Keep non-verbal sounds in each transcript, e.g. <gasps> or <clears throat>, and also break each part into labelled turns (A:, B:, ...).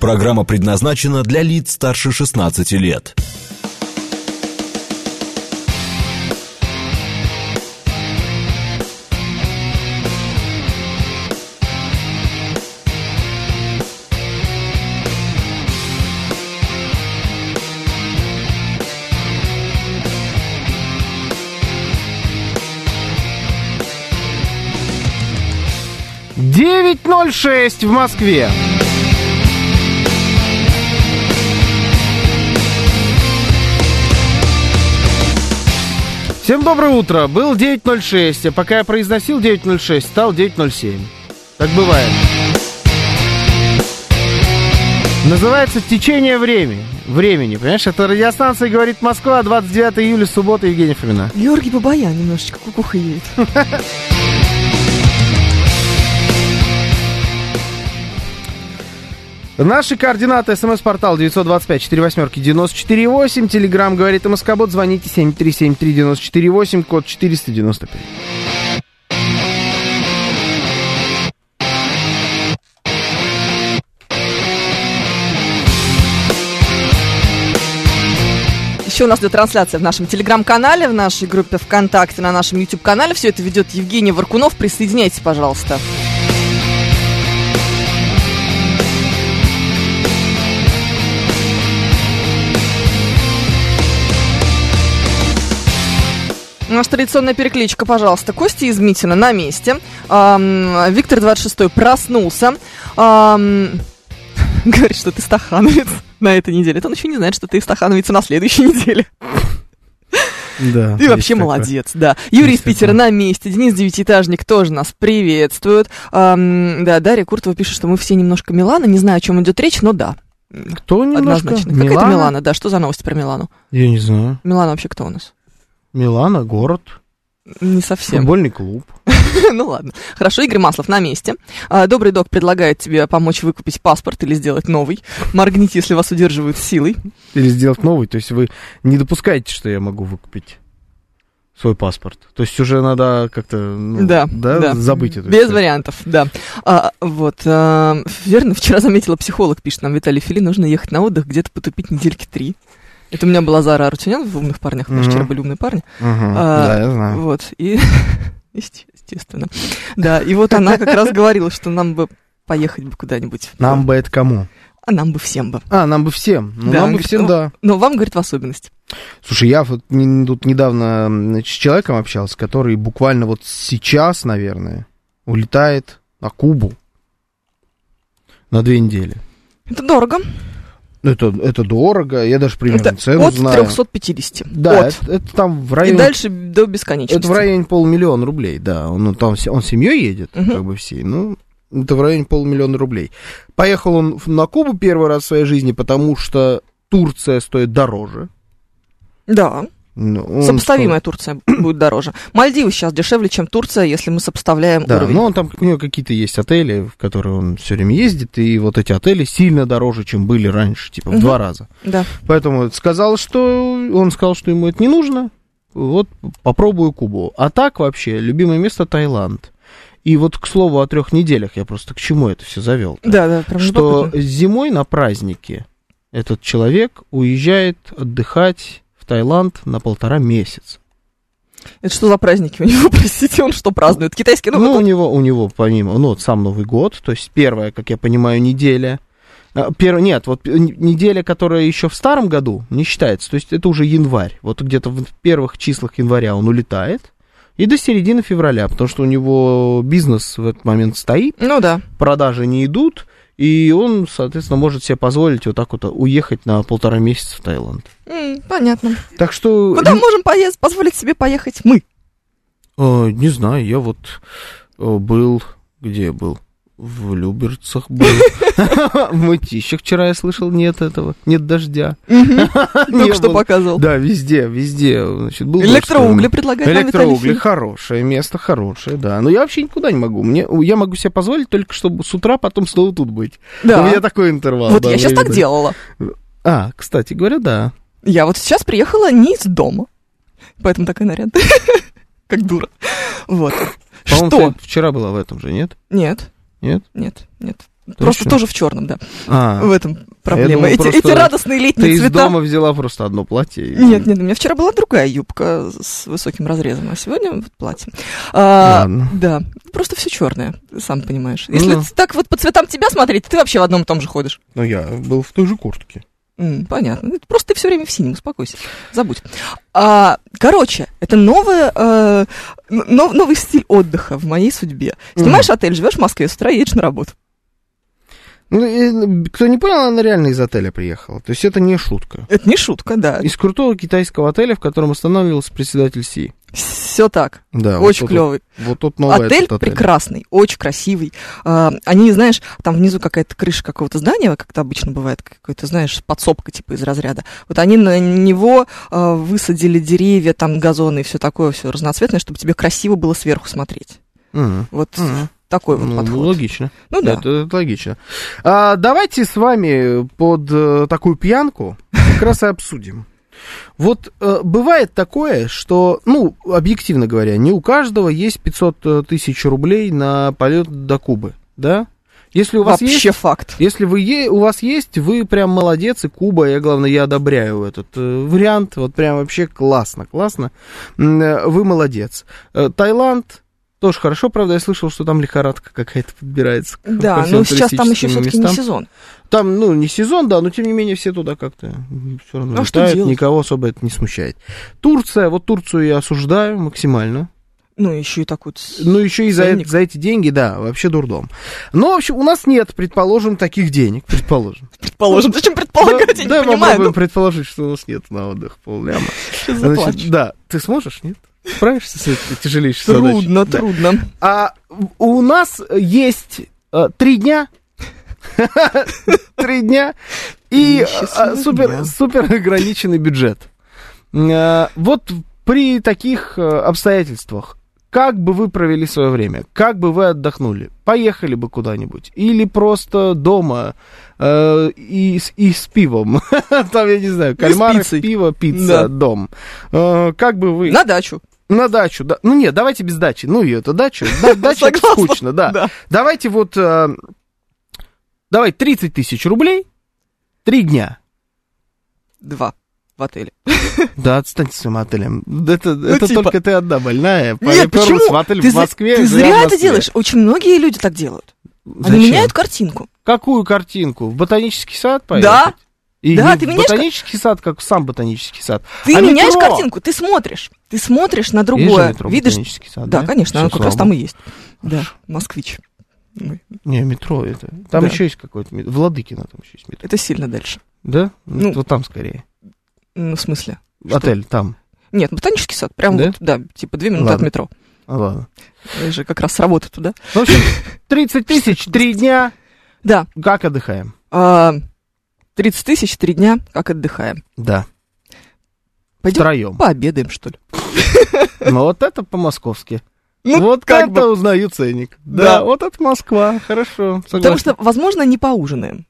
A: Программа предназначена для лиц старше 16 лет.
B: Девять ноль шесть в Москве. Всем доброе утро. Был 9.06, а пока я произносил 9.06, стал 9.07. Так бывает. Называется «Течение времени». Времени, понимаешь? Это радиостанция «Говорит Москва», 29 июля, суббота, Евгений Фомина.
C: Георгий Бабаян немножечко кукухает.
B: Наши координаты. СМС-портал 925-48-94-8. Телеграмм говорит МСК-бот. Звоните 7373-94-8, код 495.
C: Еще у нас идет трансляция в нашем телеграм-канале, в нашей группе ВКонтакте, на нашем YouTube-канале. Все это ведет Евгений Варкунов. Присоединяйтесь, пожалуйста. Наша традиционная перекличка, пожалуйста. Костя Измитина на месте. Ам, Виктор 26 проснулся. Ам, <laughs> говорит, что ты стахановец на этой неделе. Это он еще не знает, что ты стахановец на следующей <laughs> неделе.
B: Да.
C: Ты вообще молодец, да. Юрий
B: Есть
C: из Питера на месте, Денис Девятиэтажник тоже нас приветствует. Ам, да, Дарья Куртова пишет, что мы все немножко Милана, не знаю, о чем идет речь, но да,
B: Кто немножко?
C: однозначно. Как это Милана, да, что за новость про Милану?
B: Я не знаю.
C: Милана вообще кто у нас?
B: Милана, город,
C: Не совсем.
B: футбольный клуб.
C: <laughs> Ну ладно. Хорошо, Игорь Маслов на месте. А, Добрый док предлагает тебе помочь выкупить паспорт или сделать новый. Моргните, если вас удерживают силой.
B: Или сделать новый. То есть вы не допускаете, что я могу выкупить свой паспорт. То есть уже надо как-то ну,
C: Да,
B: да,
C: да.
B: забыть это.
C: Без вариантов, да. А, вот, а, верно, вчера заметила психолог, пишет нам Виталий Фили, нужно ехать на отдых, где-то потупить недельки три. Это у меня была Зара Арутюнян в «Умных парнях», у нас
B: Мгм.
C: вчера были «Умные парни». А,
B: Да, я знаю.
C: Вот, и... <laughs> есте- Естественно. Да, и вот она как раз говорила, что нам бы поехать бы куда-нибудь.
B: Нам бы это кому?
C: А нам бы всем бы.
B: А, нам бы всем. Ну,
C: Да,
B: нам бы
C: говорит,
B: всем,
C: ну,
B: да.
C: Но вам, говорит, в особенности.
B: Слушай, я вот не- тут недавно м, с человеком общался, который буквально вот сейчас, наверное, улетает на Кубу на две недели.
C: Это дорого.
B: Ну, Это, это дорого, я даже примерно
C: Это
B: цену
C: от
B: знаю.
C: 350.
B: Да,
C: От.
B: это, это там в
C: И
B: районе...
C: дальше до бесконечности.
B: Это в районе полмиллиона рублей, да. Он, ну, там, се- он с семьей едет,
C: Мгм.
B: как бы всей. Ну, это в районе полмиллиона рублей. Поехал он в- на Кубу первый раз в своей жизни, потому что Турция стоит дороже.
C: Да,
B: Ну, он
C: сопоставимая Турция будет дороже. Мальдивы сейчас дешевле, чем Турция, если мы сопоставляем
B: Да, ну,
C: уровень.
B: но он там, у него какие-то есть отели, в которые он все время ездит, и вот эти отели сильно дороже, чем были раньше, типа в
C: Мгм.
B: два раза.
C: Да.
B: Поэтому сказал, что он сказал, что ему это не нужно, вот попробую Кубу. А так вообще, любимое место Таиланд. И вот, к слову, о трех неделях я просто к чему это все завел.
C: Да, ну, да, прям
B: Что зимой на праздники этот человек уезжает отдыхать в Таиланд на полтора месяца.
C: Это что за праздники у него, <laughs> простите, он что празднует? Китайский Новый
B: Ну, у
C: год?
B: него, у него помимо, ну, вот сам Новый год, то есть первая, как я понимаю, неделя. А, пер- нет, вот н- неделя, которая еще в старом году, не считается. То есть это уже январь. Вот где-то в первых числах января он улетает. И до середины февраля, потому что у него бизнес в этот момент стоит,
C: Ну да.
B: продажи не идут, и он, соответственно, может себе позволить вот так вот уехать на полтора месяца в Таиланд.
C: М, понятно.
B: Так что...
C: Куда
B: лю-
C: можем поезд, позволить себе поехать мы? А,
B: Э, не знаю, я вот э, был... Где я был? В Люберцах был. <laughs> В Мытищах вчера я слышал, нет этого, нет дождя.
C: Мгм.
B: Не
C: <laughs> Только что
B: было.
C: показывал.
B: Да, везде, везде. Значит, был
C: Электроугли
B: дождь.
C: предлагает нам Виталий
B: Электроугли
C: Филипп.
B: хорошее место, хорошее, да. Но я вообще никуда не могу. Мне, я могу себе позволить только, чтобы с утра потом снова тут быть. У меня
C: Да.
B: такой интервал.
C: Вот
B: да,
C: я сейчас так
B: временной.
C: делала.
B: А, кстати говоря, да.
C: Я вот сейчас приехала не из дома. Поэтому такая нарядная. <laughs> Как дура. Вот.
B: По-моему,
C: Что?
B: ты вчера была в этом же, нет?
C: Нет.
B: Нет?
C: Нет, нет. Просто тоже в черном, да.
B: А,
C: В этом
B: думал,
C: проблема. Эти,
B: просто
C: эти радостные
B: ты
C: летние
B: из
C: цвета.
B: дома взяла просто одно платье. и-
C: Нет, нет, у меня вчера была другая юбка с высоким разрезом, а сегодня вот платье. А,
B: Ладно.
C: да, просто все черное, сам понимаешь. Если
B: Ну.
C: так вот по цветам тебя смотреть, ты вообще в одном и том же ходишь.
B: Ну, я был в той же куртке.
C: М, понятно. Ну, Просто ты все время в синем, успокойся, забудь. А, короче, это новое, э, н- нов- новый стиль отдыха в моей судьбе. Снимаешь отель, живешь в Москве, с утра едешь на работу.
B: Ну, и, кто не понял, она реально из отеля приехала. То есть это не шутка.
C: Это не шутка, да.
B: А Из крутого китайского отеля, в котором останавливался председатель Си.
C: Все так.
B: Да, вот
C: Очень
B: тут-
C: клевый.
B: Вот тут новый
C: отель
B: этот отель.
C: прекрасный, очень красивый. А, Они, знаешь, там внизу какая-то крыша какого-то здания, как это обычно бывает, какой-то, знаешь, подсобка типа из разряда. Вот они на него а, высадили деревья, там газоны и все такое, все разноцветное, чтобы тебе красиво было сверху смотреть.
B: Мгм.
C: Вот
B: Мгм.
C: такой вот
B: Ну,
C: подход.
B: логично.
C: Ну да.
B: Это, это логично. А, давайте с вами под э, такую пьянку как раз и обсудим. Вот э, бывает такое, что, ну, объективно говоря, не у каждого есть 500 тысяч рублей на полет до Кубы, да? Если у вас
C: Вообще
B: есть...
C: факт.
B: Если вы е- у вас есть, вы прям молодец, и Куба, я, главное, я одобряю этот э, вариант, вот прям вообще классно, классно, М, э, вы молодец. Э, Таиланд тоже хорошо, правда, я слышал, что там лихорадка какая-то подбирается. к- ко
C: Да,
B: всем
C: ну сейчас там еще
B: туристическим
C: все-таки не
B: местам.
C: сезон.
B: Там, ну, не сезон, да, но тем не менее все туда как-то все равно
C: А что
B: летают,
C: делать?
B: никого особо это не смущает. Турция, вот Турцию я осуждаю максимально.
C: Ну, еще и такой. ц-
B: Ну, еще и за,
C: Ценник.
B: э- за эти деньги, да, вообще дурдом. Но, в общем, у нас нет, предположим, таких денег, предположим.
C: Предположим. Зачем
B: Да,
C: предполагать? Я
B: да,
C: не понимаю.
B: попробуем
C: Ну,
B: предположить, что у нас нет на отдых полляма.
C: сейчас
B: Значит,
C: заплачу.
B: да, ты сможешь, нет? Справишься с этой тяжелейшей задачей?
C: Трудно,
B: Да.
C: трудно.
B: А у нас есть э, три дня. Три дня и
C: Несчастливых
B: э, супер
C: дня.
B: супер ограниченный бюджет. Э, Вот при таких э, обстоятельствах, как бы вы провели свое время, как бы вы отдохнули, поехали бы куда-нибудь, или просто дома э, и, с- и с пивом, <laughs> там, я не знаю, кальмары,
C: пиццей.
B: пиво, пицца,
C: Да.
B: дом. Э, Как бы вы...
C: На дачу.
B: На дачу, да. Ну нет, давайте без дачи. Ну ее это
C: <laughs>
B: дача. Да, дача это
C: Согласна.
B: скучно, да. Давайте вот... э, давай 30 тысяч рублей, три дня.
C: Два в отеле.
B: Да, отстаньте с своим отелем. Это, это
C: типа.
B: только ты одна больная.
C: Нет,
B: Попёрлась
C: почему?
B: в отель
C: Ты
B: в
C: зря-
B: Москве.
C: Ты
B: живя в
C: зря это
B: Москве.
C: делаешь. А Очень многие люди так делают.
B: Зачем?
C: Они меняют картинку.
B: Какую картинку? В ботанический сад поехать?
C: Да.
B: И
C: Да,
B: не
C: ты
B: в
C: меняешь ка-
B: ботанический сад, как в сам ботанический сад.
C: Ты
B: А
C: меняешь
B: метро?
C: картинку, ты смотришь. Ты смотришь на
B: Есть же
C: другое.
B: метро,
C: Видишь?
B: ботанический сад,
C: Да, конечно, оно
B: Всё,
C: как раз
B: слава
C: там и есть. Да,
B: Хорошо.
C: москвич. Ой,
B: Не, метро это. Там
C: Да.
B: еще есть какое-то... мет- Владыкина там еще есть метро.
C: Это сильно дальше.
B: Да?
C: Ну.
B: вот там скорее.
C: Ну, в смысле? Что?
B: Отель там.
C: Нет, ботанический сад, прям
B: Да?
C: вот, да, типа две минуты
B: Ладно.
C: от метро.
B: А, ладно.
C: Я же как раз с работы туда.
B: В общем,
C: <laughs>
B: 30 тысяч, 3 дня.
C: Да.
B: Как отдыхаем?
C: а, 30 тысяч, три дня, как отдыхаем.
B: Да.
C: Пойдем
B: Втроем.
C: пообедаем, что ли?
B: Ну вот это по-московски.
C: Ну,
B: вот
C: как
B: это
C: бы.
B: узнаю ценник. Да.
C: Да.
B: вот это Москва. Хорошо. Согласен.
C: Потому что, возможно, не поужинаем.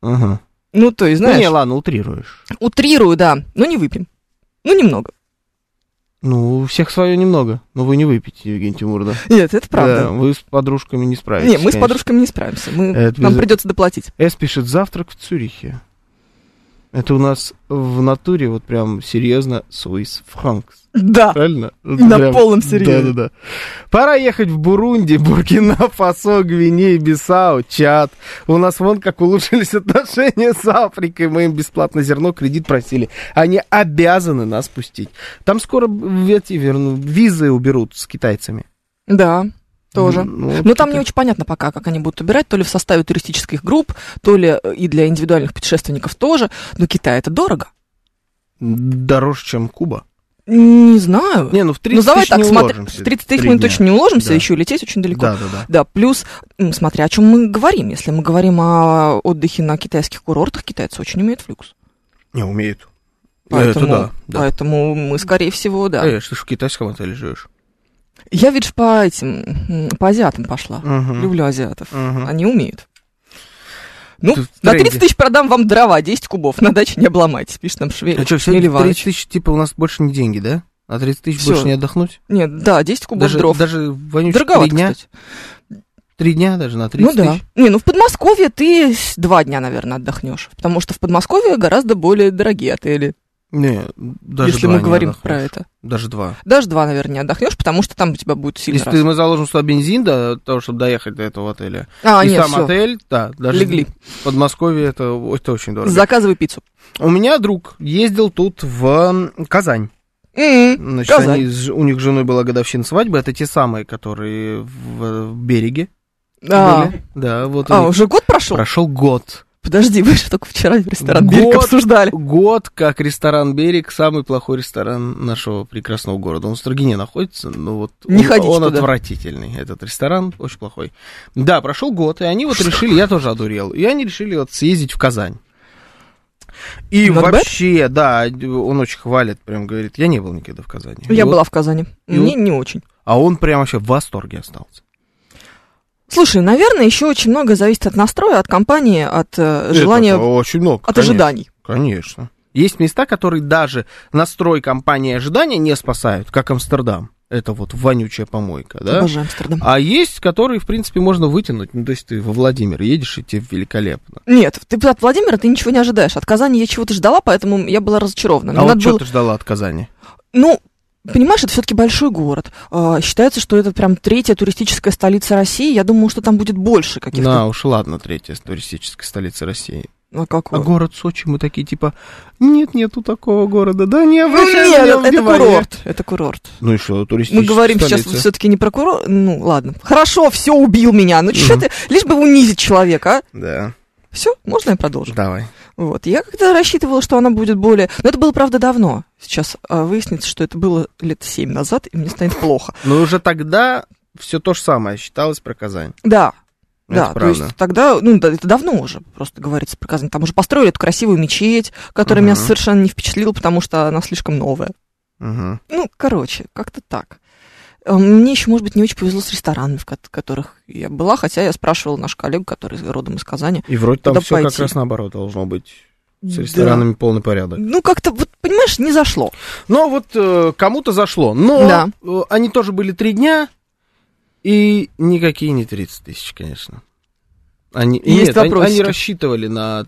B: Ага.
C: Ну, то есть, знаешь,
B: Ну не, ладно, утрируешь.
C: утрирую, да, но не выпьем. Ну, немного.
B: Ну, у всех свое немного. Но вы не выпьете, Евгений Тимуровна.
C: Нет, это
B: Да,
C: правда.
B: вы с подружками не справитесь.
C: не, мы с
B: конечно.
C: подружками не справимся. Мы,
B: Это
C: нам
B: без-
C: придется доплатить.
B: Эс пишет «Завтрак в Цюрихе». Это у нас в натуре вот прям серьезно Суис Франкс.
C: Да.
B: Правильно? Вот
C: На полном серьезе.
B: Да-да-да. Пора ехать в Бурунди, Буркина, Фасо, Гвинея, Бисау, Чад. У нас вон как улучшились <laughs> отношения с Африкой. Мы им бесплатно зерно, кредит просили. Они обязаны нас пустить. Там скоро в- эти верну, визы уберут с китайцами.
C: Да, тоже.
B: М, вот
C: Но там
B: это-
C: не очень понятно пока, как они будут убирать, то ли в составе туристических групп, то ли э, и для индивидуальных путешественников тоже. Но Китай это дорого.
B: Дороже, чем Куба.
C: Не знаю.
B: Не, ну в 30
C: ну давай
B: тысяч
C: так,
B: не
C: смотри,
B: уложимся.
C: в 30 тысяч
B: Три
C: мы
B: дня.
C: точно не уложимся,
B: Да.
C: еще лететь очень далеко.
B: Да, да, да.
C: Да, плюс, м, смотря о чем мы говорим. Если мы говорим о отдыхе на китайских курортах, китайцы очень умеют в люкс.
B: Не умеют.
C: Поэтому,
B: Это да. Э. да.
C: поэтому мы, скорее всего, да.
B: Конечно, ты ж в китайском отеле живешь.
C: Я, видишь, по этим, м, по азиатам пошла. Люблю азиатов.
B: Мгм.
C: Они умеют. Ну,
B: Ты в
C: на
B: тренде.
C: 30 тысяч продам вам дрова, 10 кубов. На даче не обломайтесь, пишет нам Швей.
B: А что, все 30 тысяч, типа, у нас больше не деньги, да? А 30 тысяч
C: Всё.
B: больше не отдохнуть?
C: Нет, да, 10 кубов
B: Даже,
C: дров.
B: даже вонючие три
C: Дороговато,
B: дня,
C: кстати.
B: три Три дня даже на 30
C: Ну да.
B: тысяч.
C: Не, ну в Подмосковье ты с- два дня, наверное, отдохнешь. Потому что в Подмосковье гораздо более дорогие отели,
B: Не, даже
C: если
B: два
C: мы
B: не
C: говорим про
B: отдохнешь.
C: это.
B: Даже два.
C: Даже два, наверное, не отдохнешь, потому что там у тебя будет сильно
B: Если ты- мы заложим сюда бензин до того, чтобы доехать до этого отеля,
C: А,
B: и
C: нет,
B: сам
C: всё,
B: отель, да, даже
C: легли.
B: в Подмосковье это, это очень дорого.
C: Заказывай пиццу.
B: У меня друг ездил тут в м, Казань.
C: М,
B: Значит,
C: Казань.
B: они с ж- у них с женой была годовщина свадьбы, это те самые, которые в, в береге
C: а,
B: были. Да, вот
C: а,
B: у них
C: уже год прошел?
B: прошел год.
C: Подожди, <laughs> вы же только вчера в ресторан
B: Год.
C: «Берег» обсуждали.
B: Год, как ресторан «Берег» самый плохой ресторан нашего прекрасного города. Он в Строгине находится, но вот он,
C: Не ходите
B: он
C: туда.
B: отвратительный, этот ресторан, очень плохой. Да, прошел год, и они вот решили, я тоже одурел, и они решили вот съездить в Казань. И
C: Not bad?
B: вообще, да, он очень хвалит, прям говорит, я не был никогда в Казани.
C: Я
B: И вот-
C: была в Казани.
B: и
C: Мне не очень.
B: А он прям вообще в восторге остался.
C: Слушай, наверное, еще очень многое зависит от настроя, от компании, от э, желания,
B: Это очень много.
C: от
B: конечно.
C: ожиданий.
B: Конечно. Есть места, которые даже настрой компании и ожидания не спасают, как Амстердам. Это вот вонючая помойка, да?
C: Обожаю Амстердам.
B: А есть, которые, в принципе, можно вытянуть. Ну, то есть ты во Владимир едешь, и тебе великолепно.
C: Нет, ты от Владимира ты ничего не ожидаешь. От Казани я чего-то ждала, поэтому я была разочарована. Мне
B: а вот
C: надо
B: что
C: было-
B: ты ждала от Казани?
C: Ну, понимаешь, это все-таки большой город. А, считается, что это прям третья туристическая столица России. Я думала, что там будет больше
B: На
C: каких-то.
B: уж ладно, третья туристическая столица России.
C: А какого?
B: А город Сочи, мы такие, типа, нет, нету такого города, да не
C: Ну,
B: обращай
C: нет,
B: меня
C: это
B: внимания».
C: курорт. Это курорт.
B: Ну и что,
C: Мы
B: туристическая
C: говорим сейчас
B: столица.
C: все-таки не про курорт. Ну, ладно. Хорошо, все, убил меня. Ну, что
B: Мгм.
C: ты? Лишь бы унизить человека, а?
B: Да,
C: Все, можно я продолжу?
B: давай.
C: Вот. Я как-то рассчитывала, что она будет более... Но это было, правда, давно. Сейчас а, выяснится, что это было лет семь назад, и мне станет плохо.
B: Но Ну, уже тогда все то же самое считалось про Казань.
C: Да,
B: <laughs> Это
C: да.
B: правда.
C: То есть тогда... Ну, да, это давно уже, просто говорится про Казань. Там уже построили эту красивую мечеть, которая меня
B: Мгм.
C: совершенно не впечатлила, потому что она слишком новая.
B: Мгм.
C: Ну, короче, как-то так. Э, Мне еще, может быть, не очень повезло с ресторанами, в кот- которых я была, хотя я спрашивала нашу коллегу, который родом из Казани.
B: И вроде там
C: Куда
B: все как
C: пойти?
B: раз наоборот должно быть. С
C: Да.
B: ресторанами полный порядок.
C: Ну, как-то, вот, понимаешь, не зашло.
B: Но вот э, кому-то зашло. Но
C: Да.
B: э, они тоже были три дня, и никакие не 30 тысяч, конечно. Они,
C: Есть
B: нет, они,
C: вопросики.
B: они рассчитывали на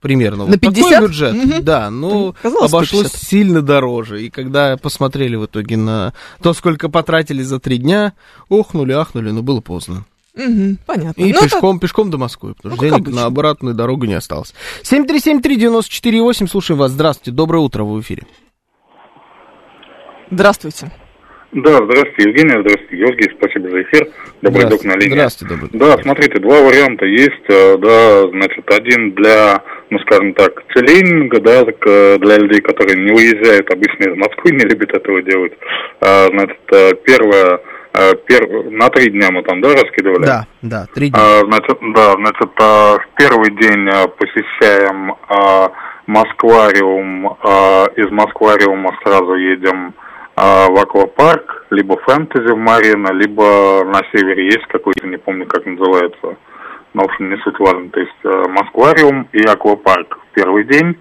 B: примерно
C: На
B: вот такой
C: 50?
B: бюджет.
C: Мгм.
B: Да, ну
C: Казалось,
B: обошлось
C: 150.
B: сильно дороже. И когда посмотрели в итоге на то, сколько потратили за три дня, охнули, ахнули, но было поздно.
C: Мгм, понятно.
B: И
C: Ну, это-
B: пешком, пешком до Москвы, потому что
C: Ну, как
B: денег
C: обычно.
B: на обратную дорогу не осталось. 7373948, слушаем вас. Здравствуйте, доброе утро, вы в эфире.
C: Здравствуйте.
D: Да, здравствуйте, Евгения, здравствуйте, Георгий, спасибо за эфир. Добрый док
B: Здравствуйте.
D: на линии.
B: Здравствуйте, добрый док.
D: Да, смотрите, два варианта есть, э, да, значит, один для, ну, скажем так, целинга, да, так, э, для людей, которые не уезжают обычно из Москвы, не любят этого делать. А, Значит, э, первое, э, пер- на три дня мы там, да, раскидывали?
B: Да, да, три дня.
D: А, Значит, да, значит, а, в первый день а, посещаем а, Москвариум, а, из Москвариума сразу едем а, в аквапарк, либо фэнтези в Марина, либо на севере есть какой-то, не помню, как называется, но, в общем, не суть важно, то есть а, Москвариум и аквапарк в первый день,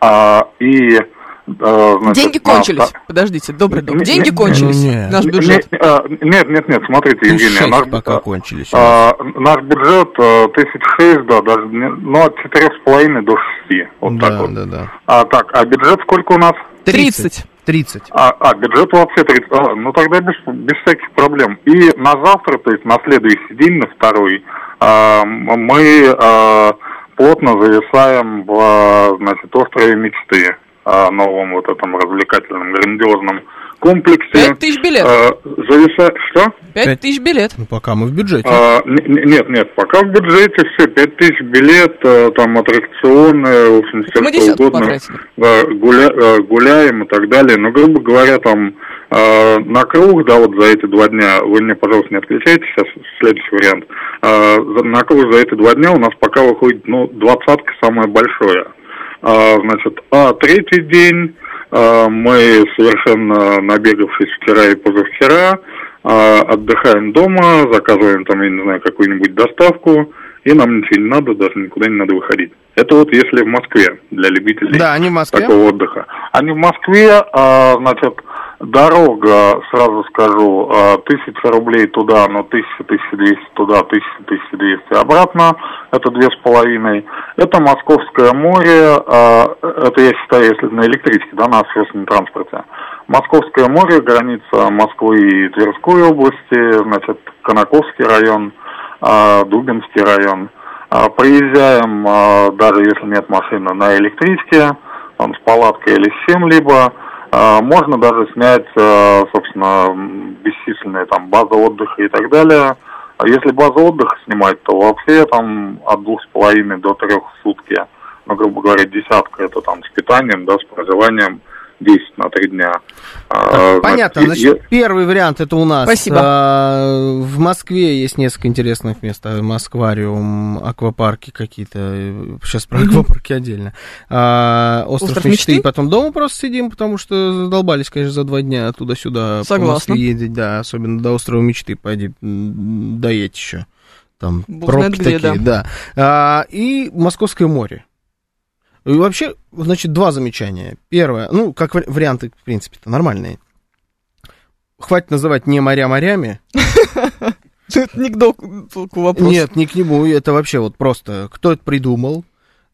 D: А, и... а, значит,
C: Деньги
D: на
C: кончились.
D: вта-
B: а,
C: Подождите, добрый друг.
D: Не-
C: Деньги
D: не-
C: кончились.
B: не.
C: Наш бюджет.
D: Не- а, Нет, нет, нет, смотрите, Евгения,
B: Шесть
D: наш,
B: пока
D: а,
B: кончились.
D: а, наш бюджет э, тысяч шесть, да, даже не- ну от четырех с половиной до шести, вот
B: да,
D: так вот.
B: да, да.
D: А так, а бюджет сколько у нас?
C: 30.
B: 30.
D: А, а, бюджет вообще 30, а, ну тогда без, без всяких проблем. И на завтра, то есть на следующий день, на второй, а, м- мы а, плотно зависаем в, а, значит, острове мечты, а, новом вот этом развлекательном, грандиозном комплексе.
C: 5 тысяч билет.
D: А, зависа... Что?
C: 5
B: пять-
C: тысяч билет.
B: <laughs> Ну, пока мы в бюджете.
D: А, н- н- нет, нет, пока в бюджете все, 5000 билет, э, там аттракционы, в общем, все
C: Мы
D: что
C: десятку
D: угодно,
C: потратили.
D: Да, гуля- э, гуляем и так далее. Но, грубо говоря, там э, на круг, да, вот за эти два дня, вы мне, пожалуйста, не отключайте, сейчас следующий вариант. Э, за- на круг за эти два дня у нас пока выходит, ну, двадцатка самое большое. А, значит, а третий день э, мы совершенно набегавшись вчера и позавчера, а, отдыхаем дома, заказываем там, я не знаю, какую-нибудь доставку, и нам ничего не надо, даже никуда не надо выходить. Это вот если в Москве для любителей
B: да, они в Москве.
D: такого отдыха. Они в Москве, а, значит, Дорога, сразу скажу, а, тысяча рублей туда, но тысяча, тысяча двести туда, тысяча, тысяча двести обратно, это две с половиной. Это Московское море, а, это я считаю, если на электричке, да, на общественном транспорте. Московское море, граница Москвы и Тверской области, значит, Конаковский район, а, Дубинский район. Приезжаем, даже если нет машины, на электричке, там с палаткой или с чем-либо, А, можно даже снять, а, собственно, бесчисленные там базы отдыха и так далее. А если базу отдыха снимать, то вообще там от двух с половиной до трех сутки, ну, грубо говоря, десятка это там с питанием, да, с проживанием, 10 на 3 дня. А,
B: Так, Понятно. Значит, я... первый вариант это у нас. Спасибо. А, в Москве есть несколько интересных мест. а, Москвариум, аквапарки какие-то. Сейчас про аквапарки отдельно. А, остров, остров мечты. мечты. Потом дома просто сидим, потому что задолбались, конечно, за два дня оттуда-сюда.
C: Согласна.
B: ездить, да. Особенно до острова мечты. Пойди, доедь еще. Там Бог пробки где, такие, да. да. А, и Московское море. И вообще, значит, два замечания. Первое, ну, как варианты, в принципе-то, нормальные. Хватит называть не моря морями.
C: Это не к толку вопрос.
B: Нет, не к нему, это вообще вот просто, кто это придумал,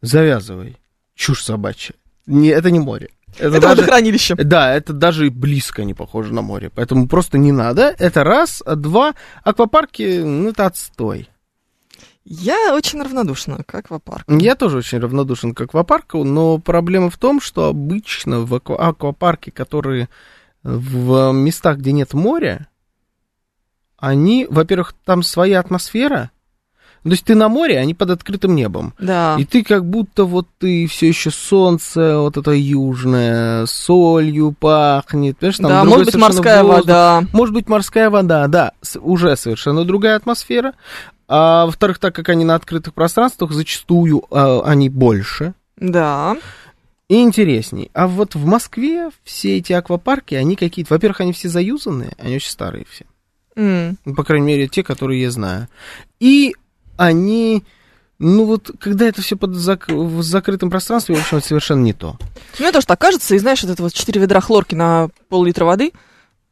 B: завязывай. Чушь собачья. Не, это не море.
C: Это, это водохранилище.
B: Да, это даже близко не похоже на море. Поэтому просто не надо. Это раз. А два, аквапарки, ну, это отстой.
C: Я очень равнодушна к аквапарку.
B: Я тоже очень равнодушен к аквапарку, но проблема в том, что обычно в аква- аквапарке, которые э, в местах, где нет моря, они, во-первых, там своя атмосфера. То есть ты на море, они под открытым небом.
C: Да.
B: И ты как будто вот ты все еще солнце, вот это южное, солью пахнет. Понимаешь, там
C: да, может быть морская воздух. вода.
B: Может быть морская вода, да. уже совершенно другая атмосфера. А во-вторых, так как они на открытых пространствах, зачастую а, они больше.
C: Да.
B: И интересней. А вот в Москве все эти аквапарки, они какие-то... Во-первых, они все заюзанные, они очень старые все.
C: Mm.
B: Ну, по крайней мере, те, которые я знаю. И они... Ну вот, когда это все под зак... в закрытом пространстве, в общем, это совершенно не то.
C: Мне Ну, тоже так кажется, и знаешь, вот это вот 4 ведра хлорки на пол-литра воды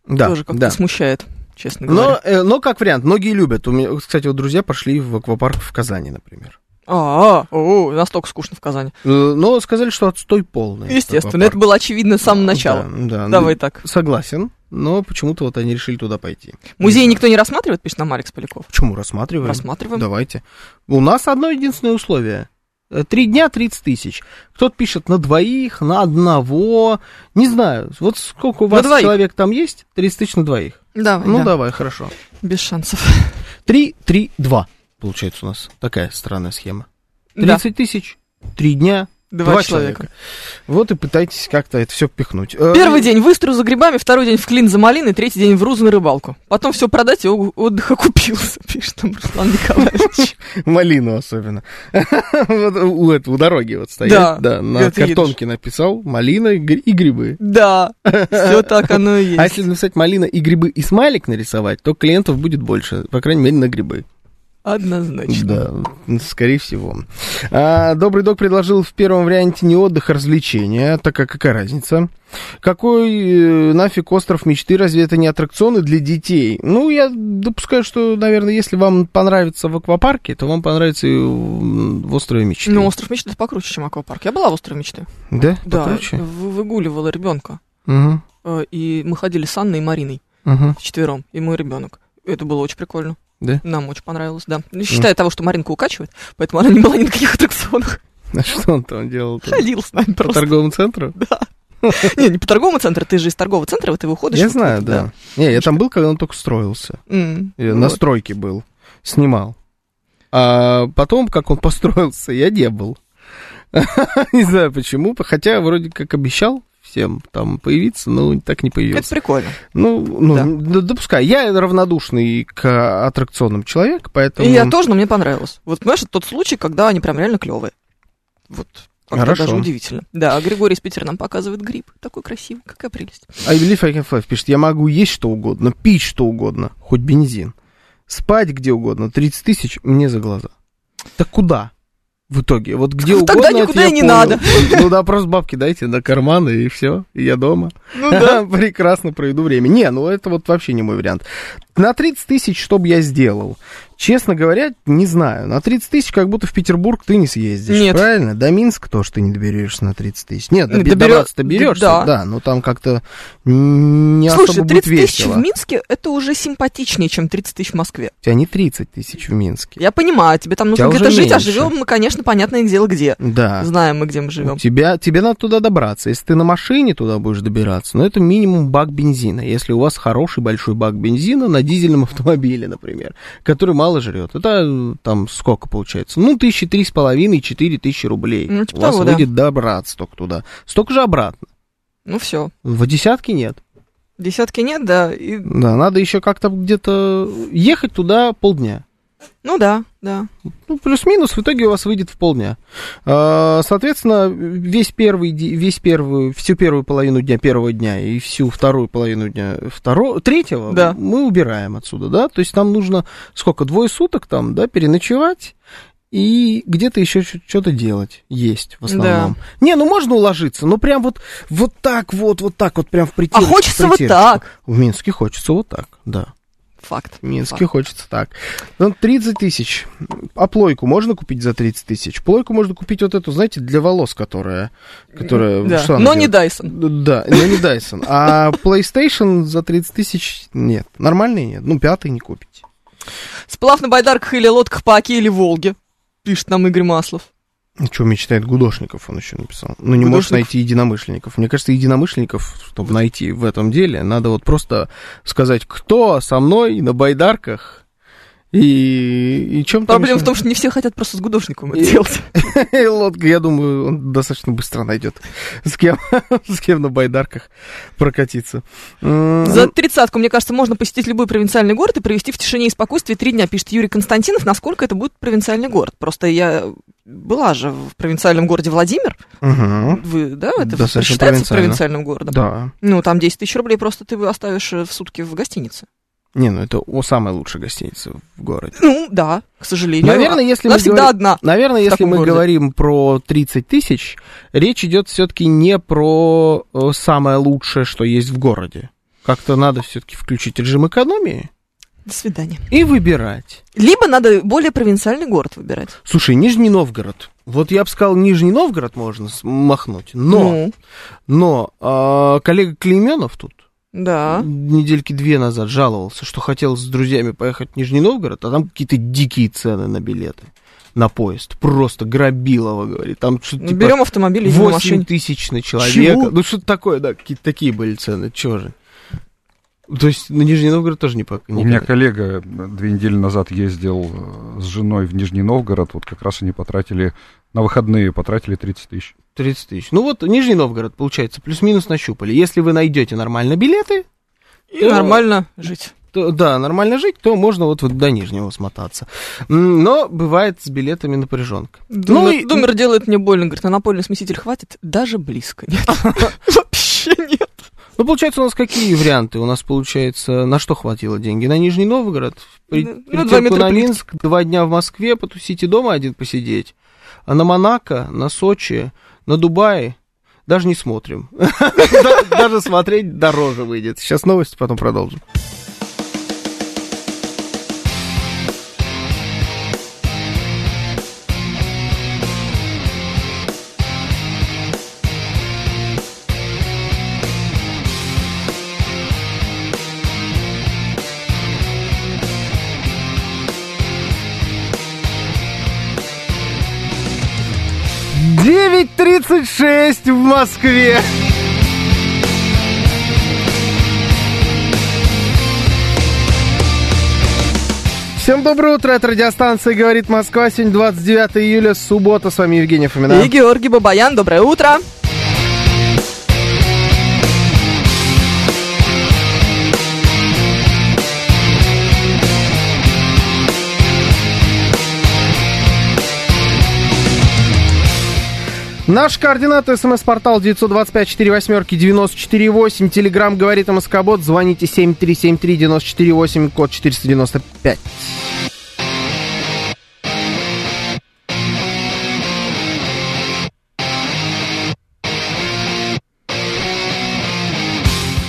B: да,
C: тоже как-то
B: да.
C: смущает честно
B: говоря. Но, э, но как вариант, многие любят. У меня, кстати, вот друзья пошли в аквапарк в Казани, например.
C: А, о, настолько скучно в Казани.
B: Э, Но сказали, что отстой полный.
C: Естественно, это было очевидно с самого начала.
B: Ну Да, да.
C: Давай так.
B: Согласен, но почему-то вот они решили туда пойти.
C: Музей никто не рассматривает, пишет нам Алекс Поляков.
B: Почему рассматриваем?
C: Рассматриваем.
B: Давайте. У нас одно единственное условие. Э, Три дня 30 тысяч. Кто-то пишет на двоих, на одного. Не знаю, вот сколько у вас человек там есть? 30 тысяч на двоих.
C: Давай,
B: ну,
C: да.
B: давай, хорошо.
C: Без шансов.
B: 3, 3, 2, получается у нас. Такая странная схема. 30 да. тысяч, 3 дня,
C: Два, Два человека. человека.
B: Вот и пытайтесь как-то это все впихнуть. Э,
C: Первый день в Истру за грибами, второй день в Клин за малиной, третий день в Рузу на рыбалку. Потом все продать и отдых окупился, <laughs> пишет там Руслан Николаевич.
B: <laughs> Малину особенно. Вот у дороги вот стоит. Да. На картонке написал малина и грибы.
C: Да, все так оно и есть.
B: А если написать малина и грибы и смайлик нарисовать, то клиентов будет больше, по крайней мере, на грибы.
C: Однозначно.
B: Да, скорее всего. А, Добрый док предложил в первом варианте не отдых, а развлечения. Так как какая разница? Какой э, нафиг остров мечты? Разве это не аттракционы для детей? Ну, я допускаю, что, наверное, если вам понравится в аквапарке, то вам понравится и в острове мечты.
C: Ну, остров мечты это покруче, чем аквапарк. Я была в острове мечты.
B: Да?
C: Да. Ну.
B: Покруче?
C: Выгуливала ребенка.
B: Угу.
C: И мы ходили с Анной и Мариной.
B: Угу.
C: Четвером. И мой ребенок. Это было очень прикольно.
B: Да? Ну.
C: Нам очень понравилось, да. Не считая mm. того, что Маринка укачивает, поэтому она не была ни на
B: <laughs>
C: каких аттракционах.
B: А что он там делал?
C: <laughs>
B: -то?
C: Ходил с нами просто.
B: По торговому центру?
C: Да. Не, не по торговому центру, ты же из торгового центра, вот ты выходишь.
B: Я знаю, да. Не, я там был, когда он только строился.
C: Ну
B: На стройке был, снимал. А потом, как он <laughs> построился, я не был. <laughs> Не знаю почему, хотя вроде как обещал всем там появиться, но так не появился.
C: Это прикольно.
B: Ну, ну да. допускай. Я равнодушный к аттракционам человек, поэтому...
C: И я тоже, но мне понравилось. Вот, понимаешь, это тот случай, когда они прям реально клевые. Вот. А
B: Хорошо.
C: Даже удивительно. Да, а Григорий из Питера нам показывает гриб. Такой красивый, какая прелесть.
B: I believe I can fly А пишет, я могу есть что угодно, пить что угодно, хоть бензин, спать где угодно, 30 тысяч мне за глаза. Так куда? в итоге. Вот где
C: Ну,
B: угодно
C: тогда
B: это
C: никуда
B: я
C: и не
B: помню.
C: надо.
B: Ну да, просто бабки дайте на карманы и все, и я дома.
C: Ну <laughs> да.
B: Прекрасно проведу время. Не, ну это вот вообще не мой вариант. На 30 тысяч что бы я сделал? Честно говоря, не знаю. На 30 тысяч как будто в Петербург ты не съездишь,
C: Нет.
B: правильно? До Минска тоже ты не доберешься на 30 тысяч. Нет, до,
C: Ну,
B: до
C: добере-
B: Братска доберешься,
C: да.
B: да. но там как-то не
C: Слушай,
B: особо будет
C: 30 тысяч
B: весело.
C: в Минске это уже симпатичнее, чем 30 тысяч в Москве.
B: У тебя не 30 тысяч в Минске.
C: Я понимаю, тебе там нужно
B: тебя
C: где-то
B: уже
C: жить, а
B: меньше. А.
C: живем мы, конечно, понятное дело, где.
B: Да.
C: Знаем мы, где мы живем.
B: У тебя, тебе надо туда добраться. Если ты на машине туда будешь добираться, ну, это минимум бак бензина. Если у вас хороший большой бак бензина на дизельном <laughs> автомобиле, например, который мало жрет. Это э, там сколько получается? Ну, тысячи три с половиной, четыре тысячи рублей.
C: Ну, типа
B: у вас
C: того, да.
B: выйдет добраться только туда. Столько же обратно.
C: Ну все.
B: В десятке нет.
C: Десятки нет, да. и-
B: Да, надо еще как-то где-то ехать туда полдня.
C: Ну да, да.
B: ну, плюс-минус, в итоге у вас выйдет в полдня. А, Соответственно, весь первый, ди- весь первый, всю первую половину дня первого дня и всю вторую половину дня второго, третьего
C: Да.
B: мы убираем отсюда, да? То есть нам нужно сколько, двое суток там, да, переночевать и где-то еще что-то делать, есть в основном. Не, ну можно уложиться, но прям вот, вот так вот, вот так вот, прям в
C: А
B: притирочку.
C: хочется вот
B: притирочку.
C: так.
B: В Минске хочется вот так, да.
C: Факт.
B: В Минске
C: Факт.
B: хочется так. Ну, 30 тысяч. А плойку можно купить за 30 тысяч? Плойку можно купить вот эту, знаете, для волос, которая... которая
C: Да.
B: ну что она
C: Но не
B: делает?
C: Дайсон.
B: Да, но не Dyson. А PlayStation за 30 тысяч нет. Нормальный нет. Ну, пятый не купите.
C: Сплав на байдарках или лодках по Оке или Волге, пишет нам Игорь Маслов.
B: Ну, Что мечтает Гудошников, он еще написал. Ну, не
C: Гудошников?
B: может найти единомышленников. Мне кажется, единомышленников, чтобы найти в этом деле, надо вот просто сказать, кто со мной на байдарках и, и чем там
C: Проблема
B: еще-
C: в том, что не все хотят просто с гудошником это
B: Ну, И- <laughs>
C: делать.
B: И лодка, я думаю, он достаточно быстро найдет, с кем, <laughs> с кем на байдарках прокатиться. М,
C: За тридцатку, мне кажется, можно посетить любой провинциальный город и провести в тишине и спокойствии три дня, пишет Юрий Константинов. Насколько это будет провинциальный город? Просто я была же в провинциальном городе Владимир.
B: ну, мгм.
C: Вы, да, это
B: Достаточно
C: считается
B: провинциально.
C: провинциальным городом?
B: Да.
C: Ну, там 10 тысяч рублей просто ты оставишь э, в сутки в гостинице.
B: Не, ну это о, самая лучшая гостиница в городе.
C: Ну, да, к сожалению. а,
B: Наверное, если
C: Она
B: мы
C: всегда
B: говорим-
C: одна.
B: Наверное,
C: В
B: если
C: таком
B: мы
C: городе.
B: говорим про 30 тысяч, речь идет все-таки не про э, самое лучшее, что есть в городе. Как-то надо все-таки включить режим экономии
C: До свидания.
B: и выбирать.
C: Либо надо более провинциальный город выбирать.
B: Слушай, Нижний Новгород. Вот я бы сказал, Нижний Новгород можно с- махнуть, но,
C: Ну,
B: но а, коллега Клейменов тут
C: да.
B: недельки две назад жаловался, что хотел с друзьями поехать в Нижний Новгород, а там какие-то дикие цены на билеты, на поезд. Просто грабилово, говорит. Там что-то
C: Ну,
B: типа
C: Берем автомобиль и едем на
B: 8
C: машине.
B: тысяч на человека.
C: Чего?
B: Ну, что-то такое, да, какие-то такие были цены, чего же. То есть на Нижний Новгород тоже не пока.
E: У меня коллега две недели назад ездил э, с женой в Нижний Новгород. Вот как раз они потратили на выходные потратили 30 тысяч.
B: 30 тысяч. Ну вот Нижний Новгород, получается, плюс-минус нащупали. Если вы найдете нормально билеты,
C: И нормально жить.
B: то- да, нормально жить, то можно вот, вот до Нижнего смотаться. М, Но бывает с билетами напряженка.
C: Думер,
B: Ну и-
C: Думер делает мне больно. Говорит, а на напольный смеситель хватит?
B: <laughs>
C: Даже близко нет. Вообще нет.
B: Ну, получается, у нас какие варианты? У нас, получается, на что хватило деньги? На Нижний Новгород, в при-
C: Ну, ну,
B: притирку
C: два метра
B: на
C: плитки.
B: Минск, два дня в Москве, потусить и дома один посидеть. А на Монако, на Сочи, на Дубае даже не смотрим. <laughs> Да- Даже смотреть дороже выйдет. Сейчас новости, потом продолжим. Девять тридцать шесть в Москве. Всем доброе утро, это радиостанция «Говорит Москва». Сегодня 29 июля, суббота. С вами Евгений Фомина.
C: И Георгий Бабаян, доброе утро.
B: Наш координат смс-портал 925-48-94-8. Телеграмм «Говорит Москобот». Звоните 7373-94-8, код 495.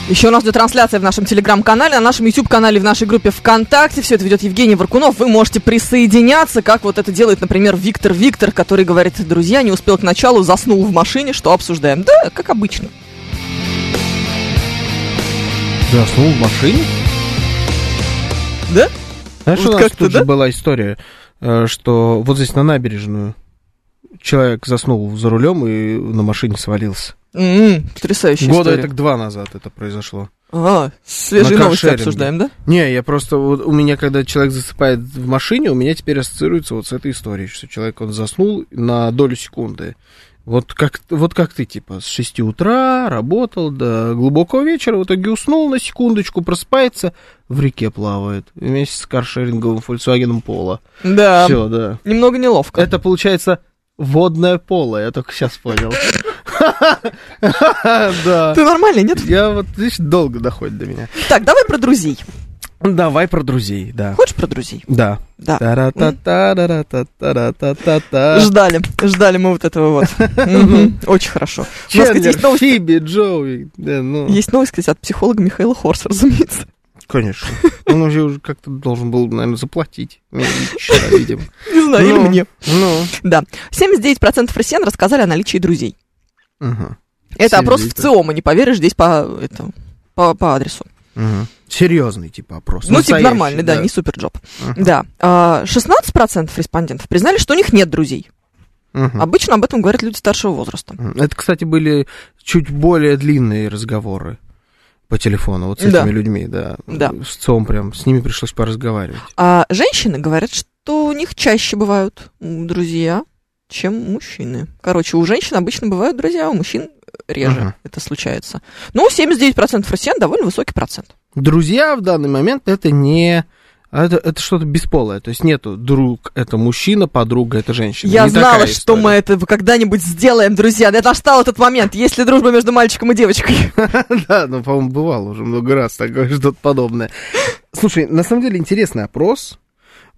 C: Еще у нас идет трансляция в нашем телеграм-канале, на нашем YouTube-канале, в нашей группе ВКонтакте. Все это ведет Евгений Варкунов. Вы можете присоединяться, как вот это делает, например, Виктор Виктор, который говорит, друзья, не успел к началу, заснул в машине, что обсуждаем. Да, как обычно.
B: Заснул в машине?
C: Да?
B: Знаешь,
C: Вот
B: А у нас
C: как-то,
B: тут
C: да?
B: же была история, э, что вот здесь на набережную человек заснул за рулем и на машине свалился.
C: М-м, потрясающая
B: Года
C: история.
B: это два назад это произошло.
C: А, свежие
B: На
C: новости
B: каршеринге.
C: обсуждаем, да?
B: Не, я просто, вот у меня, когда человек засыпает в машине, у меня теперь ассоциируется вот с этой историей, что человек, он заснул на долю секунды. Вот как, вот как ты, типа, с 6 утра работал до глубокого вечера, в итоге уснул на секундочку, просыпается, в реке плавает, вместе с каршеринговым Volkswagen Polo.
C: Да.
B: Все, да.
C: Немного неловко.
B: Это получается водное поло, я только сейчас понял. <laughs> Да.
C: Ты нормальный, нет?
B: Я вот, видишь, долго доходит до меня.
C: Так, давай про друзей.
B: Давай про друзей, да.
C: Хочешь про друзей?
B: Да.
C: Да.
B: Та-ра-та-та-ра-та-та-ра-та-та-та.
C: Ждали, ждали мы вот этого вот.
B: <laughs>
C: Мгм, Очень хорошо. У нас, кстати,
B: Чендлер,
C: есть новость,
B: Фиби, Джоуи. Да, ну.
C: есть новость, кстати, от психолога Михаила Хорса, разумеется.
B: Конечно. Он уже уже как-то должен был, наверное, заплатить. Мне лично, видимо.
C: Не знаю, или
B: Ну.
C: мне.
B: Ну.
C: Да. 79% россиян рассказали о наличии друзей.
B: Мгм.
C: Это опрос в
B: 79.
C: ЦИОМа, не поверишь, здесь по, это, по, по адресу.
B: Мгм. Серьезный типа опрос.
C: Ну, типа
B: Настоящий,
C: нормальный, да, не суперджоп. Да. А, 16% респондентов признали, что у них нет друзей.
B: Мгм.
C: Обычно об этом говорят люди старшего возраста.
B: Мгм. Это, кстати, были чуть более длинные разговоры по телефону вот с
C: Да.
B: этими людьми, да.
C: Да.
B: С отцом прям, с ними пришлось поразговаривать.
C: А женщины говорят, что у них чаще бывают м, друзья, чем мужчины. Короче, у женщин обычно бывают друзья, а у мужчин реже
B: Ага.
C: это случается. Ну, 79% россиян довольно высокий процент.
B: Друзья в данный момент это не... Это, это что-то бесполое, то есть нету друг, это мужчина, подруга, это женщина.
C: Я
B: Не
C: знала,
B: такая
C: что мы
B: история.
C: это когда-нибудь сделаем, друзья. Я достал этот момент. Есть ли дружба между мальчиком и девочкой?
B: Да, ну, по-моему, бывало уже много раз такое, <laughs> что-то подобное. Слушай, на самом деле интересный опрос,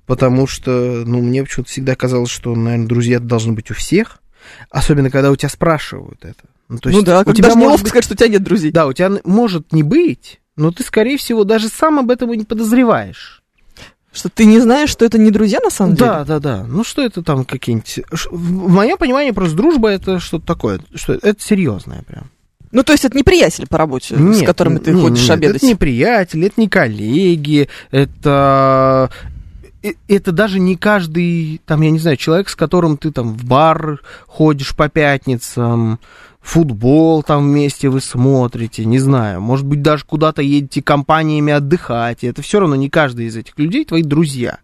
B: потому что, ну, мне почему-то всегда казалось, что, наверное, друзья должны быть у всех, особенно когда у тебя спрашивают это. то
C: ну
B: есть
C: да,
B: у
C: как
B: тебя
C: даже
B: может
C: неловко
B: быть-
C: сказать, что у тебя нет друзей.
B: Да, у тебя н- может не быть, но ты, скорее всего, даже сам об этом и не подозреваешь.
C: Что ты не знаешь, что это не друзья на самом деле?
B: Да, да, да. Ну что это там какие-нибудь... Ш- В в моем понимании просто дружба это что-то такое. Что это серьезное прям.
C: Ну, то есть это не приятель по работе, с
B: Нет,
C: которыми ты
B: не-
C: ходишь
B: нет,
C: обедать.
B: Это не приятель, это не коллеги, это... э- Это даже не каждый, там, я не знаю, человек, с которым ты там в бар ходишь по пятницам, футбол там вместе вы смотрите, не знаю, может быть, даже куда-то едете компаниями отдыхать, и это все равно не каждый из этих людей твои друзья.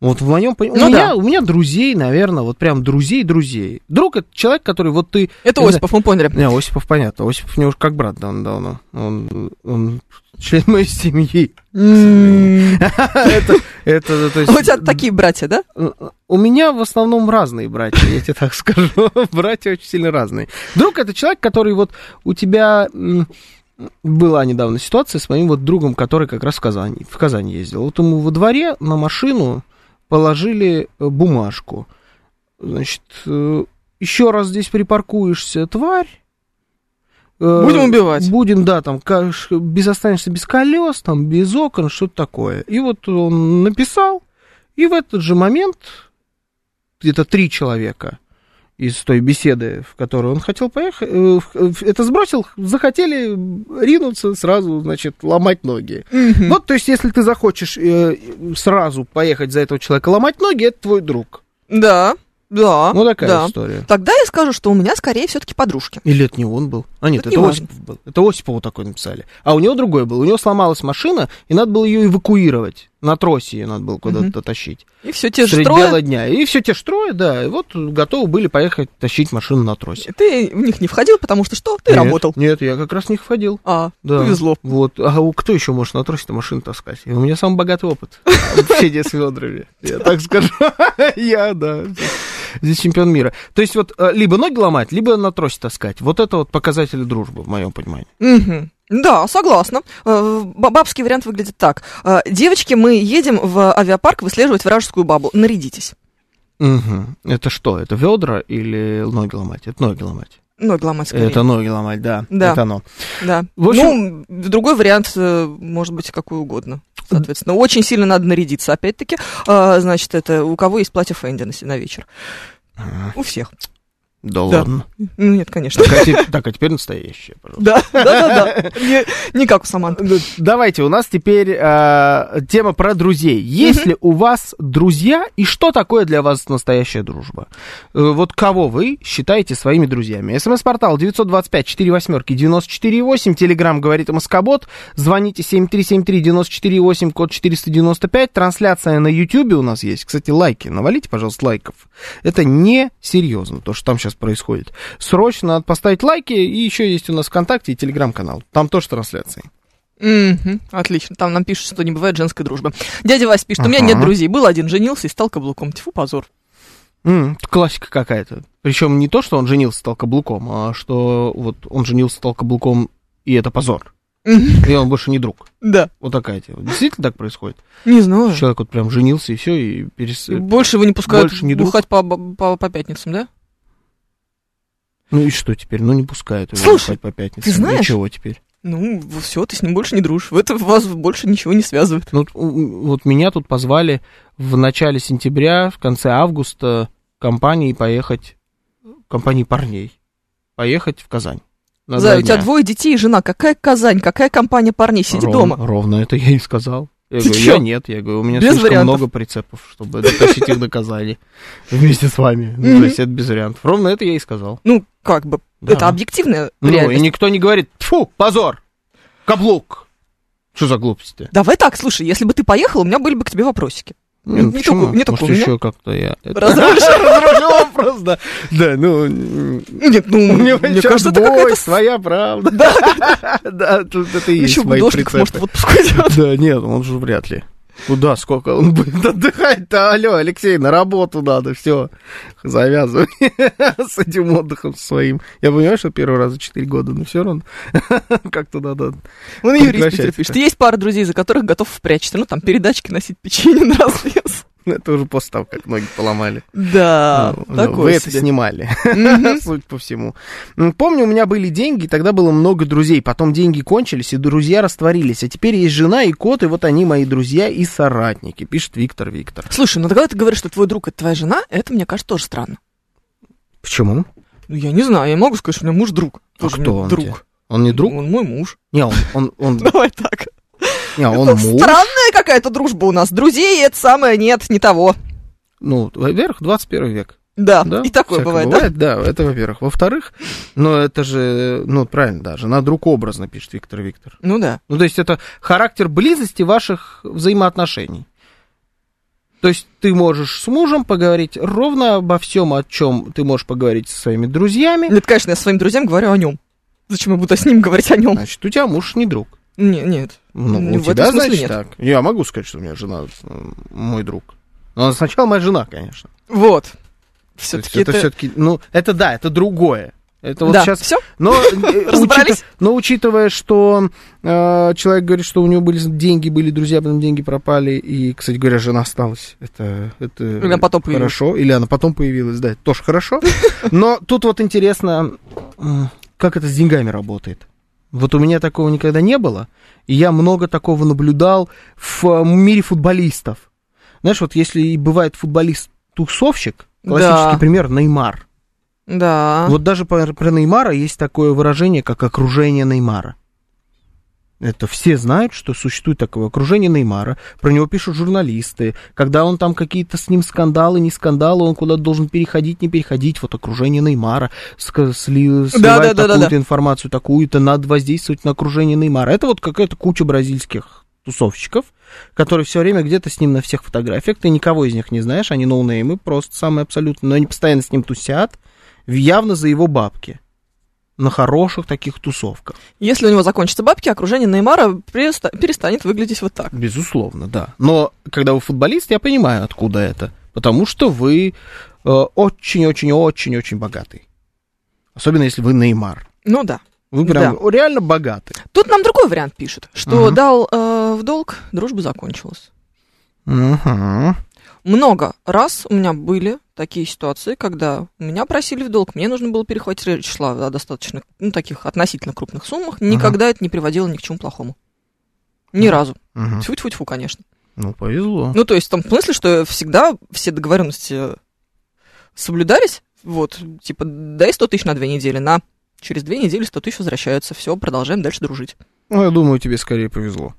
B: Вот в моем понимании.
C: Ну
B: у, меня,
C: да.
B: у меня друзей, наверное, вот прям друзей-друзей. Друг это человек, который вот ты
C: Это
B: Не знаю.
C: Осипов, мы поняли.
B: не, Осипов понятно. Осипов мне уже как брат давно-давно. Он, он член моей семьи. <laughs>
C: <laughs> М.
B: Это, это, то есть...
C: А У тебя такие братья, да?
B: У меня в основном разные братья, я тебе так скажу. <laughs> Братья очень сильно разные. Друг — это человек, который вот у тебя... м, Была недавно ситуация с моим вот другом, который как раз в Казани, в Казань ездил. Вот ему во дворе на машину положили э, бумажку. Значит, еще раз здесь припаркуешься, тварь. Э,
C: Будем убивать.
B: Будем, да, там, каш- без, останешься без колес, там, без окон, что-то такое. И вот он написал, и в этот же момент где-то три человека из той беседы, в которую он хотел поехать, э, в- в- это сбросил, захотели ринуться сразу, значит, ломать ноги.
C: Мгм.
B: Вот, то есть, если ты захочешь э, сразу поехать за этого человека ломать ноги, это твой друг.
C: Да, да.
B: Ну, такая
C: А, да.
B: история.
C: Тогда я скажу, что у меня скорее все-таки подружки.
B: Или это не он был? А нет,
C: Это
B: это,
C: не важно.
B: Осипов был. Это Осипову такой написали. А у него другой был. У него сломалась машина, и надо было ее эвакуировать. На тросе ее надо было куда-то тащить.
C: И все те же
B: Средь
C: трое.
B: бела дня. И все те же трое, да. И вот готовы были поехать тащить машину на тросе.
C: Ты в них не входил, потому что что? Ты
B: Нет,
C: работал.
B: Нет, я как раз в них входил.
C: А,
B: Да.
C: повезло.
B: Вот. А у кто еще может на тросе-то машину таскать? У меня самый богатый опыт. <laughs> В седе с ведрами. Я так скажу. <laughs> Я, да. Здесь чемпион мира. То есть вот э, либо ноги ломать, либо на тросе таскать. Вот это вот показатели дружбы, в моем понимании.
C: Мгм. Да, согласна. Э, ба- Бабский вариант выглядит так. Э, Девочки, мы едем в авиапарк выслеживать вражескую бабу. Нарядитесь.
B: Мгм. Это что? Это ведра или ноги ломать? Это ноги ломать.
C: Ноги ломать скорее.
B: Это ноги ломать, да.
C: Да.
B: Это оно.
C: Да.
B: В общем-
C: Ну, другой вариант э, может быть какой угодно. Соответственно, очень сильно надо нарядиться, опять-таки. А, значит, это у кого есть платье Фэнди на, с- на вечер? У всех.
B: Да,
C: Да.
B: ладно.
C: Ну, нет, конечно.
B: Так а, те- так, а теперь настоящее, пожалуйста.
C: Да, да, да, да. Не- Не как у Саманты.
B: Да, Давайте, у нас теперь э, тема про друзей. Есть ли у вас друзья и что такое для вас настоящая дружба? Э, вот кого вы считаете своими друзьями? СМС-портал 925-48-94-8, Телеграмм говорит Москобот, звоните 7373-94-8, код 495, трансляция на Ютьюбе у нас есть. Кстати, лайки, навалите, пожалуйста, лайков. Это не серьезно, то, что там сейчас происходит. Срочно надо поставить лайки, и еще есть у нас ВКонтакте и Телеграм-канал, там тоже трансляции.
C: Мгм, Отлично. Там нам пишут, что не бывает женской дружбы. Дядя Вась пишет, у меня
B: Ага.
C: нет друзей. Был один, женился и стал каблуком. Тьфу, позор.
B: М, это классика какая-то. Причем не то, что он женился стал каблуком, а что вот он женился стал каблуком, и это позор.
C: Мгм,
B: И он больше не друг.
C: Да,
B: Вот такая тема. Действительно так происходит?
C: не знаю.
B: Человек вот прям женился, и все, и перес...
C: Больше его не пускают
B: э, Больше не друг.
C: бухать по, по- по пятницам, да?
B: Ну и что теперь? Ну не пускают его
C: Слушай,
B: спать по пятницам.
C: ты знаешь-
B: Ничего теперь.
C: Ну, все, ты с ним больше не дружишь. В это вас больше ничего не связывает.
B: Ну, вот, у- вот меня тут позвали в начале сентября, в конце августа компании поехать, компании парней, поехать в Казань. На
C: Зай,
B: два
C: у тебя
B: дня.
C: двое детей и жена. Какая Казань, какая компания парней? Сиди
B: Ровно-
C: дома.
B: Ровно это я и сказал. Я
C: Ты
B: говорю,
C: чё?
B: я нет, я говорю, у меня
C: Без
B: слишком
C: вариантов.
B: много прицепов, чтобы дотащить их до Казани <laughs> вместе с вами. Ну,
C: Мгм.
B: То есть это без вариантов. Ровно это я и сказал.
C: Ну, как бы,
B: Да.
C: это объективная
B: Ну, и
C: реальность.
B: никто не говорит, фу, позор, каблук. Что за глупости?
C: Давай так, слушай, если бы ты поехал, у меня были бы к тебе вопросики.
B: Ну,
C: Не, не такой- не такой
B: Может,
C: у меня.
B: еще как-то я... <laughs> это-
C: Разрушишь?
B: Разрулил вопрос, да. Да, ну... м,
C: Нет, ну, мне
B: чё,
C: кажется, это
B: твой,
C: какая-то... с-
B: своя правда. <laughs> Да. Да, тут это и есть
C: Еще
B: мои
C: художник,
B: прицепы.
C: может, в
B: <laughs>
C: отпуск уйдет.
B: Да нет, он же вряд ли. Куда, сколько он будет <laughs> отдыхать-то? Алло, Алексей, на работу надо, все. Завязывай <laughs> с этим отдыхом своим. Я понимаю, что первый раз за 4 года, но все равно <laughs> как-то надо.
C: Он юрист
B: Прекращайте.
C: Питер пишет. Есть пара друзей, за которых готов впрячься. Ну, там, передачки носить, печенье <laughs> на развес.
B: Это уже после того, как ноги поломали.
C: Да,
B: Ну, Вы
C: А, такое
B: это
C: себе.
B: снимали, <laughs>
C: Мгм.
B: судя по всему. М, Помню, у меня были деньги, и тогда было много друзей. Потом деньги кончились, и друзья растворились. А теперь есть жена и кот, и вот они мои друзья и соратники, пишет Виктор Виктор.
C: Слушай, ну, когда ты говоришь, что твой друг — это твоя жена, это, мне кажется, тоже странно.
B: Почему?
C: Ну, я не знаю, я не могу сказать, что у меня муж друг.
B: А
C: Тоже
B: кто
C: мне
B: он тебе?
C: Друг.
B: Он не друг?
C: Он мой муж.
B: Не, он, он,
C: <laughs>
B: он,
C: Давай так.
B: не, он
C: Ну, Это
B: муж.
C: Странная какая-то дружба у нас. Друзей это самое нет, не того.
B: Ну, во-первых, 21 век.
C: Да,
B: Да,
C: А, и такое
B: всякое
C: бывает,
B: да? это во-первых. Во-вторых, ну, это же, ну, правильно, да, жена друг образно, пишет Виктор Виктор.
C: да? Ну да.
B: Ну, то есть это характер близости ваших взаимоотношений. То есть ты можешь с мужем поговорить ровно обо всем, о чем ты можешь поговорить со своими друзьями.
C: Нет, конечно, я своим друзьям говорю о нем. Зачем я буду с ним говорить о нем?
B: Значит, у тебя муж не друг.
C: Нет, нет.
B: Ну,
C: Ну,
B: у
C: в
B: тебя,
C: этом смысле
B: значит,
C: нет.
B: так. Я могу сказать, что у меня жена э, мой друг. Но она сначала моя жена, конечно.
C: Вот.
B: То есть
C: Все-таки
B: это,
C: это...
B: все-таки, ну, это да, это другое. Это вот
C: да,
B: сейчас.
C: все,
B: Но,
C: <laughs>
B: э,
C: Разобрались?
B: учита- но учитывая, что э, человек говорит, что у него были деньги, были друзья, потом деньги пропали, и, кстати говоря, жена осталась. Это, это
C: она потом появилась.
B: э, хорошо. Или она потом появилась, да, это тоже
C: <laughs>
B: хорошо. Но тут вот интересно, м, как это с деньгами работает. Вот у меня такого никогда не было, и я много такого наблюдал в э, мире футболистов. Знаешь, вот если и бывает футболист-тусовщик, классический
C: Да.
B: пример Неймар.
C: Да.
B: Вот даже про, про Неймара есть такое выражение, как окружение Неймара. Это все знают, что существует такое окружение Неймара. Про него пишут журналисты. Когда он там какие-то с ним скандалы, не скандалы, он куда-то должен переходить, не переходить. Вот окружение Неймара. Ска- сли- Сливают
C: да, да, да,
B: такую-то
C: да.
B: информацию, такую-то. Надо воздействовать на окружение Неймара. Это вот какая-то куча бразильских тусовщиков, которые все время где-то с ним на всех фотографиях. Ты никого из них не знаешь, они ноунеймы просто самые абсолютно. Но они постоянно с ним тусят, в- явно за его бабки. На хороших таких тусовках.
C: Если у него закончатся бабки, окружение Неймара преста- перестанет выглядеть вот так.
B: Безусловно, да. Но когда вы футболист, я понимаю, откуда это. Потому что вы э, очень-очень-очень-очень богатый. Особенно если вы Неймар.
C: Ну да.
B: Вы прям реально богаты.
C: Тут нам другой вариант пишет, что
B: Ага.
C: дал э, в долг, дружба закончилась.
B: Мгм.
C: Много раз у меня были такие ситуации, когда меня просили в долг, мне нужно было перехватить речь, шла о достаточно, ну, таких относительно крупных суммах. Никогда это не приводило ни к чему плохому. Ни
B: Мгм.
C: разу.
B: Мгм.
C: Тьфу-тьфу-тьфу, конечно.
B: Ну, повезло.
C: Ну, то есть в том смысле, что всегда все договоренности э, соблюдались, вот, типа, дай 100 тысяч на две недели, на через две недели 100 тысяч возвращаются, все, продолжаем дальше дружить.
B: Ну, я думаю, тебе скорее повезло.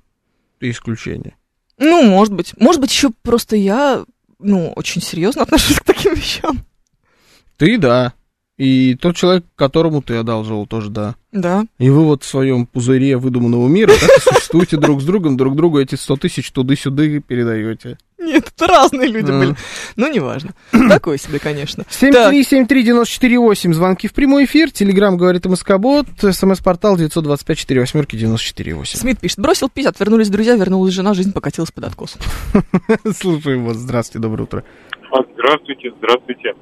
B: Ты исключение.
C: Ну, может быть. Может быть, еще просто я, ну, очень серьезно <laughs> отношусь к таким вещам.
B: Ты да. И тот человек, которому ты одалживал, тоже да.
C: Да.
B: И вы вот в своем пузыре выдуманного мира так и <laughs> существуете друг с другом, друг другу эти 100 тысяч туды-сюды передаете.
C: Нет, это разные люди
B: Мгм.
C: были.
B: <clears throat>
C: Ну, неважно. Такое себе, конечно.
B: 7373948, звонки в прямой эфир, телеграмм говорит МСК-бот, смс-портал <laughs> 925-48-94-8.
C: Смит пишет, бросил пить, отвернулись друзья, вернулась жена, жизнь покатилась под откос.
B: Слушаем вас, здравствуйте, доброе утро.
F: А, Здравствуйте, здравствуйте.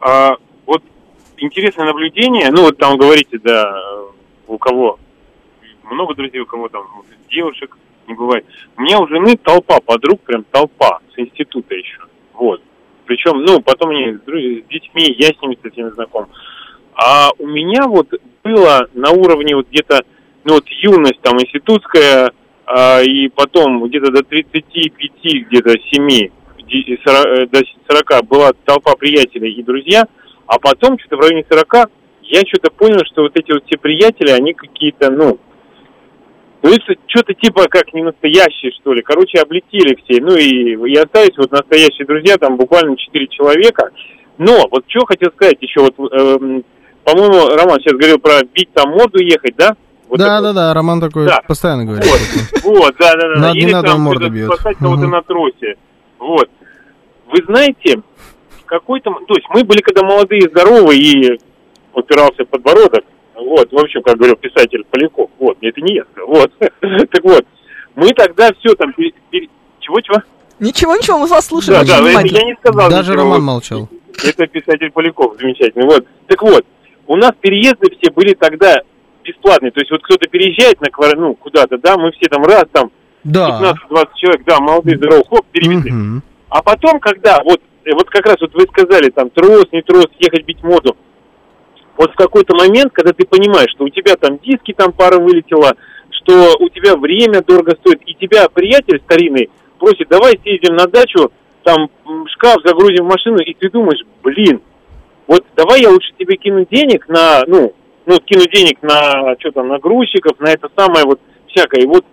F: А, вот интересное наблюдение, ну вот там говорите, да, у кого много друзей, у кого там девушек не бывает. У меня у жены толпа подруг, прям толпа с института еще. Вот. Причем, ну, потом они с, друз- с детьми, я с ними со всеми знаком. А у меня вот было на уровне вот где-то, ну вот юность там институтская, а, и потом где-то до 35, где-то 7, ди- сора- э, до 40 была толпа приятелей и друзья, а потом что-то в районе 40 я что-то понял, что вот эти вот все приятели, они какие-то, ну, ну, это что-то типа как не настоящие, что ли. Короче, облетели все. Ну, и, и остались вот настоящие друзья, там буквально 4 человека. Но вот что хотел сказать еще, вот, эм, по-моему, Роман сейчас говорил про бить там морду ехать, да? Вот это вот.
B: Да-да-да, Роман такой
F: Да.
B: постоянно говорит.
F: Вот. Вот, да, да, да.
B: Надо- не надо
F: там
B: морду
F: что-то
B: бьет.
F: спасать кого-то
B: Мгм.
F: на тросе. Вот. Вы знаете, в какой-то... м- То есть мы были когда молодые, здоровые, и упирался в подбородок. Вот, в общем, как говорил писатель Поляков. Вот, это не я сказал. Вот. <laughs> Так вот, мы тогда все там... пере- пере- Чего-чего?
C: Ничего, ничего, мы вас слушаем
F: Да,
C: очень
F: да, это
C: внимательно.
F: я не сказал.
B: Даже
F: ничего.
B: Роман молчал.
F: Это писатель Поляков, замечательный. Вот. Так вот, у нас переезды все были тогда бесплатные. То есть вот кто-то переезжает на квар- ну, куда-то, да, мы все там раз, там,
B: Да.
F: 15-20 человек, да, молодые, здоровые, хоп, перевезли.
B: А. Мгм.
F: А потом, когда, вот, э, вот как раз вот вы сказали, там, трос, не трос, ехать бить моду, вот в какой-то момент, когда ты понимаешь, что у тебя там диски там пара вылетела, что у тебя время дорого стоит, и тебя приятель старинный просит, давай съездим на дачу, там м, шкаф загрузим в машину, и ты думаешь, блин, вот давай я лучше тебе кину денег на, ну, ну, кину денег на, что там, на грузчиков, на это самое вот всякое. И вот,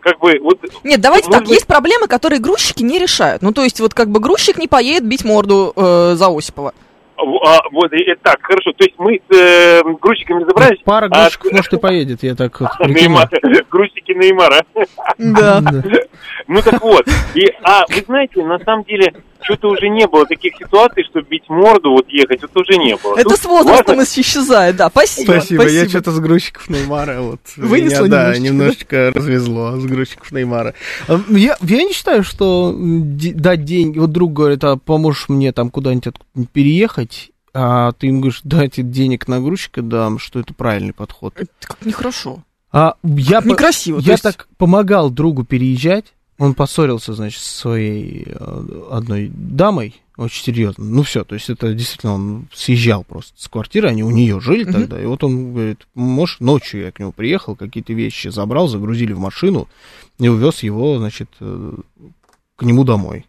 F: как бы, вот
C: Нет, давайте
F: Может
C: так,
F: быть-
C: есть проблемы, которые грузчики не решают. Ну, то есть, вот как бы грузчик не поедет бить морду э, за Осипова.
F: В- а, вот, и- и так, хорошо. То есть мы с э, грузчиками забрались?
B: Ну,
F: <laughs>
B: Пара
F: А,
B: грузчиков, может, и поедет, я так вот прикинул.
F: Неймар, грузчики Неймара.
C: Да.
B: Да.
F: <laughs> Ну так вот. И, а вы знаете, на самом деле, что-то уже не было таких ситуаций, что бить морду, вот ехать, вот уже не было.
C: Это
F: Тут
C: с возрастом
F: важно-
C: исчезает, да. Спасибо.
B: Спасибо. Я что-то с грузчиков Неймара вот
C: Вынесло
B: меня, да,
C: немножечко,
B: немножечко развезло с грузчиков Неймара. А, Я, я не считаю, что м, де- дать деньги. Вот друг говорит, а поможешь мне там куда-нибудь откуда-нибудь переехать? А ты им говоришь, дайте денег на грузчика дам, что это правильный подход.
C: Это как нехорошо.
B: А я, по-
C: Некрасиво. то
B: я
C: есть-
B: так помогал другу переезжать. Он поссорился, значит, со своей э, одной дамой. Очень серьезно. Ну все, то есть это действительно он съезжал просто с квартиры, они у нее жили
C: Мгм.
B: тогда. И вот он говорит, может, ночью я к нему приехал, какие-то вещи забрал, загрузили в машину и увез его, значит, э, к нему домой,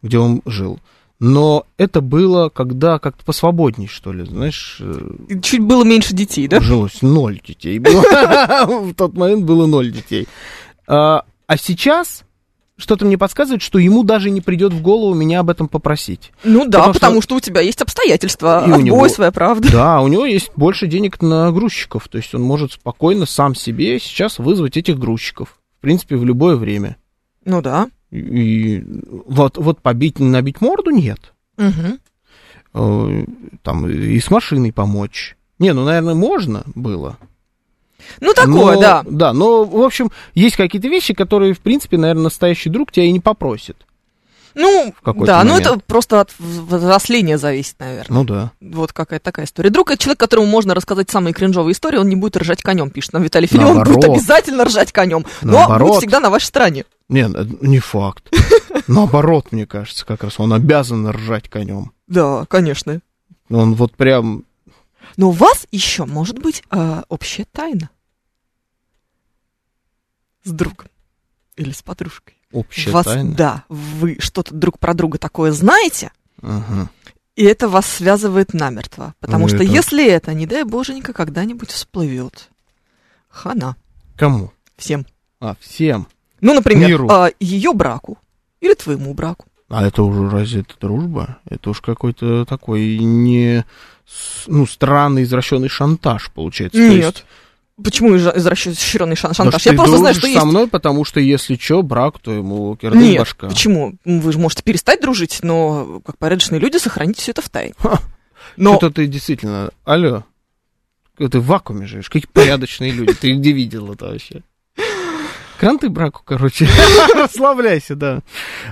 B: где он жил. Но это было когда как-то посвободней, что ли, знаешь, э,
C: Чуть было меньше детей, да?
B: Жилось ноль детей. было. В тот момент было ноль детей. А а сейчас что-то мне подсказывает, что ему даже не придет в голову меня об этом попросить.
C: Ну да,
B: Потому
C: потому,
B: что-
C: что... у тебя есть обстоятельства.
B: И у
C: Отбой,
B: него-
C: своя правда.
B: Да, у него есть больше денег на грузчиков. То есть он может спокойно сам себе сейчас вызвать этих грузчиков. В принципе, в любое время.
C: Ну да.
B: И вот, вот побить, набить морду нет.
C: Мгм.
B: Э, Там и с машиной помочь. Не, ну, наверное, можно было.
C: Ну такое,
B: Но-
C: да.
B: Да, но, в общем, есть какие-то вещи, которые, в принципе, наверное, настоящий друг тебя и не попросит.
C: Ну,
B: какой-то
C: да, ну
B: момент.
C: это просто от взросления зависит, наверное.
B: Ну да.
C: Вот какая-то такая история. Друг это человек, которому можно рассказать самые кринжовые истории, он не будет ржать конем, пишет нам Виталий Филин. Он будет
B: Наоборот.
C: обязательно ржать конем. Но
B: Наоборот.
C: мы всегда на вашей стороне. <laughs>
B: Не, э, не факт. Наоборот, мне кажется, как раз он обязан ржать конем.
C: Да, конечно.
B: Он вот прям...
C: Но у вас еще может быть а, общая тайна. С другом. Или с подружкой.
B: Общая
C: вас,
B: тайна.
C: Да, вы что-то друг про друга такое знаете,
B: Мгм.
C: и это вас связывает намертво. Потому
B: Ну,
C: что
B: это-
C: если это, не дай боженька, когда-нибудь всплывет, хана
B: Кому?
C: всем.
B: А, всем.
C: Ну, например,
B: Миру.
C: ее браку или твоему браку.
B: А это уже разве это дружба? Это уж какой-то такой не... с- Ну, странный, извращенный шантаж, получается. То
C: Нет.
B: есть,
C: Почему изра- извращенный шан-
B: потому
C: шантаж?
B: что
C: Я
B: ты
C: просто знаю,
B: дружишь
C: что
B: со
C: есть.
B: мной, потому что если чё, брак, то ему кирдык
C: Нет,
B: башка.
C: почему? Вы же можете перестать дружить, но как порядочные люди сохранить все это в тайне.
B: Ха.
C: Но
B: Что-то ты действительно... Алло. Ты в вакууме живешь. Какие порядочные люди. Ты их где видел это вообще? Кранты браку, короче. <laughs> Расслабляйся, да.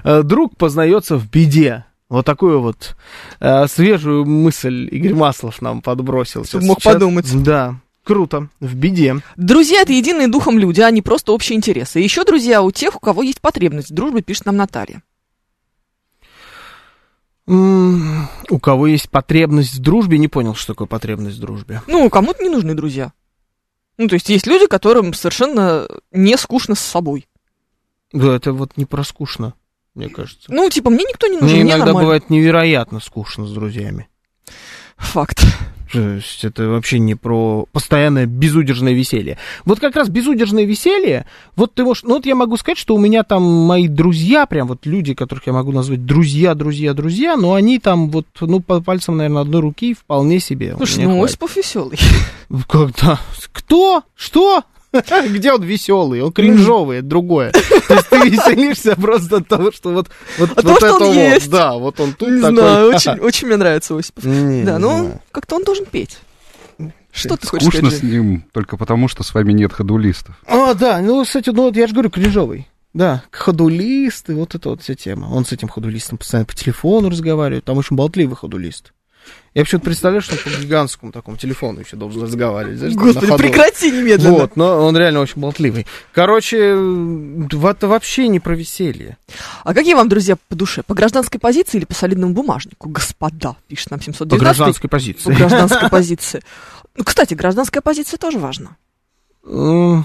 B: Э, Друг познается в беде. Вот такую вот э, свежую мысль Игорь Маслов нам подбросил.
C: Чтобы
B: Сейчас-
C: мог
B: сейчас-
C: подумать.
B: Да. Круто. В беде.
C: друзья это единые духом люди, а не просто общие интересы. И еще друзья у тех, у кого есть потребность. Дружбы пишет нам Наталья.
B: М, У кого есть потребность в дружбе, не понял, что такое потребность в дружбе.
C: Ну, кому-то не нужны друзья. Ну, то есть есть люди, которым совершенно не скучно с собой.
B: Да, это вот не про скучно, мне кажется.
C: Ну, типа, мне никто не нужен,
B: Мне
C: мне,
B: иногда
C: нормально.
B: бывает невероятно скучно с друзьями.
C: Факт.
B: То есть это вообще не про постоянное безудержное веселье. Вот как раз безудержное веселье, вот ты можешь, ну вот я могу сказать, что у меня там мои друзья, прям вот люди, которых я могу назвать друзья, друзья, друзья, но они там вот, ну, по пальцам, наверное, одной руки вполне себе.
C: Слушай,
B: Мне
C: ну,
B: хватит. <laughs>
C: Осипов веселый.
B: Когда? Кто? Что? <laughs> Где он веселый? Он кринжовый, это другое. То есть ты веселишься просто от того, что вот, вот,
C: От того,
B: вот
C: что
B: это
C: он
B: вот.
C: есть.
B: Да, вот он тут
C: Не
B: такой.
C: знаю, очень, очень мне нравится Осипов.
B: Не, не
C: Да,
B: знаю.
C: ну, как-то он должен петь. Что ты хочешь
E: Скучно
C: сказать?
E: с
C: Жень?
E: ним только потому, что с вами нет ходулистов.
B: А, да, ну, кстати, ну вот я же говорю, кринжовый. Да, ходулист, и вот эта вот вся тема. Он с этим ходулистом постоянно по телефону разговаривает, там очень болтливый ходулист. Я вообще представляю, что он по гигантскому такому телефону еще должен разговаривать. знаешь, там на
C: Господи,
B: ходу.
C: прекрати немедленно.
B: Вот, но он реально очень болтливый. Короче, м, в- это вообще не про веселье.
C: А какие вам, друзья, по душе? По гражданской позиции или по солидному бумажнику? Господа, пишет нам 719.
B: По гражданской
C: По
B: позиции. <laughs>
C: гражданской позиции. Ну, Кстати, гражданская позиция тоже важна.
B: М,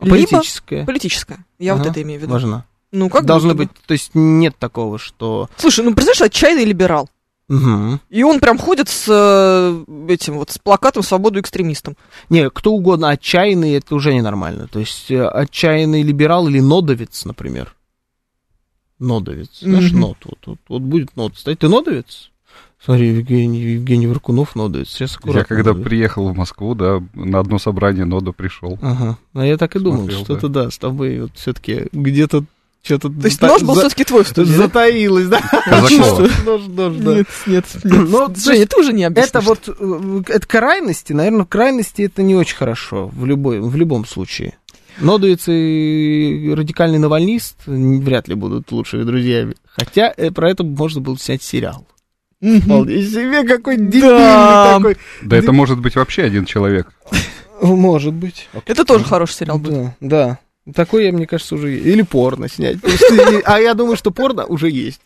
C: Либо
B: Политическая.
C: Политическая. Я вот
B: Ага,
C: это имею в виду.
B: Важна.
C: Ну, как
B: Должно
C: будто бы.
B: быть, то есть нет такого, что...
C: Слушай, ну, представляешь, отчаянный либерал.
B: Мгм.
C: И он прям ходит с э, этим вот, с плакатом «Свободу экстремистам».
B: Не, кто угодно отчаянный, это уже ненормально. То есть э, отчаянный либерал или нодовец, например. Нодовец. Знаешь,
C: Мгм.
B: нот. Вот, вот, вот будет нот. Кстати, ты нодовец? Смотри, Евгений, Евгений Варкунов нодовец. Сейчас аккуратно.
E: Я когда
B: будет.
E: приехал в Москву, да, на одно собрание
B: <laughs>
E: нода пришел.
B: Ага. А я так и думал,
E: Смотрел,
B: что это да, с тобой вот все-таки где-то что-то...
C: То есть нож был все-таки твой в студии, да?
B: Затаилось, да? <laughs>
E: Казакова.
B: Нож, нож, <laughs> да.
C: Нет, нет,
B: <laughs>
C: нет.
B: Ну, то
C: Женя, ты уже не объяснишь.
B: Это вот, э, это крайности, наверное, крайности это не очень хорошо в, любой, в любом случае. Нодуиц и радикальный навальнист вряд ли будут лучшими друзьями. Хотя э, про это можно было снять сериал.
C: Мгм.
B: Вполне себе какой дебильный
C: Да.
B: такой. Ну,
E: Да это может быть вообще один человек.
B: Может быть.
C: Это тоже хороший сериал был.
B: Да, да. Такой, я, мне кажется, уже есть. Или порно снять. Потому что- А я думаю, что порно уже
C: <laughs>
B: есть.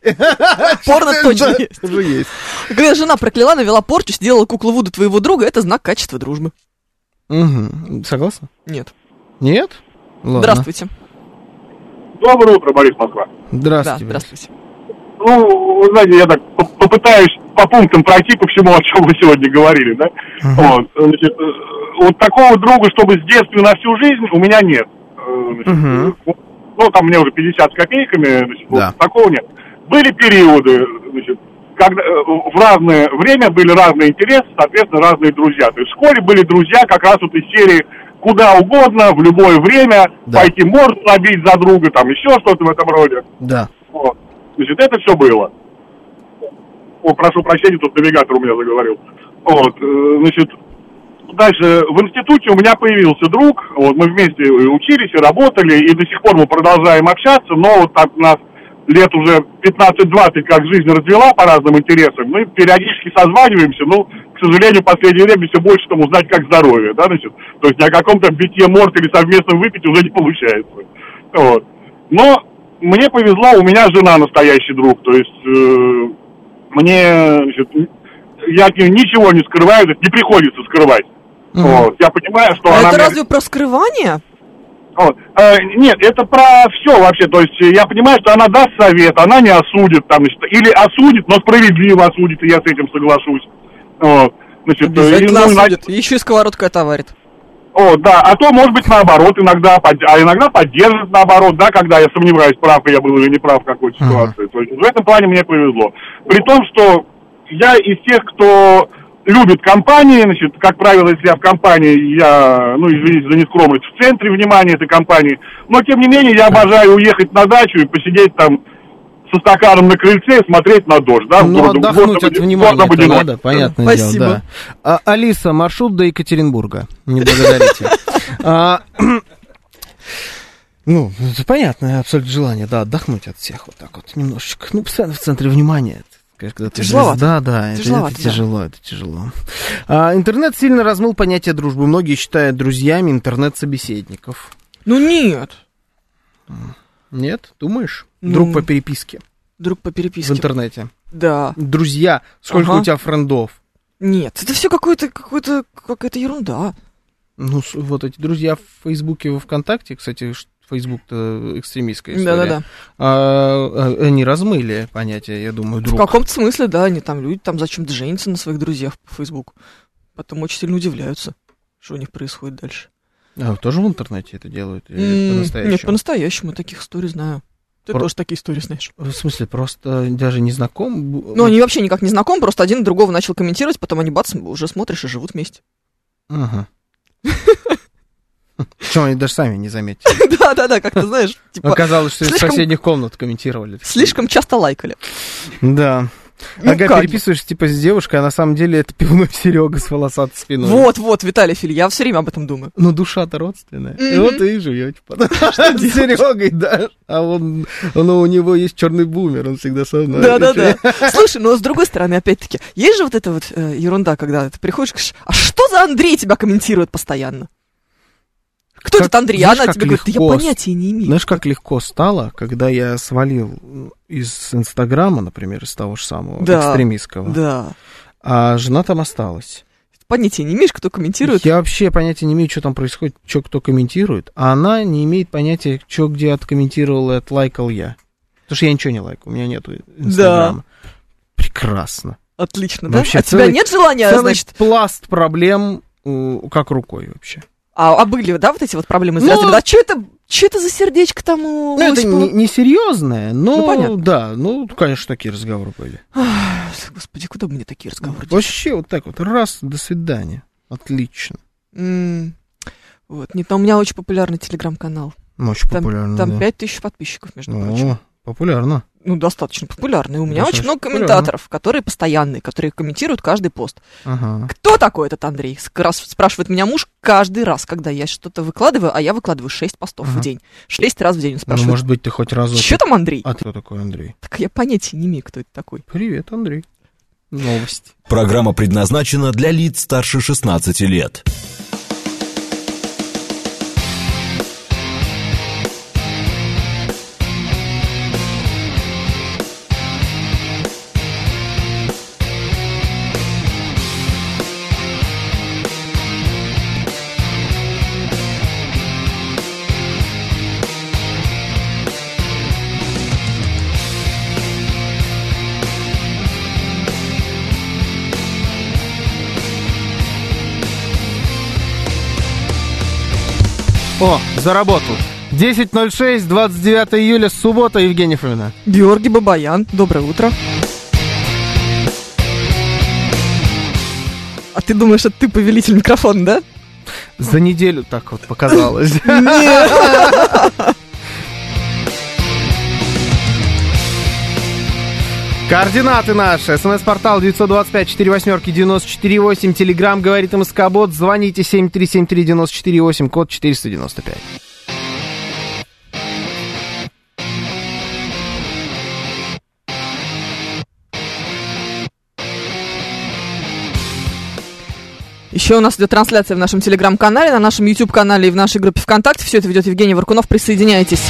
C: Порно точно
B: Да,
C: есть.
B: Уже есть.
C: Когда жена прокляла, навела порчу, сделала куклу Вуду твоего друга, это знак качества дружбы.
B: Мгм. Согласна?
C: Нет.
B: Нет? Ладно.
C: Здравствуйте.
F: Доброе утро, Борис Москва.
C: Да,
B: Здравствуйте.
C: здравствуйте.
F: Ну, вы знаете, я так по- попытаюсь по пунктам пройти по всему, о чем вы сегодня говорили, да?
B: Ага.
F: Вот, значит, э, вот такого друга, чтобы с детства на всю жизнь, у меня нет. Э, значит,
B: Мгм.
F: э, Ну, там мне уже 50 с копейками, значит, вот
B: Да.
F: такого нет. Были периоды, значит, когда э, в разное время были разные интересы, соответственно, разные друзья. То есть в школе были друзья как раз вот из серии куда угодно, в любое время,
B: Да.
F: пойти морду набить за друга, там еще что-то в этом роде.
B: Да.
F: Вот. Значит, это все было. О, прошу прощения, тут навигатор у меня заговорил. Вот, э, значит, дальше в институте у меня появился друг. Вот, мы вместе и учились, и работали, и до сих пор мы продолжаем общаться, но вот так нас лет уже 15-20, как жизнь развела по разным интересам, мы периодически созваниваемся, ну, к сожалению, в последнее время все больше там узнать, как здоровье, да, значит, то есть ни о каком-то битье морт или совместном выпить уже не получается. Вот. Но
G: мне повезло, у меня жена настоящий друг, то есть э, мне, значит, я от нее ничего не скрываю, то есть не приходится скрывать. Вот. Я понимаю, что
C: А
G: она...
C: это
G: меня-
C: разве про скрывание?
G: вот. Э, нет, это про все вообще, то есть э, я понимаю, что она даст совет, она не осудит, там, значит, или осудит, но справедливо осудит, и я с этим соглашусь. Вот. Значит, э, и,
C: Обязательно
G: ну, на-
C: осудят. Еще и сковородкой отоварит.
G: О, да, а то, может быть, наоборот, иногда, под- а иногда поддержит наоборот, да, когда я сомневаюсь, прав я был или не прав в какой-то ситуации. То есть в этом плане мне повезло. При том, что я из тех, кто любит компании, значит, как правило, если я в компании, я, ну, извините за нескромность, в центре внимания этой компании, но, тем не менее, я обожаю уехать на дачу и посидеть там со стаканом на крыльце и смотреть на дождь, да, в
B: Ну,
G: городе- в
B: отдохнуть
G: городе-
B: от
G: в
B: внимания
G: городе-
B: это надо, понятное
C: Спасибо.
B: дело, да. А, Алиса, маршрут до Екатеринбурга. Не благодарите. А, <clears throat> Ну, это понятное абсолютно желание, да, отдохнуть от всех вот так вот немножечко. Ну, постоянно в центре внимания. Это Когда ты
C: Тяжеловато.
B: Да, да, это,
C: Тяжеловато,
B: это
C: да.
B: тяжело, это тяжело. А, интернет сильно размыл понятие дружбы. Многие считают друзьями интернет-собеседников.
C: Ну нет.
B: Нет, думаешь?
C: Ну.
B: Друг по переписке
C: Друг по
B: в
C: переписке.
B: интернете.
C: Да.
B: Друзья, сколько
C: Ага.
B: у тебя френдов?
C: Нет. Это все какое-то, какое-то, какая-то ерунда.
B: Ну, с- вот эти друзья в Фейсбуке и во Вконтакте, кстати, ш- Фейсбук-то экстремистская история.
C: Да-да-да.
B: А, а, они размыли понятие, я думаю,
C: В
B: друг.
C: каком-то смысле, да, они там люди там зачем-то женятся на своих друзьях по Фейсбуку. Потом очень сильно удивляются, что у них происходит дальше.
B: А, тоже в интернете это делают? Или
C: М,
B: по-настоящему?
C: Нет, по-настоящему я таких историй знаю. Ты
B: Про- Э,
C: тоже такие истории знаешь.
B: В смысле, просто даже не знаком? бу-
C: Ну, они вообще никак не знакомы, просто один другого начал комментировать, потом они бац, уже смотришь и живут вместе. <laughs>
B: Ага. Причем они даже сами не заметили.
C: <laughs> Да-да-да, как ты знаешь,
B: Ну,
C: типа
B: Оказалось, что из
C: слишком-
B: соседних комнат комментировали.
C: слишком часто лайкали.
B: Да.
C: Ну,
B: Ага,
C: как бы.
B: переписываешься типа с девушкой, а на самом деле это пивной <laughs> Серега с волосатой спиной.
C: Вот-вот, Виталий Филь, я все время об этом думаю.
B: Ну, душа-то родственная. И
C: Мгм. А
B: вот и живете потом. <laughs>
C: <laughs>
B: С Серегой, да. А он, ну, у него есть черный бумер, он всегда со мной.
C: Да-да-да. Слушай, ну, с другой стороны, опять-таки, есть же вот эта вот э, ерунда, когда ты приходишь, говоришь, а что за Андрей тебя комментирует постоянно? Кто
B: Как-
C: этот Андрей? А
B: знаешь,
C: Она
B: как
C: тебе говорит, да я
B: легко с-
C: понятия не имею.
B: Знаешь, как легко стало, когда я свалил из Инстаграма, например, из того же самого
C: Да.
B: экстремистского,
C: Да.
B: а жена там осталась.
C: Понятия не имеешь, кто комментирует.
B: Я вообще понятия не имею, что там происходит, что кто комментирует, а она не имеет понятия, что где откомментировал и отлайкал я. Потому что я ничего не лайкаю, у меня нету Инстаграма. Прекрасно.
C: Отлично, да?
B: Вообще
C: а тебя
B: целый-
C: нет желания,
B: Целый
C: значит?
B: пласт проблем э, как рукой вообще.
C: А, а были, да, вот эти вот проблемы?
B: Ну,
C: Ну, а что это, чё это за сердечко тому?
B: Ну, это не- несерьезное, но
C: Ну, понятно.
B: да, ну, конечно, такие разговоры были.
C: Господи, куда бы мне такие разговоры? делать?
B: Вообще Ну, вот так вот, раз, до свидания. Отлично.
C: М, Вот, нет, но у меня очень популярный телеграм-канал.
B: Ну, Очень популярно,
C: Там
B: да. Ну,
C: 5000 подписчиков, между
B: О,
C: прочим.
B: популярно.
C: Ну, достаточно популярный. У меня очень
B: Достаточно
C: много
B: популярно.
C: комментаторов, которые постоянные, которые комментируют каждый пост.
B: Ага.
C: Кто такой этот Андрей? Ск- раз спрашивает меня муж каждый раз, когда я что-то выкладываю, а я выкладываю 6 постов
B: Ага.
C: в день. 6 раз в день он
B: Ну,
C: спрашивает.
B: может быть, ты хоть разок...
C: Что там Андрей?
B: А ты кто такой, Андрей?
C: Так я понятия не имею, кто это такой.
B: Привет, Андрей. Новость.
A: Программа предназначена для лиц старше 16 лет.
B: О, заработал. 10.06, 29 июля, суббота, Евгений Фомина.
C: Георгий Бабаян, доброе утро. А ты думаешь, это ты повелитель микрофона, да?
B: За неделю так
H: <laughs>
B: вот показалось. Координаты наши. СМС-портал 925-48-94-8. Телеграмм говорит МСК-бот. Звоните 7373-94-8, код 495.
C: Еще у нас идет трансляция в нашем телеграм-канале, на нашем YouTube-канале и в нашей группе ВКонтакте. Все это ведет Евгений Варкунов. Присоединяйтесь.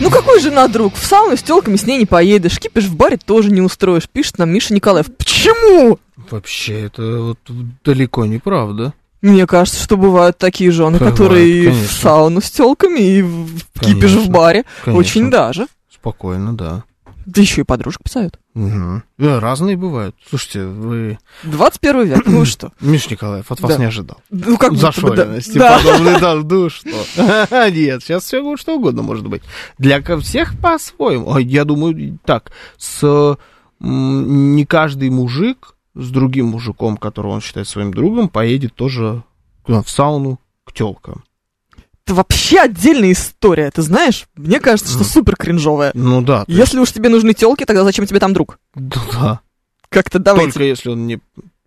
C: Ну какой жена друг? В сауну с телками с ней не поедешь, кипиш в баре тоже не устроишь, пишет нам Миша Николаев. Почему?
H: Вообще, это вот далеко не правда.
C: Мне кажется, что бывают такие жены,
H: Бывают,
C: которые и в
H: конечно.
C: сауну с телками, и в кипиш в
H: Конечно,
C: баре.
H: Конечно.
C: Очень даже.
H: Спокойно, да.
C: Да еще и подружек писают.
H: Мгм. Э, Разные бывают. Слушайте, вы...
C: 21 век, ну вы что?
H: Миш Николаев, от вас
B: Да.
H: не ожидал.
C: Ну как будто бы да.
B: Зашоренности
C: Да.
B: подобные, да, Типа, ну что. <laughs> Нет, сейчас все что угодно может быть. Для ко- всех по-своему. А Я думаю, и так, с м, не каждый мужик с другим мужиком, которого он считает своим другом, поедет тоже куда, в сауну к телкам.
C: Это вообще отдельная история, ты знаешь? Мне кажется, что супер кринжовая.
B: Ну да, то есть, <laughs>
C: Если уж тебе нужны телки, тогда зачем тебе там друг?
B: да, да.
C: Как-то давайте.
B: Только если он не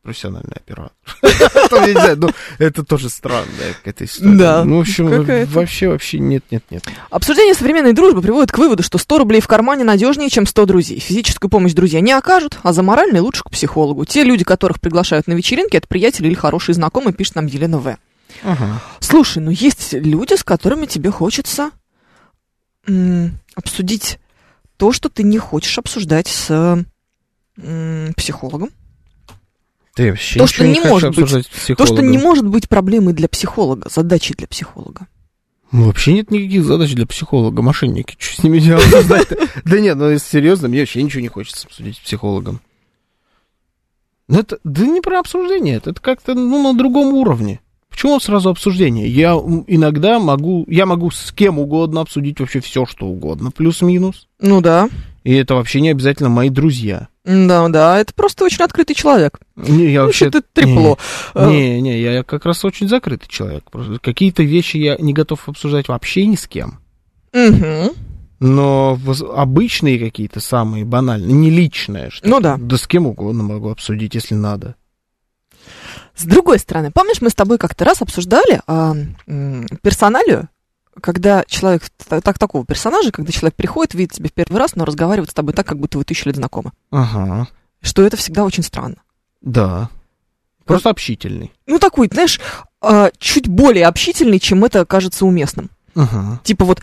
B: профессиональный оператор. <laughs> Там, я не знаю, ну, это тоже странная какая-то история.
C: Да,
B: Ну, в общем,
C: какая-то.
B: вообще, вообще, нет, нет, нет.
C: Обсуждение современной дружбы приводит к выводу, что 100 рублей в кармане надежнее, чем 100 друзей. Физическую помощь друзья не окажут, а за моральной лучше к психологу. Те люди, которых приглашают на вечеринки, это приятели или хорошие знакомые, пишет нам Елена В. Слушай, ну есть люди, с которыми тебе хочется м, обсудить то, что ты не хочешь обсуждать с м, психологом.
B: Ты вообще
C: То,
B: ничего
C: что не
B: хочешь
C: может быть.
B: обсуждать с
C: То, что
B: психологом?
C: не может быть проблемой для психолога, задачей для психолога.
B: Ну, Вообще нет никаких задач для психолога, мошенники. Что с ними делать? Да нет, ну если серьезно, мне вообще ничего не хочется обсудить с психологом. Ну это, да не про обсуждение, это, это как-то, ну, на другом уровне. Почему сразу обсуждение? Я м, иногда могу, я могу с кем угодно обсудить вообще все, что угодно, плюс-минус.
C: Ну да,
B: И это вообще не обязательно мои друзья.
C: да, да, это просто очень открытый человек.
B: Не, я
C: Ну,
B: вообще...
C: что ты трепло. Э,
B: Не, не, я как раз очень закрытый человек. Просто какие-то вещи я не готов обсуждать вообще ни с кем.
C: Э, мгм.
B: Но воз- обычные какие-то самые банальные, не личное что
C: Ну да.
B: Да с кем угодно могу обсудить, если надо.
C: С другой стороны, помнишь, мы с тобой как-то раз обсуждали а, м, персоналию, когда человек, та- так, такого персонажа, когда человек приходит, видит тебя в первый раз, но разговаривает с тобой так, как будто вы тысячу лет знакомы.
B: Ага.
C: Что это всегда очень странно.
B: Да. Просто общительный.
C: Ну, такой, знаешь, а, чуть более общительный, чем это кажется уместным.
B: Ага.
C: Типа вот,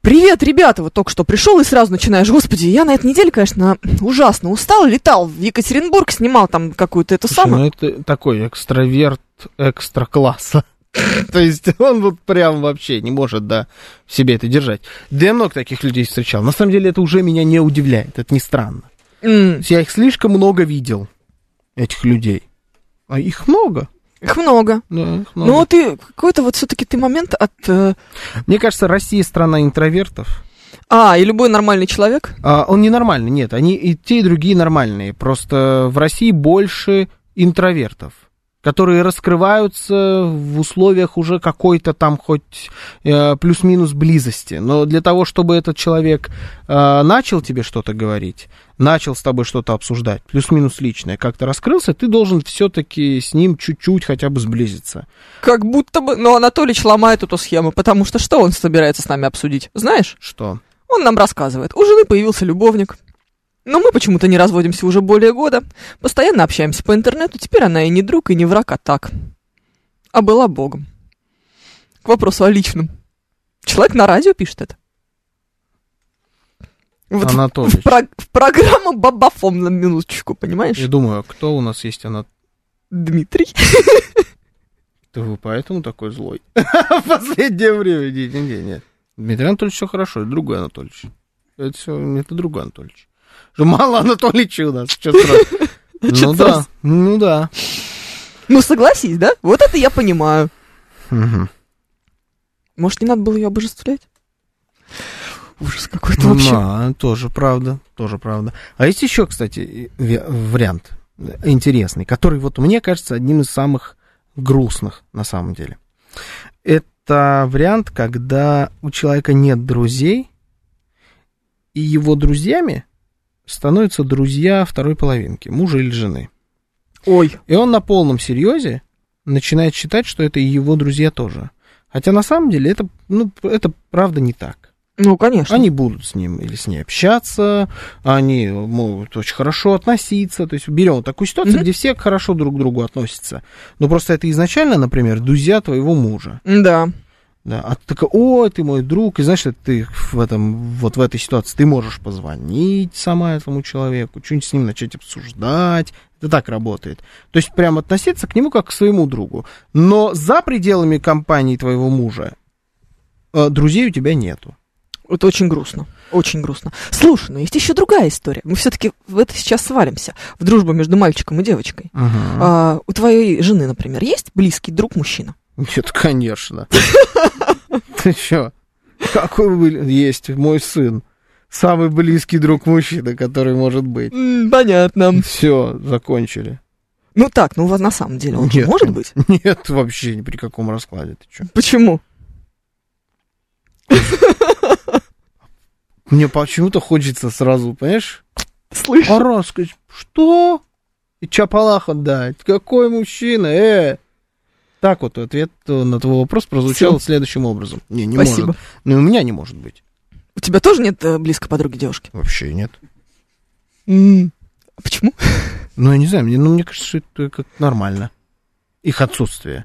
C: привет, ребята, вот только что пришел и сразу начинаешь, господи, я на этой неделе, конечно, ужасно устал, летал в Екатеринбург, снимал там какую-то эту
B: Слушай,
C: самую.
B: ну это такой экстраверт экстра класса. <laughs> То есть он вот прям вообще не может, да, в себе это держать. Да я много таких людей встречал. На самом деле это уже меня не удивляет, это не странно. То
C: М,
B: есть ну я их слишком много видел, этих людей. А их много.
C: Их много.
B: Да, их много.
C: Ну, ты какой-то вот все-таки ты момент от... э,
B: Мне кажется, Россия страна интровертов.
C: А, и любой нормальный человек?
B: А, он ненормальный, нет, они и те, и другие нормальные. Просто в России больше интровертов, которые раскрываются в условиях уже какой-то там хоть э, плюс-минус близости. Но для того, чтобы этот человек э, начал тебе что-то говорить, начал с тобой что-то обсуждать, плюс-минус личное, как-то раскрылся, ты должен все-таки с ним чуть-чуть хотя бы сблизиться.
C: Как будто бы... Но Анатолич ломает эту схему, потому что что он собирается с нами обсудить? Знаешь,
B: Что?
C: он нам рассказывает. У жены появился любовник. Но мы почему-то не разводимся уже более года. Постоянно общаемся по интернету. Теперь она и не друг, и не враг, а так. А была богом. К вопросу о личном. Человек на радио пишет это. Вот в-
B: Анатолич.
C: <laughs> в, прог- в программу Бабафом на минуточку, понимаешь?
B: Я думаю, а кто у нас есть Анатолий?
C: Дмитрий.
B: Ты вы поэтому такой злой? <laughs> В последнее время. Не, не, не, не. Дмитрий Анатольевич все хорошо, это другой Анатольевич. Это все, это другой Анатольевич. Что мало Анатольевича у нас, <laughs> чё сразу. Ну
C: Чё
B: да,
C: сразу?
B: ну да.
C: Ну, согласись, да? Вот это я понимаю. Может, не надо было ее обожествлять? Ужас
B: Ну,
C: какой-то вообще.
B: Да, а, тоже правда, тоже правда. А есть еще, кстати, и- ве- вариант интересный, который вот мне кажется одним из самых грустных на самом деле. Это вариант, когда у человека нет друзей, и его друзьями становятся друзья второй половинки, мужа или жены.
C: Ой.
B: И он на полном серьезе начинает считать, что это и его друзья тоже. Хотя на самом деле это, ну, это правда не так.
C: Ну, конечно.
B: Они будут с ним или с ней общаться, они могут очень хорошо относиться. То есть берем вот такую ситуацию,
C: Мгм.
B: где все хорошо друг к другу относятся. Но просто это изначально, например, друзья твоего мужа.
C: Да.
B: Да, а ты такая, о, ты мой друг, и знаешь, ты в этом, вот в этой ситуации, ты можешь позвонить сама этому человеку, что-нибудь с ним начать обсуждать, это так работает. То есть прям относиться к нему как к своему другу. Но за пределами компании твоего мужа э, друзей у тебя нету.
C: Это очень грустно. Очень грустно. Слушай, ну есть еще другая история. Мы все-таки в это сейчас свалимся. В дружбу между мальчиком и девочкой. А, у твоей жены, например, есть близкий друг мужчина?
B: Нет, конечно. Ты что? Какой вы- есть мой сын? Самый близкий друг мужчины, который может быть.
C: понятно.
B: Все, закончили.
C: Ну так, ну вот на самом деле он же
B: Нет,
C: может
B: кон-
C: быть.
B: Нет, вообще ни при каком раскладе. Ты что?
C: Почему?
B: Мне почему-то хочется сразу, понимаешь?
C: Слышь,
B: А раз, сказать, что? И чапалаха дать. Какой мужчина, э? Так вот ответ э, на твой вопрос прозвучал следующим образом. Не, не
C: спасибо.
B: может. Ну, у меня не может быть.
C: У тебя тоже нет э, близкой подруги девушки?
B: Вообще нет.
C: А Почему? <laughs>
B: Ну, я не знаю, мне, ну, мне кажется, что это как нормально. Их отсутствие.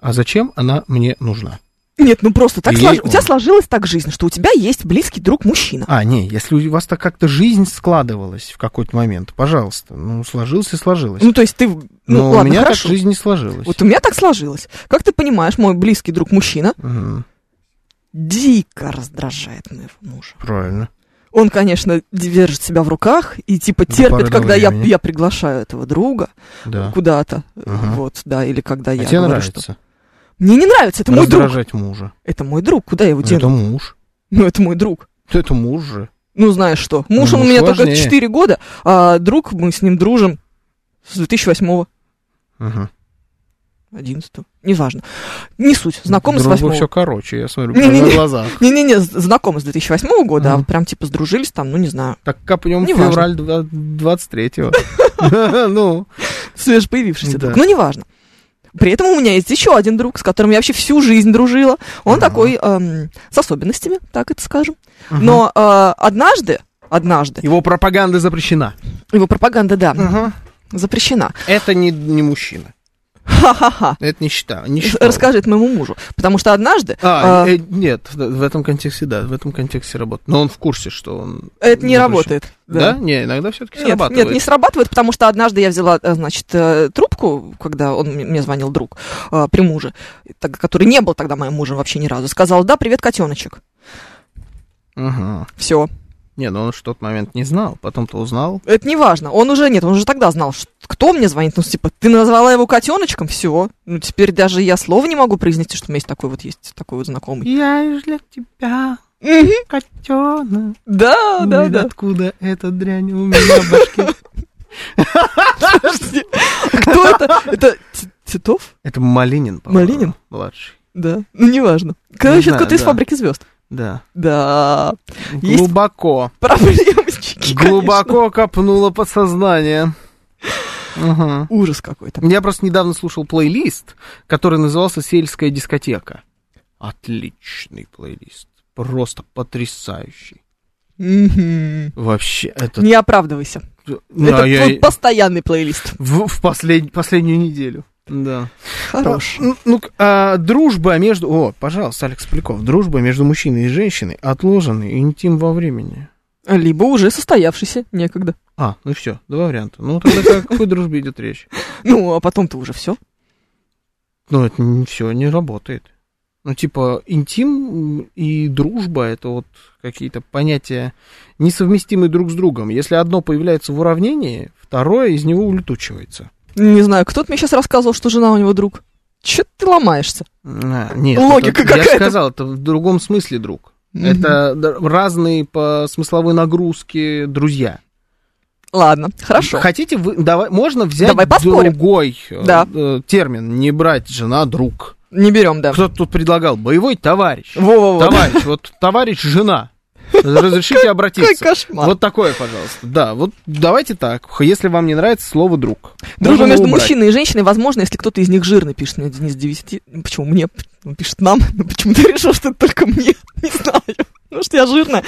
B: А зачем она мне нужна?
C: Нет, ну просто так
B: Ей
C: слож- У
B: он.
C: тебя сложилась так жизнь, что у тебя есть близкий друг мужчина.
B: А, не, если у вас так как-то жизнь складывалась в какой-то момент, пожалуйста. Ну, сложилось и сложилось.
C: Ну, то есть ты... Ну,
B: Но у
C: ладно,
B: меня
C: хорошо.
B: так жизнь не сложилась.
C: Вот у меня так сложилось. Как ты понимаешь, мой близкий друг мужчина
B: Мгм,
C: дико раздражает моего мужа.
B: правильно.
C: Он, конечно, держит себя в руках и типа
B: До
C: терпит,
B: поры до
C: когда я,
B: времени.
C: я приглашаю этого друга
B: Да.
C: куда-то.
B: А.
C: э,
B: Ага.
C: Вот, да, или когда
B: А
C: я
B: тебе
C: говорю,
B: нравится
C: что... Мне не нравится, это мой друг.
B: раздражать мужа.
C: Это мой друг, куда я его
B: Ну, это
C: дену?
B: муж. <laughs>
C: Ну, это мой друг.
B: Ну, Это муж же.
C: Ну, знаешь что, муж,
B: Ну,
C: он у меня
B: сложнее.
C: только 4 года, а друг, мы с ним дружим с 2008-го,
B: Угу.
C: 11 неважно. Не суть, знакомы с 8
B: все короче, я смотрю,
C: Не-не-не.
B: прямо на глазах.
C: Не-не-не, з- знакомы с 2008 года, а
B: Мгм.
C: прям типа сдружились там, ну, не знаю,
B: Так капнем
C: Неважно.
B: февраль два-
C: <laughs>
B: 23-го. <laughs> Ну,
C: свежепоявившийся
B: Да.
C: друг, ну, неважно. При этом у меня есть еще один друг, с которым я вообще всю жизнь дружила. Он
B: Ага.
C: такой, эм, с особенностями, так это скажем.
B: Ага.
C: Но э, однажды, однажды,
B: его пропаганда запрещена.
C: его пропаганда, да, запрещена.
B: Это не, не мужчина.
C: Ха-ха-ха.
B: Это не считаю. Не
C: Ш-
B: считал.
C: Расскажи это моему мужу. Потому что однажды...
B: Э, А,
C: э,
B: э, нет, в в этом контексте, да, в этом контексте работает. Но он в курсе, что он...
C: Это не
B: запрещен.
C: работает.
B: э, ну, Да? Не, иногда все-таки
C: Нет,
B: срабатывает.
C: нет, не срабатывает, потому что однажды я взяла, э, значит, э, трубку, когда он мне- мне звонил друг э, при муже, так- который не был тогда моим мужем вообще ни разу, сказал, да, привет, котеночек.
B: Мгм.
C: Все.
B: Не, ну он в тот момент не знал, потом-то узнал.
C: Это не важно. Он уже, нет, он уже тогда знал, что- кто мне звонит. Ну, типа, ты назвала его котеночком, все. Ну, теперь даже я слова не могу произнести, что у меня есть такой вот, есть такой вот знакомый.
B: Я для тебя,
C: Мгм.
B: котенок.
C: Да, да,
B: Ну, <laughs>
C: да.
B: Откуда эта дрянь у меня в башке?
C: Подожди. А Кто это? Это Т- Титов?
B: <laughs> Это Малинин,
C: Малинин?
B: Младший.
C: Да. Ну, неважно.
B: Не
C: Короче,
B: знаю,
C: кто-то из
B: да.
C: фабрики звезд.
B: Да.
C: Да. Есть-
B: Глубоко.
C: Проблемчики, конечно.
B: Глубоко копнуло <laughs> подсознание. Мгм.
C: Ужас какой-то.
B: Я просто недавно слушал плейлист, который назывался «Сельская дискотека». Отличный плейлист. Просто потрясающий.
C: Мгм.
B: Вообще, это...
C: Не оправдывайся.
B: Да,
C: Это
B: Ну, а я-
C: твой постоянный плейлист.
B: В, в послед- последнюю неделю. Да.
C: Хорош.
B: А, н- ну, к- а, дружба между... О, пожалуйста, Алекс Поляков. Дружба между мужчиной и женщиной отложенный интим во времени.
C: Либо уже состоявшийся некогда.
B: А, ну все, два варианта. Ну тогда как- о какой дружбе идет речь?
C: Ну, а потом-то уже все.
B: Ну это не все, не работает. Ну типа интим и дружба это вот какие-то понятия несовместимые друг с другом. Если одно появляется в уравнении, второе из него улетучивается.
C: Не знаю, кто-то мне сейчас рассказывал, что жена у него друг. Че ты ломаешься?
B: А, нет,
C: Логика
B: это- Я
C: какая-то.
B: же сказал, это в другом смысле друг. Это д- разные по смысловой нагрузке друзья.
C: Ладно, хорошо.
B: Хотите, вы, давай, можно взять
C: Давай поспорим.
B: другой э,
C: Да.
B: э, термин, не брать жена друг.
C: Не берем, да.
B: Кто-то тут предлагал боевой товарищ.
C: Во-во-во.
B: Товарищ, вот товарищ жена. Разрешите
C: Какой
B: обратиться.
C: кошмар.
B: Вот такое, пожалуйста. Да, вот давайте так. Х- Если вам не нравится слово друг.
C: Дружба
B: можно
C: между
B: убрать.
C: мужчиной и женщиной, возможно, если кто-то из них жирный пишет мне Денис 9. Ну, Почему мне? Он пишет нам. <laughs> Ну, почему ты решил, что это только мне? <laughs> Не знаю. Потому что я жирная.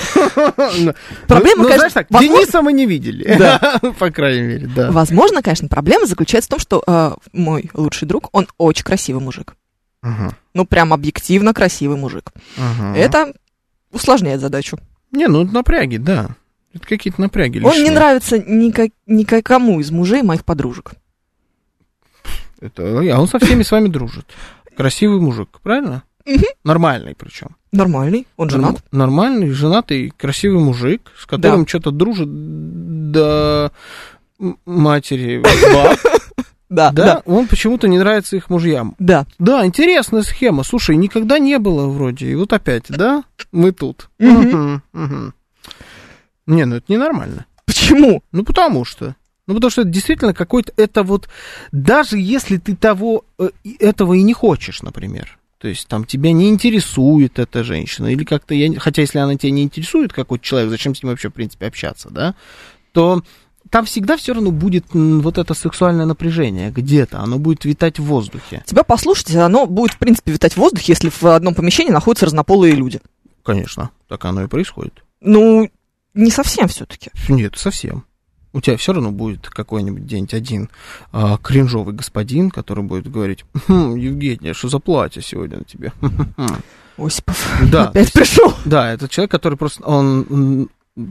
B: <laughs>
C: Проблема,
B: ну,
C: конечно,
B: знаешь так,
C: возможно-
B: Дениса мы не видели. Да. <laughs> По крайней мере, да.
C: Возможно, конечно, проблема заключается в том, что э, мой лучший друг, он очень красивый мужик.
B: Ага,
C: Ну, прям объективно красивый мужик.
B: ага.
C: Это усложняет задачу.
B: Не, ну это напряги, да. Это какие-то напряги
C: Он не
B: лишние.
C: нравится никак, никакому из мужей моих подружек.
B: Это- а он со всеми с вами дружит. Красивый мужик, правильно?
C: Мгм.
B: Нормальный причем.
C: Нормальный,
B: Ну,
C: он женат.
B: Нормальный, женатый, красивый мужик, с которым что-то дружит до м- матери <laughs> баб.
C: Да,
B: Да,
C: да.
B: он почему-то не нравится их мужьям.
C: Да.
B: Да, интересная схема. Слушай, никогда не было вроде. И вот опять, да? Мы тут.
C: Мгм.
B: Мгм, мгм. Не, ну это ненормально.
C: Почему?
B: Ну потому что. Ну потому что это действительно какой-то, это вот, даже если ты того, э, и этого и не хочешь, например. То есть там тебя не интересует эта женщина, или как-то, я, не- хотя если она тебя не интересует, какой-то человек, зачем с ним вообще, в принципе, общаться, да, то там всегда все равно будет м, вот это сексуальное напряжение где-то, оно будет витать в воздухе.
C: Тебя послушать, а оно будет, в принципе, витать в воздухе, если в одном помещении находятся разнополые люди.
B: Конечно, так оно и происходит.
C: Ну, не совсем все-таки.
B: Нет, совсем. У тебя все равно будет какой-нибудь день один а, кринжовый господин, который будет говорить, «Хм, Евгения, что за платье сегодня на тебе? <laughs>
C: Осипов
B: Да,
C: опять пришел.
B: да, это человек, который просто, он, м,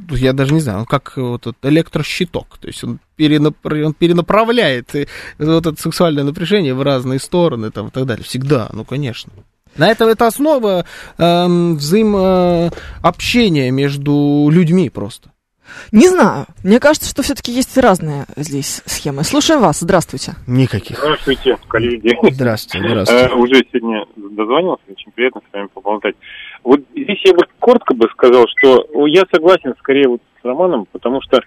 B: я даже не знаю, он как вот этот электрощиток, то есть он, перенапра- он перенаправляет э, вот это сексуальное напряжение в разные стороны там и так далее. Всегда, ну, конечно. На это, это основа эм, взаимообщения между людьми просто.
C: Не знаю. Мне кажется, что все-таки есть разные здесь схемы. Слушаю вас. Здравствуйте.
B: Никаких.
F: Здравствуйте, коллеги.
B: Здравствуйте, здравствуйте.
F: Э, уже сегодня дозвонился, очень приятно с вами поболтать. Вот здесь я бы коротко бы сказал, что о, я согласен скорее вот с Романом, потому что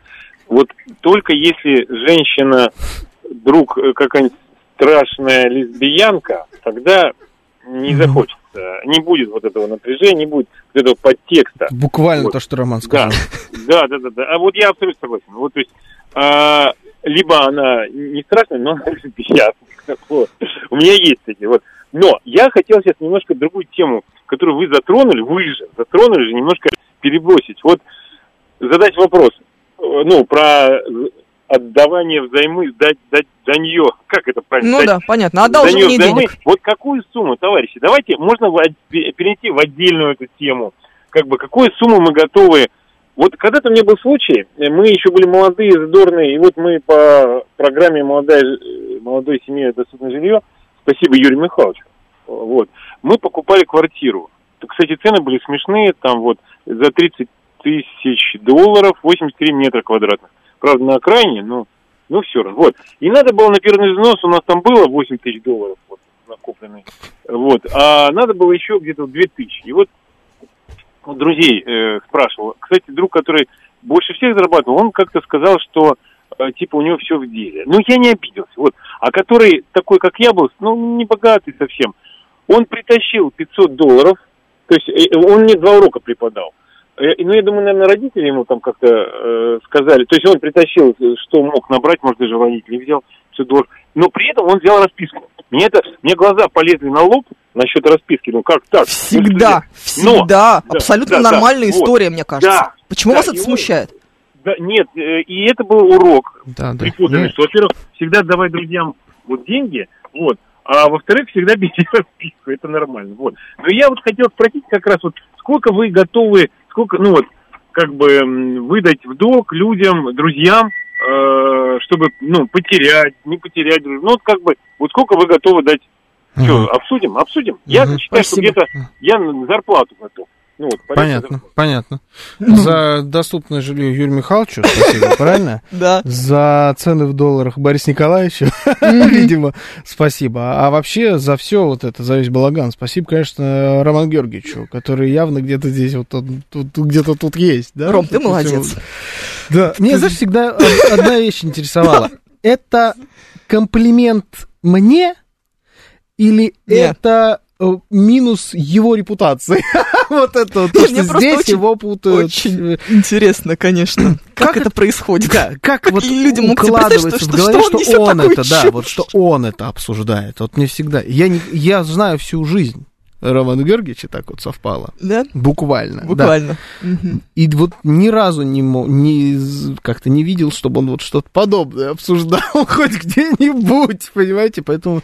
F: вот только если женщина вдруг э, какая-нибудь страшная лесбиянка, тогда не
B: Мгм.
F: захочется, не будет вот этого напряжения, не будет вот этого подтекста.
B: Буквально
F: Вот.
B: то, что Роман
F: Да,
B: сказал.
F: <laughs> да, да, да, да. А вот я абсолютно согласен. Вот, то есть, а, либо она не страшная, но она <laughs> лесбиянка. Вот. У меня есть такие. Вот. Но я хотел сейчас немножко другую тему, которую вы затронули, вы же затронули же, немножко перебросить. Вот задать вопрос, э, ну, про отдавание взаймы, дать, дать, данье. Как это правильно?
C: Ну
F: Дать
C: да, понятно. Отдал же
F: Данил,
C: мне
F: да
C: денег.
F: мы- Вот какую сумму, товарищи, давайте можно в од- пе- перейти в отдельную эту тему. Как бы, какую сумму мы готовы... Вот когда-то у меня был случай, э, мы еще были молодые, задорные, и вот мы по программе «Молодая, ж- э, «Молодой семье доступное жилье», спасибо Юрию Михайловичу, вот, мы покупали квартиру. Т- Кстати, цены были смешные, там вот за 30 тысяч долларов 83 метра квадратных. Правда, на окраине, но, но все равно. Вот. И надо было на первый взнос, у нас там было 8 тысяч долларов вот, накопленный. Вот. А надо было еще где-то 2 тысячи. И вот у друзей э, спрашивал. Кстати, друг, который больше всех зарабатывал, он как-то сказал, что э, типа у него все в деле. Ну, я не обиделся. Вот. А который такой, как я был, ну, не богатый совсем, он притащил 500 долларов, то есть э, он мне два урока преподал. Э, Ну, я думаю, наверное, родители ему там как-то э, сказали. То есть он притащил, э, что мог набрать, может, даже родители взял, все долларов. Но при этом он взял расписку. Мне это, мне глаза полезли на лоб насчет расписки. Ну, как так? Ну, что я-
C: Всегда, всегда.
F: да,
C: Абсолютно
F: да, да,
C: нормальная
F: вот.
C: история, мне кажется.
F: Да,
C: Почему
F: да,
C: вас это
F: и вы-
C: смущает?
F: Да, нет, э, и это был урок
H: Да, да.
F: преподанный,
H: Нет.
F: что, во-первых, всегда давай друзьям вот деньги, вот, а во-вторых, всегда <laughs> бери расписку, это нормально, вот. Но я вот хотел спросить как раз вот, сколько вы готовы, сколько, ну вот, как бы м, выдать в долг людям, друзьям, э, чтобы, ну, потерять, не потерять, друж- ну, вот как бы, вот сколько вы готовы дать, что,
B: Мгм.
F: обсудим, обсудим? Я
B: Мгм.
F: считаю, что
C: Спасибо.
F: где-то я на зарплату готов. Ну, вот, порядка
B: Понятно,
F: зарплаты.
B: понятно. За доступное жилье Юрию Михайловичу, спасибо, <laughs> правильно?
C: Да.
B: За цены в долларах Борис Николаевичу, <laughs> видимо, спасибо. А вообще за все вот это, за весь балаган, спасибо, конечно, Роман Георгиевичу, который явно где-то здесь вот он, тут, тут- где-то тут есть, да?
C: Ром, ты
B: Вот это
C: молодец.
B: всё. Да. Меня, знаешь, всегда э, одна вещь интересовала. Это комплимент мне или
C: Нет.
B: это э, минус его репутации? <laughs> Вот это вот, то,
C: Мне
B: что
C: просто
B: здесь
C: очень-
B: его путают. Э,
C: Очень интересно, <clears throat> конечно. Как это происходит?
B: Да, как вот
C: и люди могут себе
B: укладывается
C: представить,
B: в
C: что-
B: голове,
C: что он
B: что,
C: несет
B: он
C: такую
B: это, да,
C: чушь?
B: вот что он это обсуждает. Вот мне всегда, я не, я знаю всю жизнь. Романа Георгиевича так вот совпало.
C: Да?
B: Буквально. да.
C: Буквально. Мгм.
B: И вот ни разу не мо- не з- как-то не видел, чтобы он вот что-то подобное обсуждал <laughs> хоть где-нибудь, понимаете? Поэтому,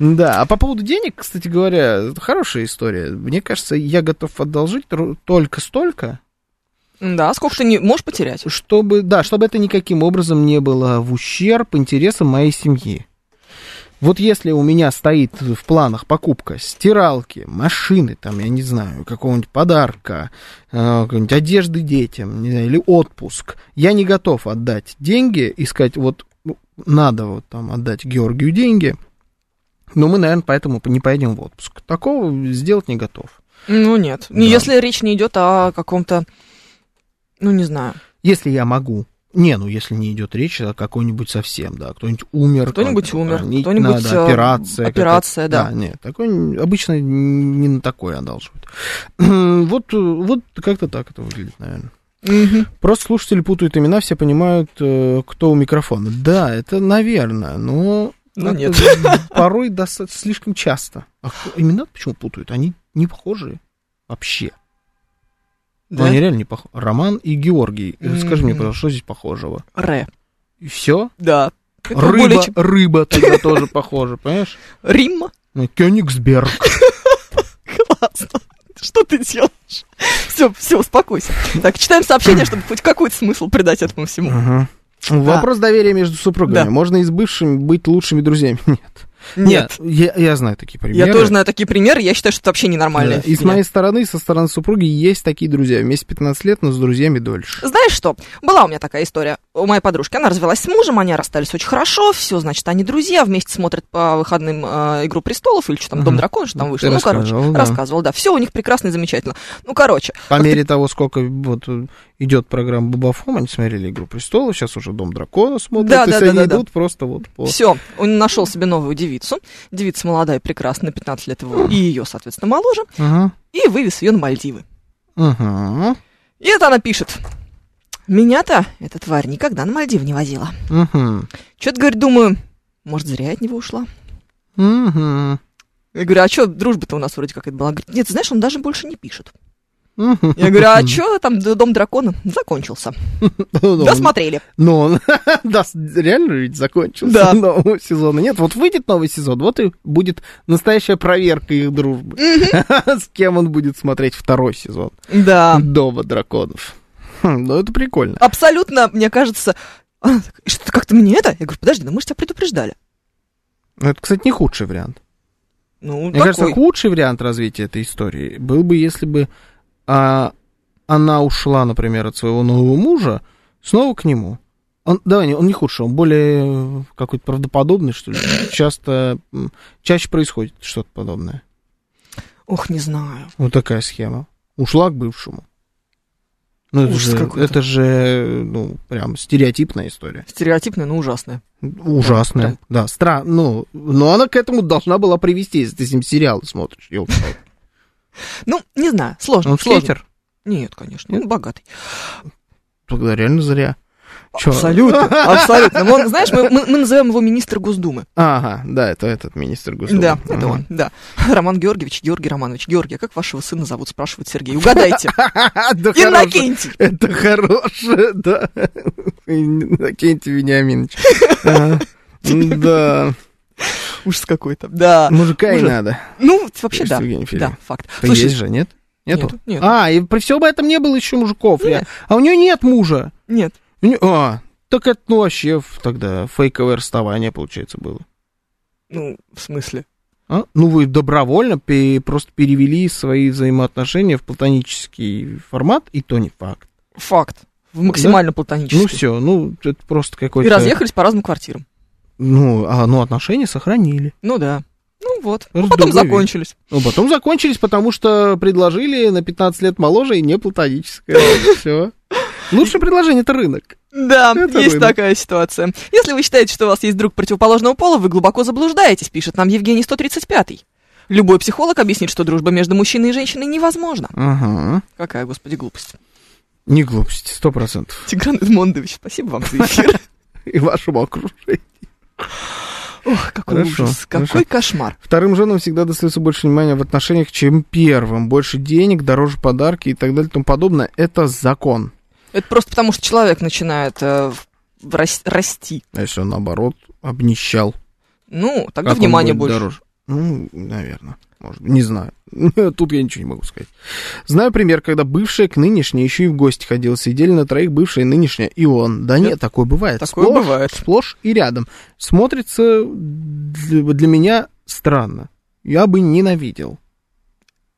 B: да. А по поводу денег, кстати говоря, это хорошая история. Мне кажется, я готов одолжить тру- только столько,
C: Да, сколько ты не можешь потерять.
B: чтобы, да, чтобы это никаким образом не было в ущерб интересам моей семьи. Вот если у меня стоит в планах покупка стиралки, машины, там, я не знаю, какого-нибудь подарка, э, какой-нибудь одежды детям, не знаю, или отпуск, я не готов отдать деньги и сказать, вот ну, надо вот там отдать Георгию деньги, но мы, наверное, поэтому не поедем в отпуск. Такого сделать не готов.
C: Ну нет. Ну,
B: Да.
C: Если речь не идет о каком-то, ну не знаю,
B: Если я могу. Не, ну если не идет речь о какой-нибудь совсем, да, кто-нибудь умер.
C: Кто-нибудь умер,
B: а, не-
C: кто-нибудь,
B: надо,
C: э,
B: операция.
C: операция,
B: какая-то.
C: да.
B: нет, такой, н- обычно н- не на такое одалживают. <clears throat> вот, э, вот как-то так это выглядит, наверное.
C: Мгм.
B: Просто слушатели путают имена, все понимают, э, кто у микрофона. Да, это, наверное, но...
C: Ну,
B: как-то
C: нет.
B: <laughs> Порой доста- слишком часто. А кто- имена почему путают? Они не похожие вообще. Ну,
C: Да?
B: они реально не похожи. Роман и Георгий. Э, Скажи мне,
C: Мгм.
B: пожалуйста, что здесь похожего?
C: Ре.
B: И все?
C: Да. Это более
B: Рыба,
C: чем-
B: рыба тогда тоже похожа, понимаешь?
C: Рим.
B: Ну, Кёнигсберг.
C: Классно. Что ты делаешь? Все, все, успокойся. Так, читаем сообщение, чтобы хоть какой-то смысл придать этому всему.
B: Вопрос доверия между супругами.
C: Да.
B: Можно и с бывшими быть лучшими друзьями? Нет.
C: Нет.
B: Я, я знаю такие примеры.
C: Я тоже знаю такие примеры, я считаю, что это вообще ненормально.
B: Да. И с моей стороны, и со стороны супруги есть такие друзья. Вместе 15 лет, но с друзьями дольше.
C: Знаешь что? Была у меня такая история. У моей подружки она развелась с мужем, они расстались очень хорошо, все, значит, они друзья, вместе смотрят по выходным э, «Игру престолов» или что там, «Дом
B: Мгм.
C: дракона», что там
B: Ты
C: вышло. Ну, короче,
B: рассказывала, да.
C: рассказывал, да. Все у них прекрасно и замечательно. Ну, короче,
B: По мере того, сколько вот э, идет программа Бабафом, они смотрели «Игру престолов», сейчас уже «Дом дракона» смотрят,
C: Да,
B: то
C: да,
B: есть
C: да,
B: они
C: да, да.
B: идут просто вот по...
C: все, он нашел себе новую девицу. Девица молодая, прекрасная, 15 лет его, и ее, соответственно, моложе,
B: Ага.
C: и вывез ее на Мальдивы.
B: Ага.
C: И это она пишет. Меня-то эта тварь никогда на Мальдивы не возила.
B: Угу.
C: Что-то, говорит, думаю, может, зря я от него ушла.
B: Угу.
C: Я говорю, а что дружба-то у нас вроде как это была? Говорит, нет, знаешь, он даже больше не пишет. Я говорю, а что там д- Дом дракона? Закончился.
B: Ну,
C: Досмотрели.
B: Но он <laughs> да, с- реально ведь закончился <laughs>
C: Да.
B: нового сезона. Нет, вот выйдет новый сезон, вот и будет настоящая проверка их дружбы. <laughs> С кем он будет смотреть второй сезон
C: Да.
B: Дома драконов. Хм, ну, это прикольно.
C: Абсолютно, мне кажется... Она так, «И Что ты как-то мне это? Я говорю, подожди, ну мы же тебя предупреждали.
B: Ну, Это, кстати, не худший вариант.
C: Ну,
B: Мне
C: такой.
B: кажется, худший вариант развития этой истории был бы, если бы а, она ушла, например, от своего нового мужа, снова к нему. Он, давай, не- он не худший, он более э, какой-то правдоподобный, что ли. Часто, м, чаще происходит что-то подобное.
C: Ох, не знаю.
B: Вот такая схема. Ушла к бывшему. Ну, это
C: Ужас
B: же,
C: какой-то.
B: это же, ну, прям стереотипная история.
C: Стереотипное, но ужасное.
B: Ужасная.
C: Прям-
B: Да, странно. Ну, но она к этому должна была привести, если ты с ним сериал смотришь. ёлки-палки.
C: Ну, не знаю, сложно.
B: Он
C: сложно.
B: скейтер.
C: Нет, конечно, он богатый.
B: Тогда реально зря. Чё? <laughs>
C: Абсолютно, абсолютно. Ну, Он, знаешь, мы, мы- мы называем его министр Госдумы.
B: Ага, да, это этот министр Госдумы.
C: Да, это
B: Ага. <laughs>
C: он, да. Роман Георгиевич, Георгий Романович. Георгий, а как вашего сына зовут, спрашивает
B: <laughs>
C: Сергей. Угадайте.
B: Да хороший.
C: Иннокентий.
B: Это хорошее, <laughs> да. Иннокентий
C: <laughs>
B: Вениаминович. Ага. Да.
C: Ужас какой-то. Да.
B: Мужика и
C: Ужас.
B: надо.
C: Ну, А, вообще
B: Есть
C: да.
B: в Евгении Филине?
C: Да, факт.
B: Да
C: Слушай,
B: Есть же, нет? Нету?
C: Нету, нету.
B: А, и при всем этом не было еще мужиков. Я-
C: Нет.
B: А у нее нет мужа.
C: нет.
B: У неё- А, так это ну вообще ф- тогда фейковое расставание, получается, было.
C: Ну, в смысле?
B: А? Ну, вы добровольно пе- просто перевели свои взаимоотношения в платонический формат, и то не факт.
C: Факт. В максимально платонический.
B: Ну, все, ну, это просто какой-то...
C: И разъехались по разным квартирам.
B: Ну, а, ну, отношения сохранили.
C: Ну да. Ну вот.
B: Ну,
C: Ну, потом
B: другой вид.
C: закончились.
B: Ну, потом закончились, потому что предложили на 15 лет моложе и не платоническое. Все. Лучшее предложение — это рынок.
C: Да,
B: Это
C: есть
B: рынок.
C: такая ситуация. Если вы считаете, что у вас есть друг противоположного пола, вы глубоко заблуждаетесь, пишет нам Евгений 135 Любой психолог объяснит, что дружба между мужчиной и женщиной невозможна.
B: Ага.
C: Какая, господи, глупость.
B: Не глупость, сто процентов. <laughs>
C: Тигран Эдмондович, спасибо вам за эфир.
B: И вашему окружению.
C: Ох, какой
B: Хорошо,
C: ужас, какой
B: хорошо.
C: кошмар.
B: Вторым женам всегда достается больше внимания в отношениях, чем первым. Больше денег, дороже подарки и так далее и тому подобное. Это закон.
C: Это просто потому, что человек начинает э, в- в рас- расти.
B: А если он, наоборот, обнищал?
C: Ну, тогда
B: как он
C: внимание
B: будет
C: больше.
B: дороже? Ну, наверное. Может, быть. не знаю. <laughs> Тут я ничего не могу сказать. Знаю пример, когда бывшая к нынешней еще и в гости ходила. Сидели на троих бывшая и нынешняя. И он. Да нет, такое бывает.
C: Такое
B: Сплошь-
C: бывает.
B: Сплошь и рядом. Смотрится для для меня странно. Я бы ненавидел.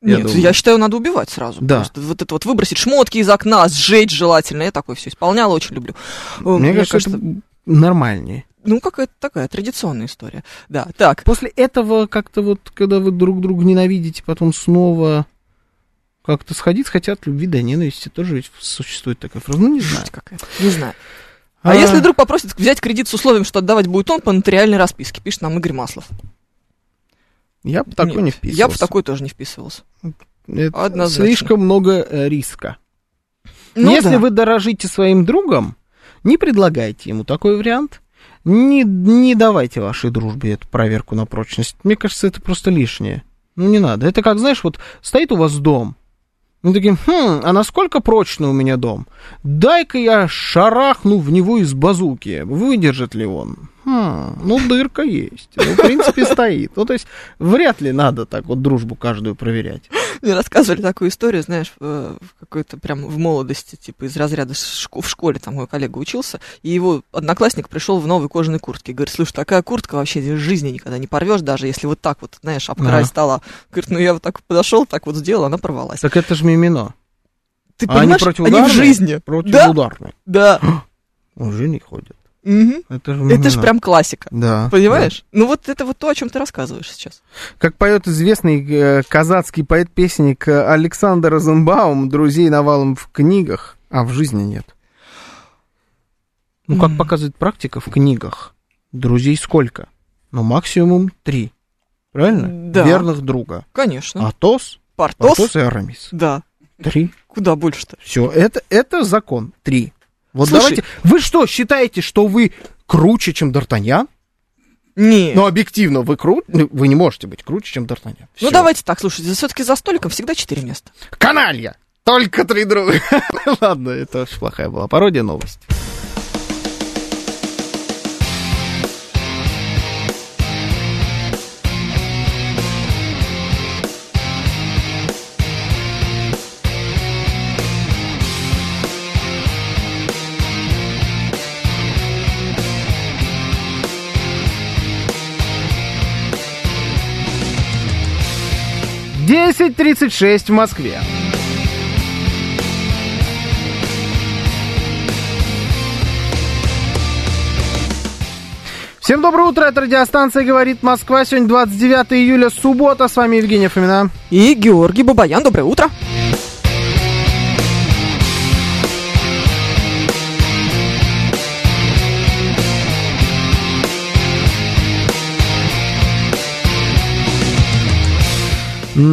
B: Я
C: Нет, я,
B: думаю.
C: считаю, надо убивать сразу.
B: Да.
C: Просто вот это вот выбросить шмотки из окна, сжечь желательно. Я такое все исполняла, очень люблю. Э,
B: Ну, Мне, кажется, это нормальнее.
C: ну, какая-то такая традиционная история. Да, так.
B: После этого как-то вот, когда вы друг друга ненавидите, потом снова как-то сходить хотят любви до ненависти. Тоже ведь существует такая фраза. Ну, не знаю.
C: Жуть какая-то. Не знаю. А, если вдруг попросит взять кредит с условием, что отдавать будет он по нотариальной расписке, пишет нам Игорь Маслов.
B: Я бы в такое не
C: Нет,
B: вписывался.
C: Я бы в такой тоже не вписывался.
B: Это
C: однозначно.
B: слишком много э, риска.
C: Ну
B: если
C: да.
B: вы дорожите своим другом, не предлагайте ему такой вариант. Не, не давайте вашей дружбе эту проверку на прочность. Мне кажется, это просто лишнее. Ну, не надо. Это как, знаешь, вот стоит у вас дом. Ну, таким, хм, а насколько прочный у меня дом? Дай-ка я шарахну в него из базуки. Выдержит ли он? Хм, ну, дырка есть. Ну, в
C: <laughs>
B: принципе, стоит. Ну, то есть, вряд ли надо так вот дружбу каждую проверять.
C: Мне рассказывали такую историю, знаешь, в в какой-то прям в молодости, типа из разряда шко- в школе, там мой коллега учился, и его одноклассник пришел в новой кожаной куртке. Говорит, слушай, такая куртка вообще здесь в жизни никогда не порвешь, даже если вот так вот, знаешь, обкрасть
B: Да.
C: стола. Говорит, ну я вот так подошел, так вот сделал, она порвалась.
B: Так это же мимино.
C: Ты
B: А они
C: понимаешь, они,
B: противоударные?
C: в жизни. Да?
B: Противоударный. <gasps>
C: Да.
B: Уже не ходит.
C: Мгм.
B: Это же
C: Это же прям классика.
B: Да.
C: Понимаешь? Ну вот это вот то, о чем ты рассказываешь сейчас.
B: Как поет известный э, казацкий поэт-песенник э, Александр Розенбаум, друзей навалом в книгах, а в жизни нет. Ну, как
C: М.
B: показывает практика, в книгах друзей сколько? Ну, максимум три. Правильно?
C: Да.
B: Верных друга. А
C: Конечно.
B: Атос,
C: Портос?
B: Атос и Арамис.
C: Да.
B: Три.
C: Куда больше-то?
B: Все, это, это закон. Три. Вот
C: Слушай-
B: давайте. Вы что, считаете, что вы круче, чем Д'Артаньян?
C: Не.
B: Но объективно вы кру... ну, вы не можете быть круче, чем Д'Артаньян.
C: Ну
B: Всё.
C: давайте так, слушайте, все-таки за столиком всегда четыре места.
B: Каналья! Только три друга. <laughs> Ладно, это очень плохая была пародия новость. Десять тридцать шесть в Москве. Всем доброе утро, это радиостанция «Говорит Москва». Сегодня 29 июля, суббота. С вами Евгения Фомина.
C: И Георгий Бабаян, доброе утро.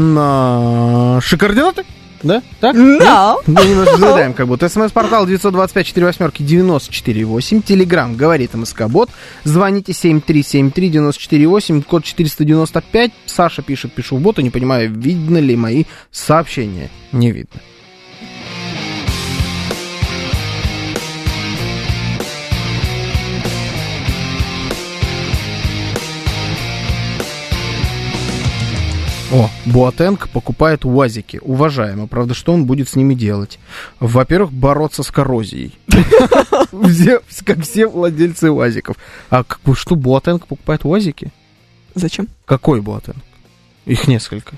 B: Наши координаты? Да? Так?
C: Да.
B: Мы немножко задаем как будто. СМС-портал 925-48-94-8. Телеграмм «Говорит МСК-бот». Звоните 7373-94-8, код 495. Саша пишет, пишу в бота, не понимаю, видно ли мои сообщения. Не видно. О, Буатенг покупает УАЗики. Уважаемо. Правда, что он будет с ними делать? Во-первых, бороться с коррозией. <laughs> Все- Как все владельцы УАЗиков. А как бы что, Буатенг покупает УАЗики?
C: Зачем?
B: Какой Буатенг? Их несколько.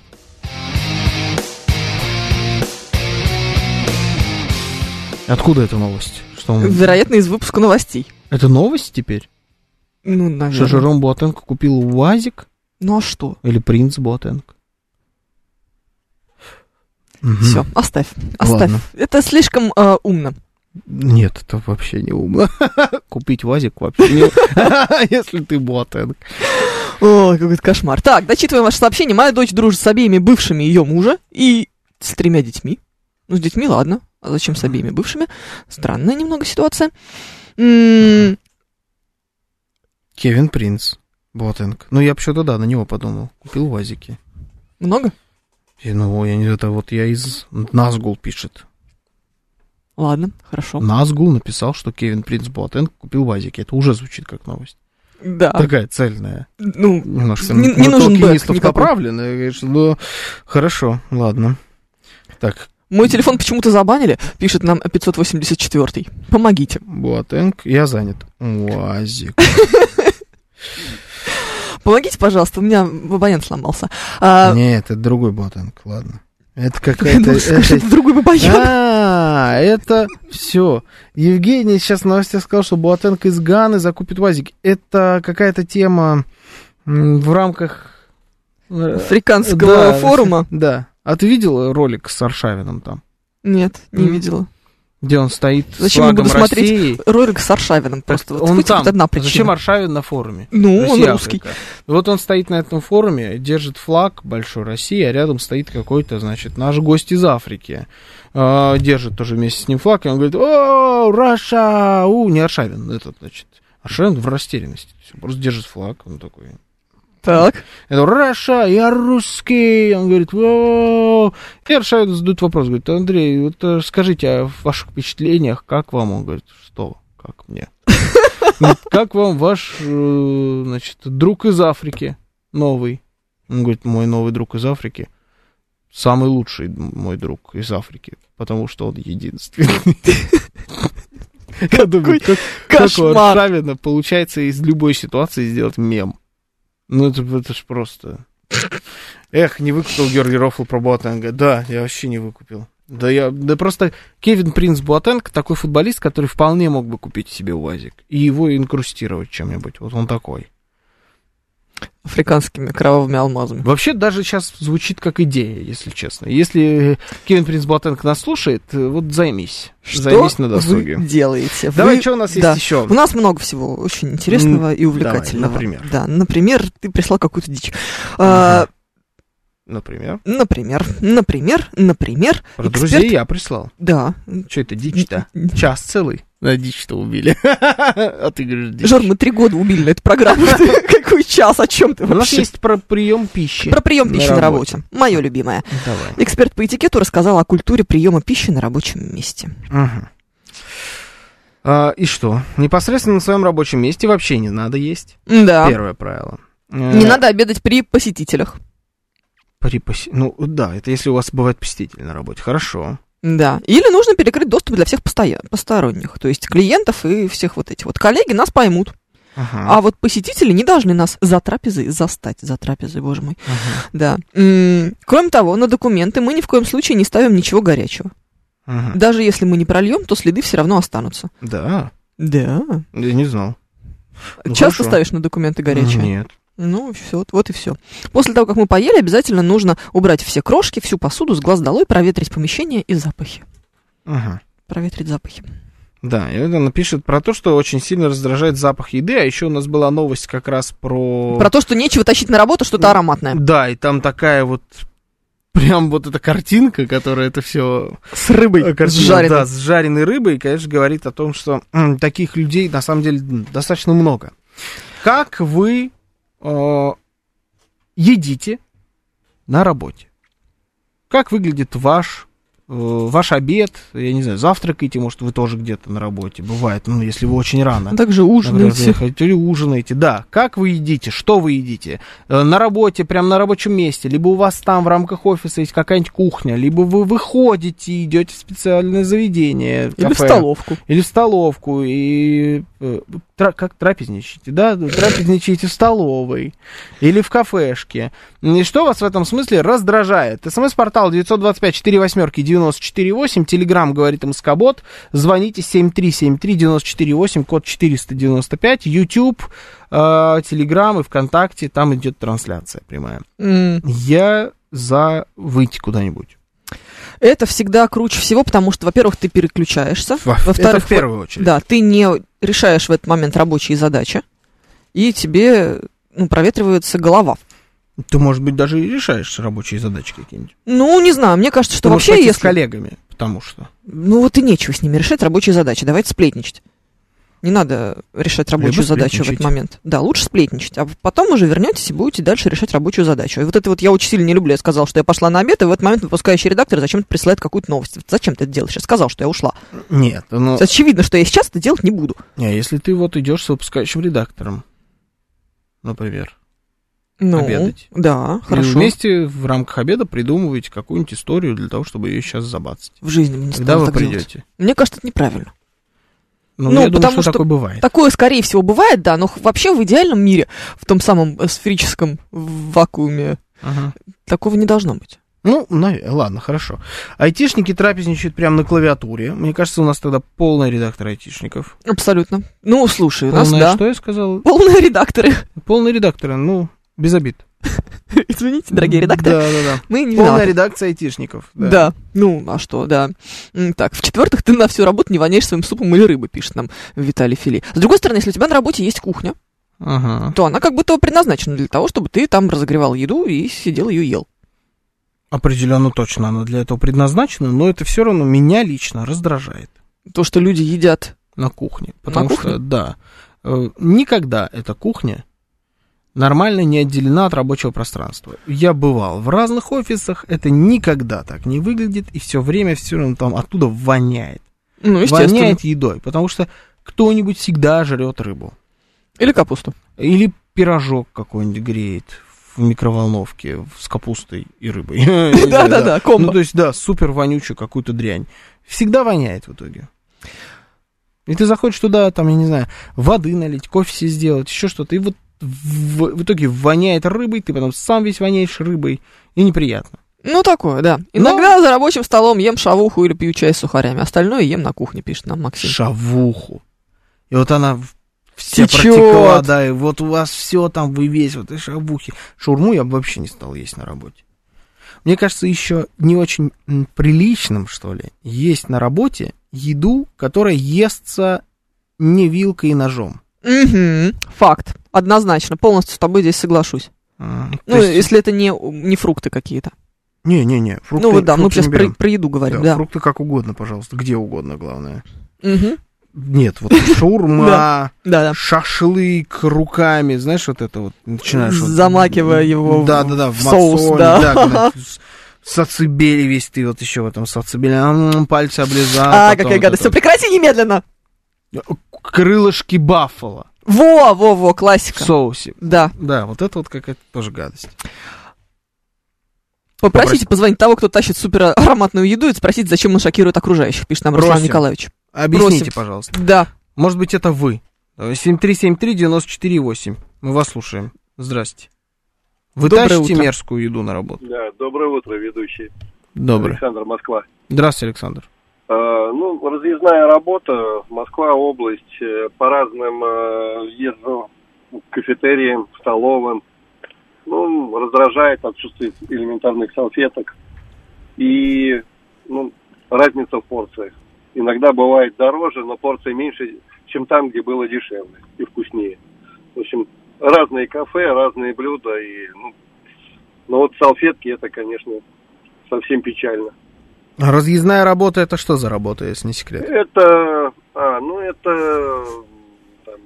B: Откуда эта новость? Что он...
C: Вероятно, из выпуска новостей.
B: Это новость теперь?
C: Ну,
B: Что
C: наверное.
B: Жером Буатенг купил УАЗик?
C: Ну а что?
B: Или принц Буатенг? Мгм.
C: Все, оставь. Оставь.
B: Хм. Ладно.
C: Это слишком э, умно.
B: Нет, это вообще не умно. Купить вазик вообще не <laughs> Если ты ботенг.
C: Ой, какой-то кошмар. Так, дочитываем ваше сообщение. Моя дочь дружит с обеими бывшими ее мужа и с тремя детьми. Ну, с детьми, ладно. А зачем с обеими бывшими? Странная М-м, немного ситуация. М,
B: Кевин Принц. Ботинг. Ну, я вообще-то, да, на него подумал. Купил вазики.
C: Много?
B: И, ну, я не это вот я из... Назгул пишет.
C: Ладно, хорошо.
B: Назгул написал, что Кевин Принц Ботинг купил вазики. Это уже звучит как новость.
C: Да.
B: Такая цельная.
C: Ну,
B: Немножко
C: А? Не- не нужен бэк никакой.
B: направленная, конечно. Но... Хорошо, ладно. Так,
C: мой телефон почему-то забанили, пишет нам 584. Помогите.
B: Ботинг, я занят. Уазик.
C: Помогите, пожалуйста, у меня абонент сломался. <laughs> А,
B: Нет, это другой Ботинг, ладно. Это какая-то...
C: ну, скажи,
B: это- <laughs>
C: это другой бабаёк.
B: А, это все. Евгений сейчас в новостях сказал, что Буатенко из Ганы закупит УАЗик. Это какая-то тема м, в рамках... э,
C: <laughs> Африканского
B: да.
C: форума.
B: Да. А ты видел ролик с Аршавиным там?
C: Нет, не
B: М.
C: видела.
B: Где он стоит
C: Зачем
B: с
C: я
B: флагом
C: буду смотреть?
B: России?
C: Ролик с Аршавиным просто.
B: Так
C: вот
B: он
C: хоть
B: там.
C: вот одна причина.
B: Зачем Аршавин на форуме?
C: Ну, он
B: Россия,
C: русский.
B: Африка. Вот он стоит на этом форуме, держит флаг большой России, а рядом стоит какой-то, значит, наш гость из Африки. А, держит тоже вместе с ним флаг, и он говорит, о, Раша, у, не Аршавин, этот, значит, Аршавин в растерянности. То есть он просто держит флаг, он такой,
C: Так.
B: это Раша, я русский. Он говорит, «Воу». и Аршавин задает вопрос, говорит, Андрей, вот э, скажите о ваших впечатлениях, как вам? Он говорит, что, как мне? Говорит, Как вам ваш, э, значит, друг из Африки новый? Он говорит, мой новый друг из Африки самый лучший мой друг из Африки, потому что он единственный. <laughs> Я думаю, как как у
C: Кошмар.
B: Аршавина получается из любой ситуации сделать мем. Ну, это, это ж просто... Эх, не выкупил Георгий Рофл про Буатенга. Да, я вообще не выкупил. Да я, да просто Кевин Принц Буатенг такой футболист, который вполне мог бы купить себе УАЗик и его инкрустировать чем-нибудь. Вот он такой.
C: Африканскими кровавыми алмазами.
B: Вообще даже сейчас звучит как идея, если честно. Если э, Кевин Принц Буатенг нас слушает, э, вот займись. займись на досуге.
C: вы делаете?
B: Давай,
C: Вы-
B: что у нас
C: да.
B: есть еще?
C: У нас много всего очень интересного и увлекательного.
B: например.
C: Да, например, ты прислал какую-то дичь. А,
B: Например.
C: например, например, например.
B: Про
C: эксперт-
B: друзей я прислал.
C: Да.
B: Что это
C: <laughs>
B: дичь-то? Час целый. На дичь-то убили. <laughs> А ты говоришь, дичь.
C: Жор, мы три года убили на
B: <laughs>
C: эту программу. Какой час? О чем ты
B: У нас
C: вообще?
B: есть про прием пищи.
C: Про прием
B: на
C: пищи на
B: работе.
C: работе. Мое любимое.
B: Давай.
C: Эксперт по этикету рассказал о культуре приема пищи на рабочем месте.
B: Ага. А, И что? Непосредственно на своем рабочем месте вообще не надо есть.
C: Да.
B: Первое правило. Э,
C: Не надо обедать при посетителях.
B: При посе- Ну да, это если у вас бывает посетитель на работе. Хорошо.
C: Да. Или нужно перекрыть доступ для всех постоя- посторонних, то есть клиентов и всех вот этих вот. Коллеги нас поймут.
B: Ага.
C: А вот посетители не должны нас за трапезой застать, за трапезой, боже мой.
B: Ага.
C: Да. М, Кроме того, на документы мы ни в коем случае не ставим ничего горячего. А
B: Ага.
C: Даже если мы не прольем, то следы все равно останутся.
B: Да.
C: Да.
B: Я не знал. Ну,
C: Часто
B: хорошо.
C: ставишь на документы горячие?
B: Нет.
C: Ну, все, вот и все. После того, как мы поели, обязательно нужно убрать все крошки, всю посуду с глаз долой, проветрить помещение и запахи.
B: Ага.
C: Проветрить запахи.
B: Да, и вот она пишет про то, что очень сильно раздражает запах еды, а еще у нас была новость как раз про...
C: Про то, что нечего тащить на работу что-то ароматное.
B: Да, и там такая вот прям вот эта картинка, которая это все...
C: С рыбой, с жареной.
B: Да, с жареной рыбой, конечно, говорит о том, что м, таких людей на самом деле м, достаточно много. Как вы э, едите на работе? Как выглядит ваш э, ваш обед, я не знаю, завтракаете, может, вы тоже где-то на работе, бывает, ну, если вы очень рано.
C: А Также ужинаете.
B: Например, заходите, или ужинаете, да. Как вы едите, что вы едите? Э, На работе, прямо на рабочем месте, либо у вас там в рамках офиса есть какая-нибудь кухня, либо вы выходите, идете в специальное заведение,
C: Или в
B: кафе,
C: столовку.
B: или в столовку, и э, тра- как трапезничаете, да, трапезничаете в столовой, или в кафешке. И что вас в этом смысле раздражает? СМС-портал 925-48-94-8, Телеграм говорит МСК-бот, звоните 7373-94-8, код 495, YouTube, э, Телеграм и ВКонтакте, там идет трансляция прямая.
C: М,
B: Я за выйти куда-нибудь.
C: Это всегда круче всего, потому что, во-первых, ты переключаешься. Во-вторых,
B: Это в первую очередь.
C: Да, ты не решаешь в этот момент рабочие задачи, и тебе ну, проветривается голова.
B: Ты, может быть, даже и решаешь рабочие задачи какие-нибудь.
C: Ну, не знаю, мне кажется, что
B: Ты можешь
C: вообще,
B: пойти
C: если...
B: с коллегами, потому что.
C: Ну вот и нечего с ними решать рабочие задачи, давайте сплетничать. Не надо решать
B: Либо
C: рабочую задачу в этот
B: сплетничать.
C: момент. Да, лучше сплетничать, а потом уже вернетесь и будете дальше решать рабочую задачу. И вот это вот я очень сильно не люблю. Я сказал, что я пошла на обед, и в этот момент выпускающий редактор зачем-то присылает какую-то новость. Вот Зачем ты это делаешь? Я сказал, что я ушла.
B: Нет, ну,
C: Очевидно, что я сейчас это делать не буду.
B: не, если ты вот идешь с выпускающим редактором, например,
C: Ну,
B: Обедать.
C: Да,
B: и
C: хорошо.
B: вместе в рамках обеда придумываете какую-нибудь историю для того, чтобы ее сейчас забацать.
C: В жизни мне не
B: Когда
C: стало
B: вы
C: так делать.
B: придете?
C: Мне кажется, это неправильно.
B: Ну,
C: Ну,
B: я думаю,
C: потому
B: что,
C: что-
B: такое бывает.
C: Такое, скорее всего, бывает, да, но х- вообще в идеальном мире, в том самом э, сферическом вакууме,
B: Ага.
C: такого не должно быть.
B: Ну, наве- ладно, хорошо. Айтишники трапезничают прямо на клавиатуре. Мне кажется, у нас тогда полный редактор айтишников.
C: Абсолютно. Ну, слушай, у нас,
B: Полная,
C: да.
B: что я сказал?
C: Полные редакторы. <laughs>
B: Полный редактор, ну, без обид.
C: Извините, дорогие редакторы.
B: Да, да,
C: Мы не
B: да. Полная
C: виноваты.
B: редакция айтишников.
C: Да. ну а что, да. М, Так, в-четвертых, ты на всю работу не воняешь своим супом или рыбой, пишет нам Виталий Фили. С другой стороны, если у тебя на работе есть кухня,
B: Ага.
C: то она как будто предназначена для того, чтобы ты там разогревал еду и сидел ее ел.
B: Определенно точно она для этого предназначена, но это все равно меня лично раздражает
C: То, что люди едят.
B: на кухне. Потому
C: На
B: что, да, э, никогда эта кухня нормально не отделена от рабочего пространства. Я бывал в разных офисах, это никогда так не выглядит, и все время все равно там оттуда воняет.
C: Ну, естественно.
B: воняет едой, потому что кто-нибудь всегда жрет рыбу.
C: Или капусту. <laughs>
B: Или пирожок какой-нибудь греет в микроволновке с капустой и рыбой. <laughs> Не знаю,
C: Да-да-да,
B: Ну,
C: комбо.
B: то есть, да, супер вонючую какую-то дрянь. Всегда воняет в итоге. И ты заходишь туда, там, я не знаю, воды налить, кофе себе сделать, еще что-то. И вот в, в итоге воняет рыбой, ты потом сам весь воняешь рыбой, и неприятно.
C: Ну, такое, да. Иногда за рабочим столом ем шавуху или пью чай с сухарями. Остальное ем на кухне, пишет нам Максим.
B: Шавуху. И вот она в- вся
C: Течёт.
B: протекла, да, и вот у вас все там, вы весь в этой шавухе. Шаурму я бы вообще не стал есть на работе. Мне кажется, еще не очень м, приличным, что ли, есть на работе еду, которая естся не вилкой и ножом.
C: Мгм. Факт. Однозначно. Полностью с тобой здесь соглашусь.
B: М, то
C: Ну,
B: есть-
C: если это не, не фрукты какие-то.
B: Не-не-не, фрукты,
C: ну, вот да, мы
B: фрукты
C: сейчас
B: не
C: про,
B: берем.
C: про еду говорим,
B: Да,
C: да.
B: Фрукты как угодно, пожалуйста, где угодно, главное.
C: Мгм.
B: Нет,
C: <laughs>
B: вот шаурма,
C: Да-да.
B: шашлык руками, знаешь, вот это вот начинаешь... вот-
C: Замакивая его в-
B: да, да, да, в,
C: в соус,
B: мацоне,
C: да. <laughs>
B: когда ты с- сацебели весь ты вот еще в этом сацебели, ам, пальцы облизал.
C: А,
B: потом
C: какая
B: вот
C: гадость. Все,
B: это
C: прекрати немедленно.
B: вот. Крылышки баффало
C: Во, во, во,
B: в
C: классика.
B: соусе.
C: Да.
B: Да, вот это вот какая-то тоже гадость.
C: Попросите позвонить того, кто тащит супер ароматную еду, и спросить, зачем он шокирует окружающих, пишет нам Руслан
B: Просим.
C: Николаевич.
B: Объясните,
C: Бросим.
B: пожалуйста.
C: Да.
B: Может быть, это вы. 7373-94-8. Мы вас слушаем. Здрасте. Вы
C: Доброе
B: тащите
C: утро.
B: мерзкую еду на работу?
I: Да, доброе утро, ведущий.
B: Доброе.
I: Александр, Москва.
B: Здравствуйте, Александр.
I: Э, Ну, разъездная работа, Москва, область, э, по разным э, езжу к кафетериям, столовым. Ну, раздражает отсутствие элементарных салфеток и ну, разница в порциях. Иногда бывает дороже, но порции меньше, чем там, где было дешевле и вкуснее. В общем, разные кафе, разные блюда. И, ну, но вот салфетки, это, конечно, совсем печально.
B: А Разъездная работа это что за работа, если не секрет?
I: Это, а, ну это там,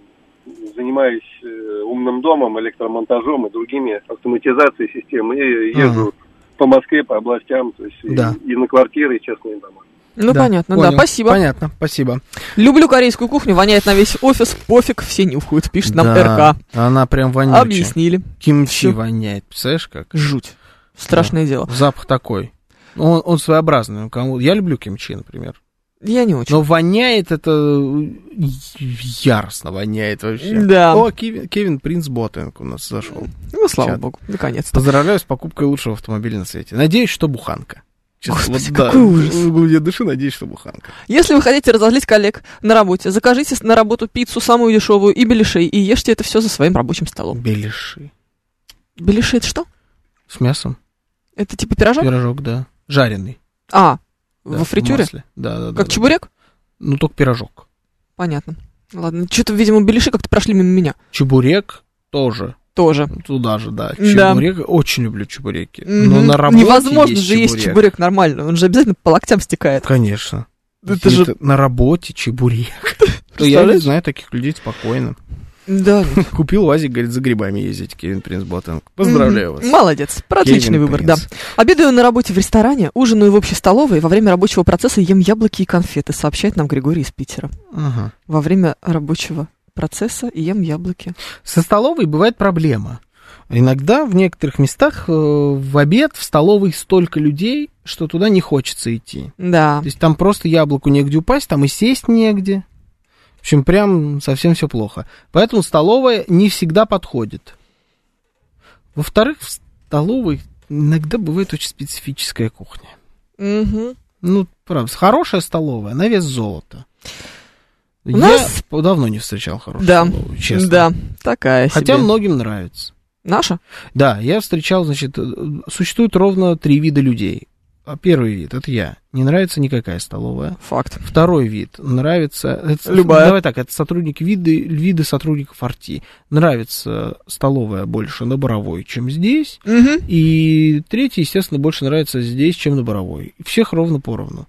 I: занимаюсь э, умным домом, электромонтажом и другими автоматизацией систем. И Э, езжу по Москве, по областям, то есть и-
B: Да.
I: и, на квартиры, и частные дома.
C: Ну,
B: Да,
C: понятно, да,
B: понял.
C: спасибо.
B: Понятно, спасибо.
C: Люблю корейскую кухню, воняет на весь офис, пофиг, все нюхают, пишет нам
B: Да,
C: РК.
B: Она прям вонючая.
C: Объяснили.
B: Кимчи
C: Всё.
B: воняет, представляешь как?
C: Жуть. Страшное дело.
B: Запах такой. Он, он своеобразный. он кому- Я люблю кимчи, например.
C: Я не очень.
B: Но воняет это... э, Яростно воняет вообще.
C: Да.
B: О, Кевин, Кевин Принц Ботинг у нас зашел.
C: Ну, слава
B: чат.
C: богу, наконец-то.
B: Поздравляю с покупкой лучшего автомобиля на свете. Надеюсь, что буханка. Честно,
C: Господи,
B: вот да,
C: какой ужас.
B: в глубине души надеюсь, что буханка.
C: Если вы хотите разозлить коллег на работе, закажите на работу пиццу, самую дешевую, и беляшей, и ешьте это все за своим рабочим столом.
B: Беляши.
C: Беляши это что?
B: С мясом.
C: Это типа пирожок?
B: Пирожок, да. Жареный.
C: А,
B: да,
C: во
B: в
C: фритюре?
B: масле. Да, да, да.
C: Как
B: да.
C: чебурек?
B: Ну, только пирожок.
C: Понятно. Ладно, что-то, видимо, беляши как-то прошли мимо меня.
B: Чебурек тоже.
C: Тоже.
B: Туда же, да.
C: Да.
B: Чебурек. Очень люблю чебуреки. Но
C: Мгм.
B: на работе
C: Невозможно
B: есть
C: же есть
B: чебурек.
C: чебурек нормально, он же обязательно по локтям стекает.
B: Конечно.
C: Это
B: И
C: же- <laughs>
B: на работе чебурек. Ну, Я не
C: Представляете?
B: знаю таких людей спокойно. <laughs>
C: Да.
B: Купил УАЗик, говорит, за грибами ездить, Кевин Принц Ботанг. Поздравляю вас.
C: Мгм. Молодец. Про отличный
B: Кевин
C: выбор, да.
B: Принц.
C: Обедаю на работе в ресторане, ужинаю в общей столовой, во время рабочего процесса ем яблоки и конфеты, сообщает нам Григорий из Питера.
B: Ага.
C: Во время рабочего процесса ем яблоки.
B: Со столовой бывает проблема. Иногда в некоторых местах э, в обед в столовой столько людей, что туда не хочется идти.
C: Да.
B: То есть там просто яблоку негде упасть, там и сесть негде. В общем, прям совсем все плохо. Поэтому столовая не всегда подходит. Во-вторых, в столовой иногда бывает очень специфическая кухня.
C: Мгм.
B: Ну, правда, хорошая столовая на вес золота. Я
C: нас-
B: п- давно не встречал хорошую
C: Да.
B: столовую, честно.
C: Да, такая
B: Хотя
C: себе.
B: многим нравится.
C: Наша?
B: Да, я встречал, значит, э, существует ровно три вида людей. А Первый вид это я. Не нравится никакая столовая.
C: Факт.
B: Второй вид нравится. это-
C: Любая.
B: Давай так, это сотрудники виды, виды сотрудников арти. Нравится столовая больше на Боровой, чем здесь.
C: Мгм.
B: И третий, естественно, больше нравится здесь, чем на Боровой. Всех ровно поровну.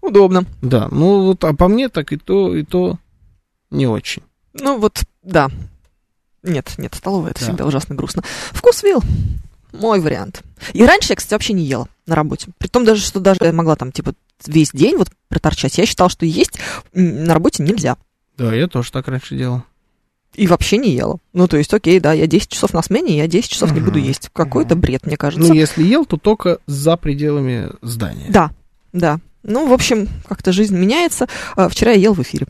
C: Удобно.
B: Да, ну вот, а по мне так и то, и то не очень.
C: Ну вот, да. Нет, нет, столовая это
B: Да.
C: всегда ужасно грустно. Вкус вил. Мой вариант. И раньше я, кстати, вообще не ела на работе. Притом даже, что даже я могла там, типа, весь день вот проторчать. Я считала, что есть м, на работе нельзя.
B: Да, я тоже так раньше делал.
C: И вообще не ела. Ну, то есть, окей, да, я 10 часов на смене, я 10 часов не буду
B: Мгм.
C: есть. Какой-то бред, мне кажется.
B: Ну, если ел, то только за пределами здания.
C: Да, да. Ну, в общем, как-то жизнь меняется. А, Вчера я ел в эфире.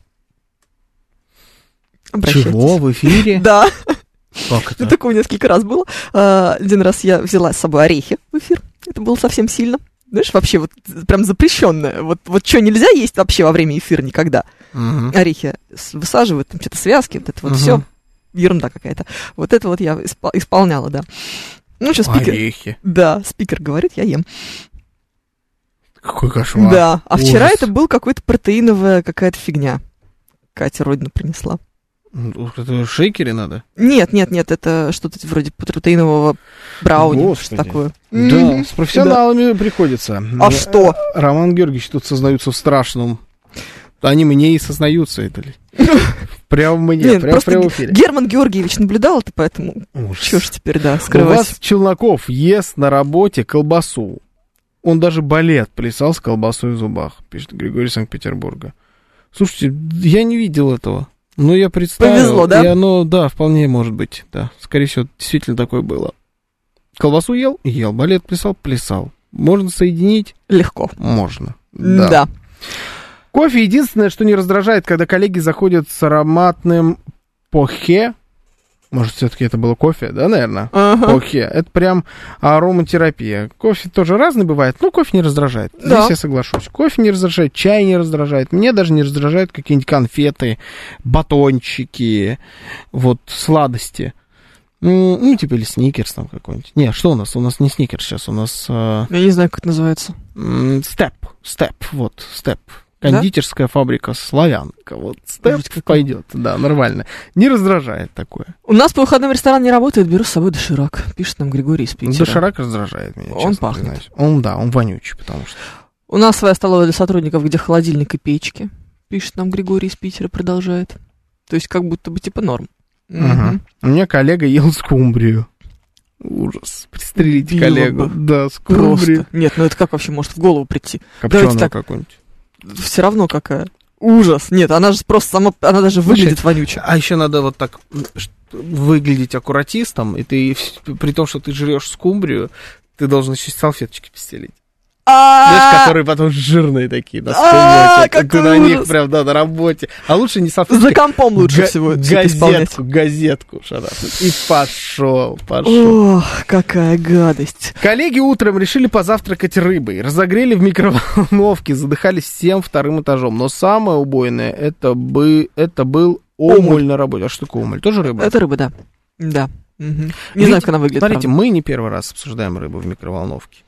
C: Обращайтесь.
B: Чего? В
J: <laughs>
B: эфире?
C: Да,
B: Как это?
C: <laughs> такого несколько раз было. А, Один раз я взяла с собой орехи в эфир. Это было совсем сильно. Знаешь, вообще вот прям запрещенное. Вот, вот что нельзя есть вообще во время эфира никогда.
B: Мгм.
C: Орехи с- высаживают, там что-то связки, вот это вот
B: Мгм.
C: все. Ерунда какая-то. Вот это вот я испо- исполняла, да. Ну, что спикер...
B: Орехи.
C: Да, спикер говорит, я ем.
B: Какой кошмар.
C: Да, а вчера
B: Ужас.
C: это был какой-то протеиновая какая-то фигня. Катя Родина принесла.
B: Ну, Это шейкере надо?
C: Нет, нет, нет, это что-то вроде протеинового брауни, что
J: Господи.
C: такое.
J: Да, э,
C: Мгм.
J: с профессионалами приходится. Ну,
C: А что?
J: Роман Георгиевич тут сознаются в страшном. Они мне и сознаются, это ли. Прямо мне,
C: Блин,
J: прямо в
C: просто
J: прямом
C: Г-
J: эфире.
C: Герман Георгиевич наблюдал это, поэтому
J: Ужас.
C: чушь теперь, да,
J: У
C: скрывать.
J: вас Челноков ест на работе колбасу. Он даже балет плясал с колбасой в зубах, пишет Григорий из Санкт-Петербурга. Слушайте, я не видел этого. Но я представил.
C: Повезло, да?
J: И оно, да, вполне может быть. Да, скорее всего, действительно такое было. Колбасу ел? Ел. Балет плясал? Плясал. Можно соединить?
C: Легко.
J: Можно.
C: Да.
J: Кофе единственное, что не раздражает, когда коллеги заходят с ароматным похе. Может, все-таки это было кофе, да, наверное?
C: Ага.
J: Похе. Это прям ароматерапия. Кофе тоже разный бывает, но кофе не раздражает.
C: Да.
J: Здесь я соглашусь. Кофе не раздражает, чай не раздражает. Мне даже не раздражают какие-нибудь конфеты, батончики, вот сладости. М, Ну, типа, или сникерс там какой-нибудь. Не, что у нас? У нас не сникерс сейчас, у нас э,
C: Я не знаю, как это называется.
J: м, степ. Степ, вот, степ.
C: Да?
J: Кондитерская фабрика «Славянка». Вот степ
C: Жуть какая.
J: пойдет, да, нормально. Не раздражает такое.
C: У нас по выходным ресторан не работает, беру с собой доширак, пишет нам Григорий из Питера.
J: Ну, Доширак раздражает меня,
C: Он
J: честно
C: пахнет.
J: признаюсь. Он, да, он вонючий, потому что...
C: У нас своя столовая для сотрудников, где холодильник и печки, пишет нам Григорий из Питера, продолжает. То есть как будто бы типа норм.
J: Мгм.
C: Мгм.
J: У меня коллега ел скумбрию. Ужас. Пристрелить
C: Убила
J: коллегу.
C: бы.
J: Да, скумбрию.
C: Просто. Нет, ну это как вообще может в голову прийти?
J: Копченую
C: Давайте так.
J: какую-нибудь.
C: все равно какая. Ужас. Нет, она же просто сама, она даже
B: Слушай,
C: выглядит вонюче.
B: А еще надо вот так м, ш- выглядеть аккуратистом, и ты, вс- при том, что ты жрешь скумбрию, ты должен еще салфеточки постелить.
J: А!
B: Знаешь, которые потом жирные такие, да,
C: А,
B: вспомнят. Ты
C: какой
B: на них
C: ужас.
B: прям, да, на работе. А лучше не салфетки.
C: За компом лучше
B: га-
C: всего всё это исполнять.
B: Газетку, газетку шарахнуть. И пошел, пошел.
C: Ох, какая гадость.
J: Коллеги утром решили позавтракать рыбой. Разогрели в микроволновке, задыхались всем вторым этажом. Но самое убойное, это, бы, это был омуль,
C: Омуль.
J: на работе. А что такое омуль? Тоже рыба?
C: Это рыба, да. Да. Мгм. Не
J: Видите,
C: знаю, как она выглядит.
B: Смотрите,
C: правда.
B: мы не первый раз обсуждаем рыбу в микроволновке.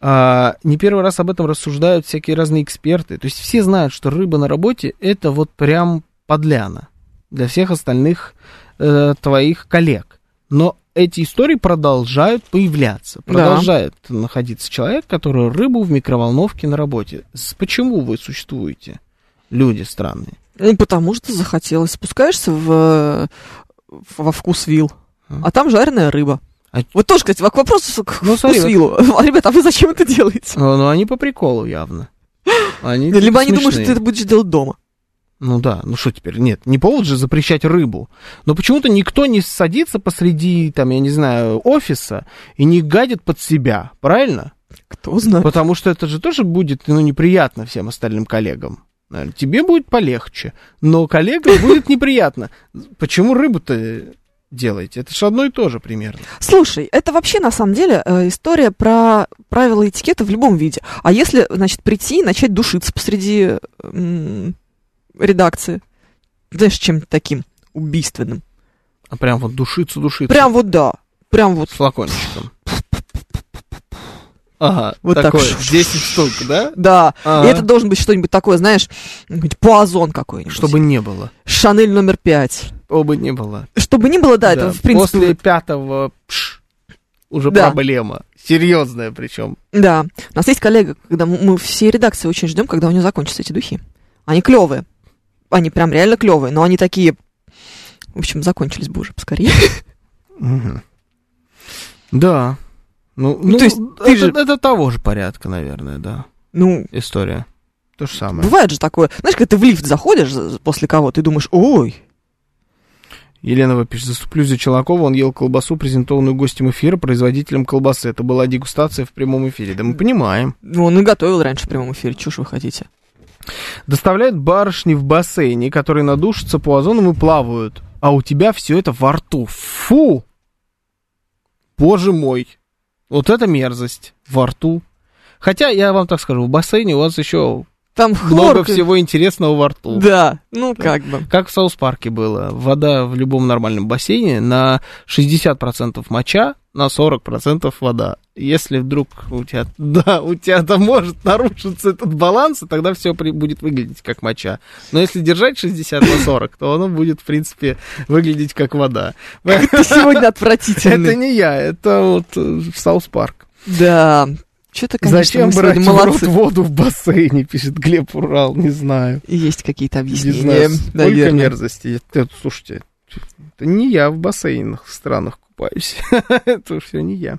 B: А, не первый раз об этом рассуждают всякие разные эксперты. То есть все знают, что рыба на работе это вот прям подляна для всех остальных э, твоих коллег. Но эти истории продолжают появляться.
C: Да.
B: Продолжает находиться человек, который рыбу в микроволновке на работе. С- Почему вы существуете, люди странные?
C: Ну, потому что захотелось. Спускаешься в, во вкус вил, а там жареная рыба.
B: А-
C: Вот тоже, кстати, к вопросу к
B: Ну, смотри,
C: вкус виллу. Ребята, <laughs> а вы зачем это делаете?
B: Ну, ну, они по приколу
C: <gasps>
B: явно. Они
C: Либо они думают,
B: смешные.
C: что ты это будешь делать дома.
B: Ну да, ну что теперь? Нет, не повод же запрещать рыбу. Но почему-то никто не садится посреди, там, я не знаю, офиса и не гадит под себя, правильно?
C: Кто знает.
B: Потому что это же тоже будет, ну, неприятно всем остальным коллегам. Наверно, Тебе будет полегче, но
C: <laughs>
B: коллегам будет неприятно. Почему рыбу-то делаете? Это же одно и то же примерно.
C: Слушай, это вообще на самом деле э, история про правила этикета в любом виде. А если, значит, прийти и начать душиться посреди м, редакции, знаешь, чем-то таким убийственным.
B: А прям вот душицу душицу
C: Прям вот да. Прям вот
B: с флакончиком. Ага, вот
C: Вот так.
B: такое, 10 штук, да?
C: да.
B: Ага.
C: И это должен быть что-нибудь такое, знаешь, какой-нибудь пуазон какой-нибудь.
B: Чтобы не было.
C: Шанель номер пять.
B: Чтобы не было.
C: Чтобы не было, да, это в принципе.
B: После пятого пш, уже
C: Да.
B: проблема. Серьезная причем.
C: Да. У нас есть коллега, когда мы- мы все редакции очень ждем, когда у нее закончатся эти духи. Они клевые. Они прям реально клевые, но они такие. В общем, закончились бы уже поскорее. <laughs>
B: Да. Ну, ну,
C: то есть
B: это,
C: ты же-
B: это того же порядка, наверное, да.
C: Ну,
B: История. То же самое.
C: бывает же такое. Знаешь, когда ты в лифт заходишь за- после кого, ты думаешь, ой,
B: Елена пишет, заступлюсь за Челакова, он ел колбасу, презентованную гостем эфира, производителем колбасы. Это была дегустация в прямом эфире. Да мы понимаем.
C: ну он и готовил раньше в прямом эфире, чушь вы хотите.
B: Доставляют барышни в бассейне, которые надушатся по озонам и плавают. А у тебя все это во рту. Фу! Боже мой! Вот это мерзость во рту. Хотя, я вам так скажу, в бассейне у вас еще
C: Там
B: много
C: хлорка.
B: всего интересного во рту.
C: Да, ну как
B: <laughs>
C: бы.
B: Как в Саус-парке было. Вода в любом нормальном бассейне на 60% моча, на 40% вода. Если вдруг у тебя, <laughs> да, у тебя там может нарушиться этот баланс, и тогда все будет выглядеть как моча. Но если держать 60 на 40, то оно будет, в принципе, выглядеть как вода.
C: Ты
B: <laughs>
C: сегодня
B: Это
C: отвратительный.
B: не я, это вот э, Саус-парк.
C: Да. Что-то, конечно,
B: Зачем
C: мы
B: брать
C: сегодня
B: в рот
C: молодцы.
B: воду в бассейне, пишет Глеб Урал, не знаю.
C: Есть какие-то
B: Не знаю,
C: объяснения,
B: сколько
C: наверное.
B: мерзости. Это, слушайте, это не я в бассейнах в странах купаюсь. <laughs> это все не я.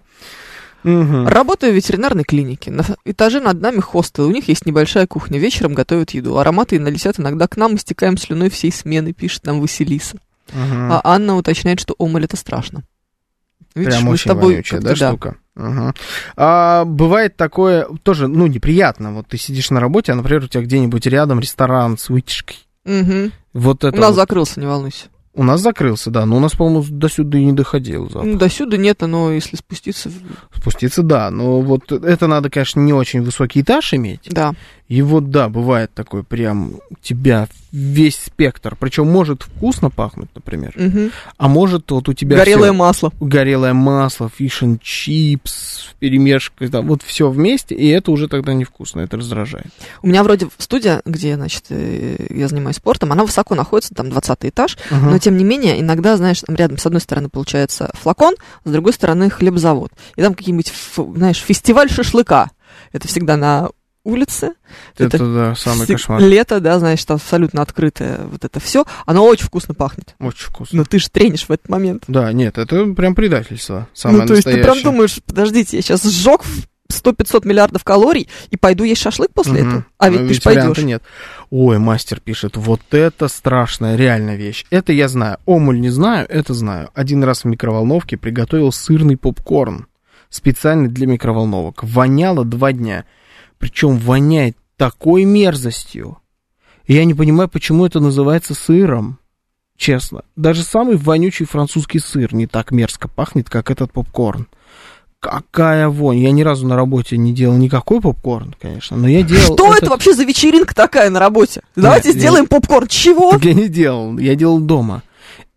B: Мгм.
C: Работаю в ветеринарной клинике. На ф- этаже над нами хостел. У них есть небольшая кухня. Вечером готовят еду. Ароматы налетят иногда к нам и стекаем слюной всей смены, пишет нам Василиса.
B: Мгм.
C: А Анна уточняет, что омоль это страшно. Видишь,
B: Прям
C: мы с
B: очень
C: тобой
B: вонючая, да,
C: как-то, да.
B: штука? Мгм. А, бывает такое тоже, ну, неприятно. Вот ты сидишь на работе, а, например, у тебя где-нибудь рядом ресторан с вытяжкой.
C: Мгм.
B: Вот это
C: У нас
B: вот.
C: закрылся, не волнуйся.
B: у нас закрылся, да. Но у нас, по-моему, до сюда и не доходил запах.
C: Ну, до сюда нет, но если спуститься... в-
B: Спуститься, да. Но вот это надо, конечно, не очень высокий этаж иметь.
C: Да.
B: И вот да, бывает такой прям у тебя весь спектр. Причем может вкусно пахнуть, например,
C: Мгм.
B: а может вот у тебя
C: Горелое
B: всё.
C: масло.
B: горелое масло, фишн чипс, перемешка, там вот все вместе, и это уже тогда невкусно, это раздражает.
C: У меня вроде студия, где, значит, э, я занимаюсь спортом, она высоко находится, там 20 этаж, Но, тем не менее, иногда, знаешь, там рядом с одной стороны получается флакон, с другой стороны хлебзавод. И там какие-нибудь, ф- знаешь, фестиваль шашлыка. Это всегда на улице.
B: это, да, самый
C: всег-
B: кошмар.
C: Лето, да, знаешь, там абсолютно открытое вот это все. Оно очень вкусно пахнет.
B: Очень вкусно.
C: Но ты же тренишь в этот момент.
B: Да, нет, это прям предательство. Самое
C: ну, то есть ты
B: настоящее.
C: прям думаешь, подождите, я сейчас сжег 100-500 миллиардов калорий и пойду есть шашлык после
B: Мгм.
C: этого. А ведь
B: Ну,
C: ты же
B: варианта
C: пойдешь.
B: нет. Ой, мастер пишет, вот это страшная реальная вещь. Это я знаю. Омуль не знаю, это знаю. Один раз в микроволновке приготовил сырный попкорн. Специально для микроволновок. Воняло два дня. Причем воняет такой мерзостью. Я не понимаю, почему это называется сыром. Честно. Даже самый вонючий французский сыр не так мерзко пахнет, как этот попкорн. Какая вонь. Я ни разу на работе не делал никакой попкорн, конечно, но я делал...
C: Что это
B: этот-
C: вообще за вечеринка такая на работе? Давайте
B: Нет,
C: сделаем попкорн. Чего?
B: Так Я не делал, я делал дома.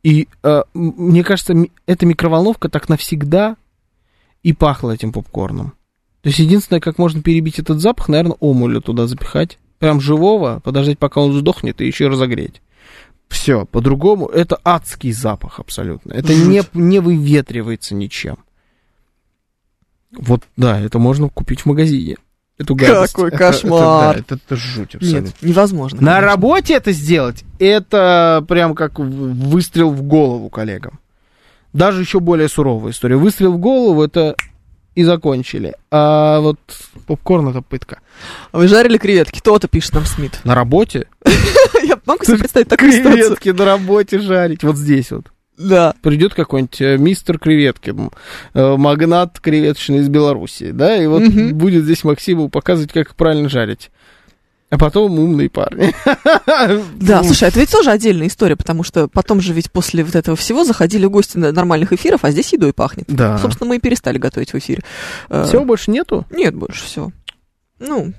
B: И э, м- мне кажется, ми- эта микроволновка так навсегда и пахла этим попкорном. То есть единственное, как можно перебить этот запах, наверное, омуля туда запихать. Прям живого, подождать, пока он сдохнет, и еще и разогреть. Все, по-другому это адский запах абсолютно. Это не, не выветривается ничем. Вот, да, это можно купить в магазине. эту гадость. <laughs>
C: Какой
B: Это-
C: кошмар.
B: Это, да, это- это жуть абсолютно.
C: Нет, невозможно.
B: На
C: конечно.
B: работе это сделать, это прям как в- выстрел в голову коллегам. Даже еще более суровая история. Выстрел в голову это и закончили. А вот попкорн это пытка.
C: А Вы жарили креветки, кто-то пишет
B: <laughs>
C: нам Смит.
B: На работе?
C: Я могу себе представить такую ситуацию.
B: Креветки на работе жарить. Вот здесь вот.
C: Да.
B: Придет какой-нибудь э, мистер креветки, м, э, магнат креветочный из Белоруссии, да, и вот
C: Мгм.
B: будет здесь Максиму показывать, как их правильно жарить. А потом умные парни. <laughs>
C: Да, слушай, это ведь тоже отдельная история, потому что потом же ведь после вот этого всего заходили гости на нормальных эфиров, а здесь едой пахнет.
B: Да.
C: Собственно, мы и перестали готовить в эфире. Э,
B: Все, больше нету?
C: Нет, больше всего. Ну,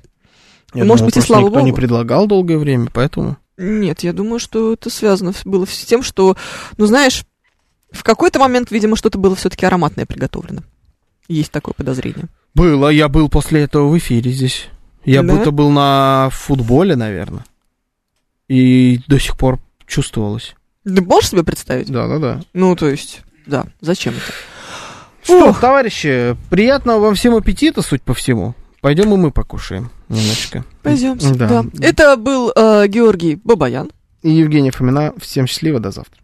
B: Я
C: Может
B: думал,
C: быть, и
B: просто
C: слава
B: никто не
C: богу.
B: предлагал долгое время, поэтому...
C: нет, я думаю, что это связано с- было с тем, что, ну, знаешь, в какой-то момент, видимо, что-то было все-таки ароматное приготовлено. Есть такое подозрение.
B: Было, я был после этого в эфире здесь. Я
C: Да?
B: будто был на футболе, наверное. И до сих пор чувствовалось.
C: Ты можешь себе представить?
B: Да-да-да.
C: Ну, то есть, да, зачем это?
B: Что,
C: Ох.
B: товарищи, приятного вам всем аппетита, суть по всему. Пойдем и мы покушаем немножечко.
C: Пойдемте.
B: Да.
C: Да. Это был э, Георгий Бабаян.
B: И Евгения Фомина, всем счастливо, до завтра.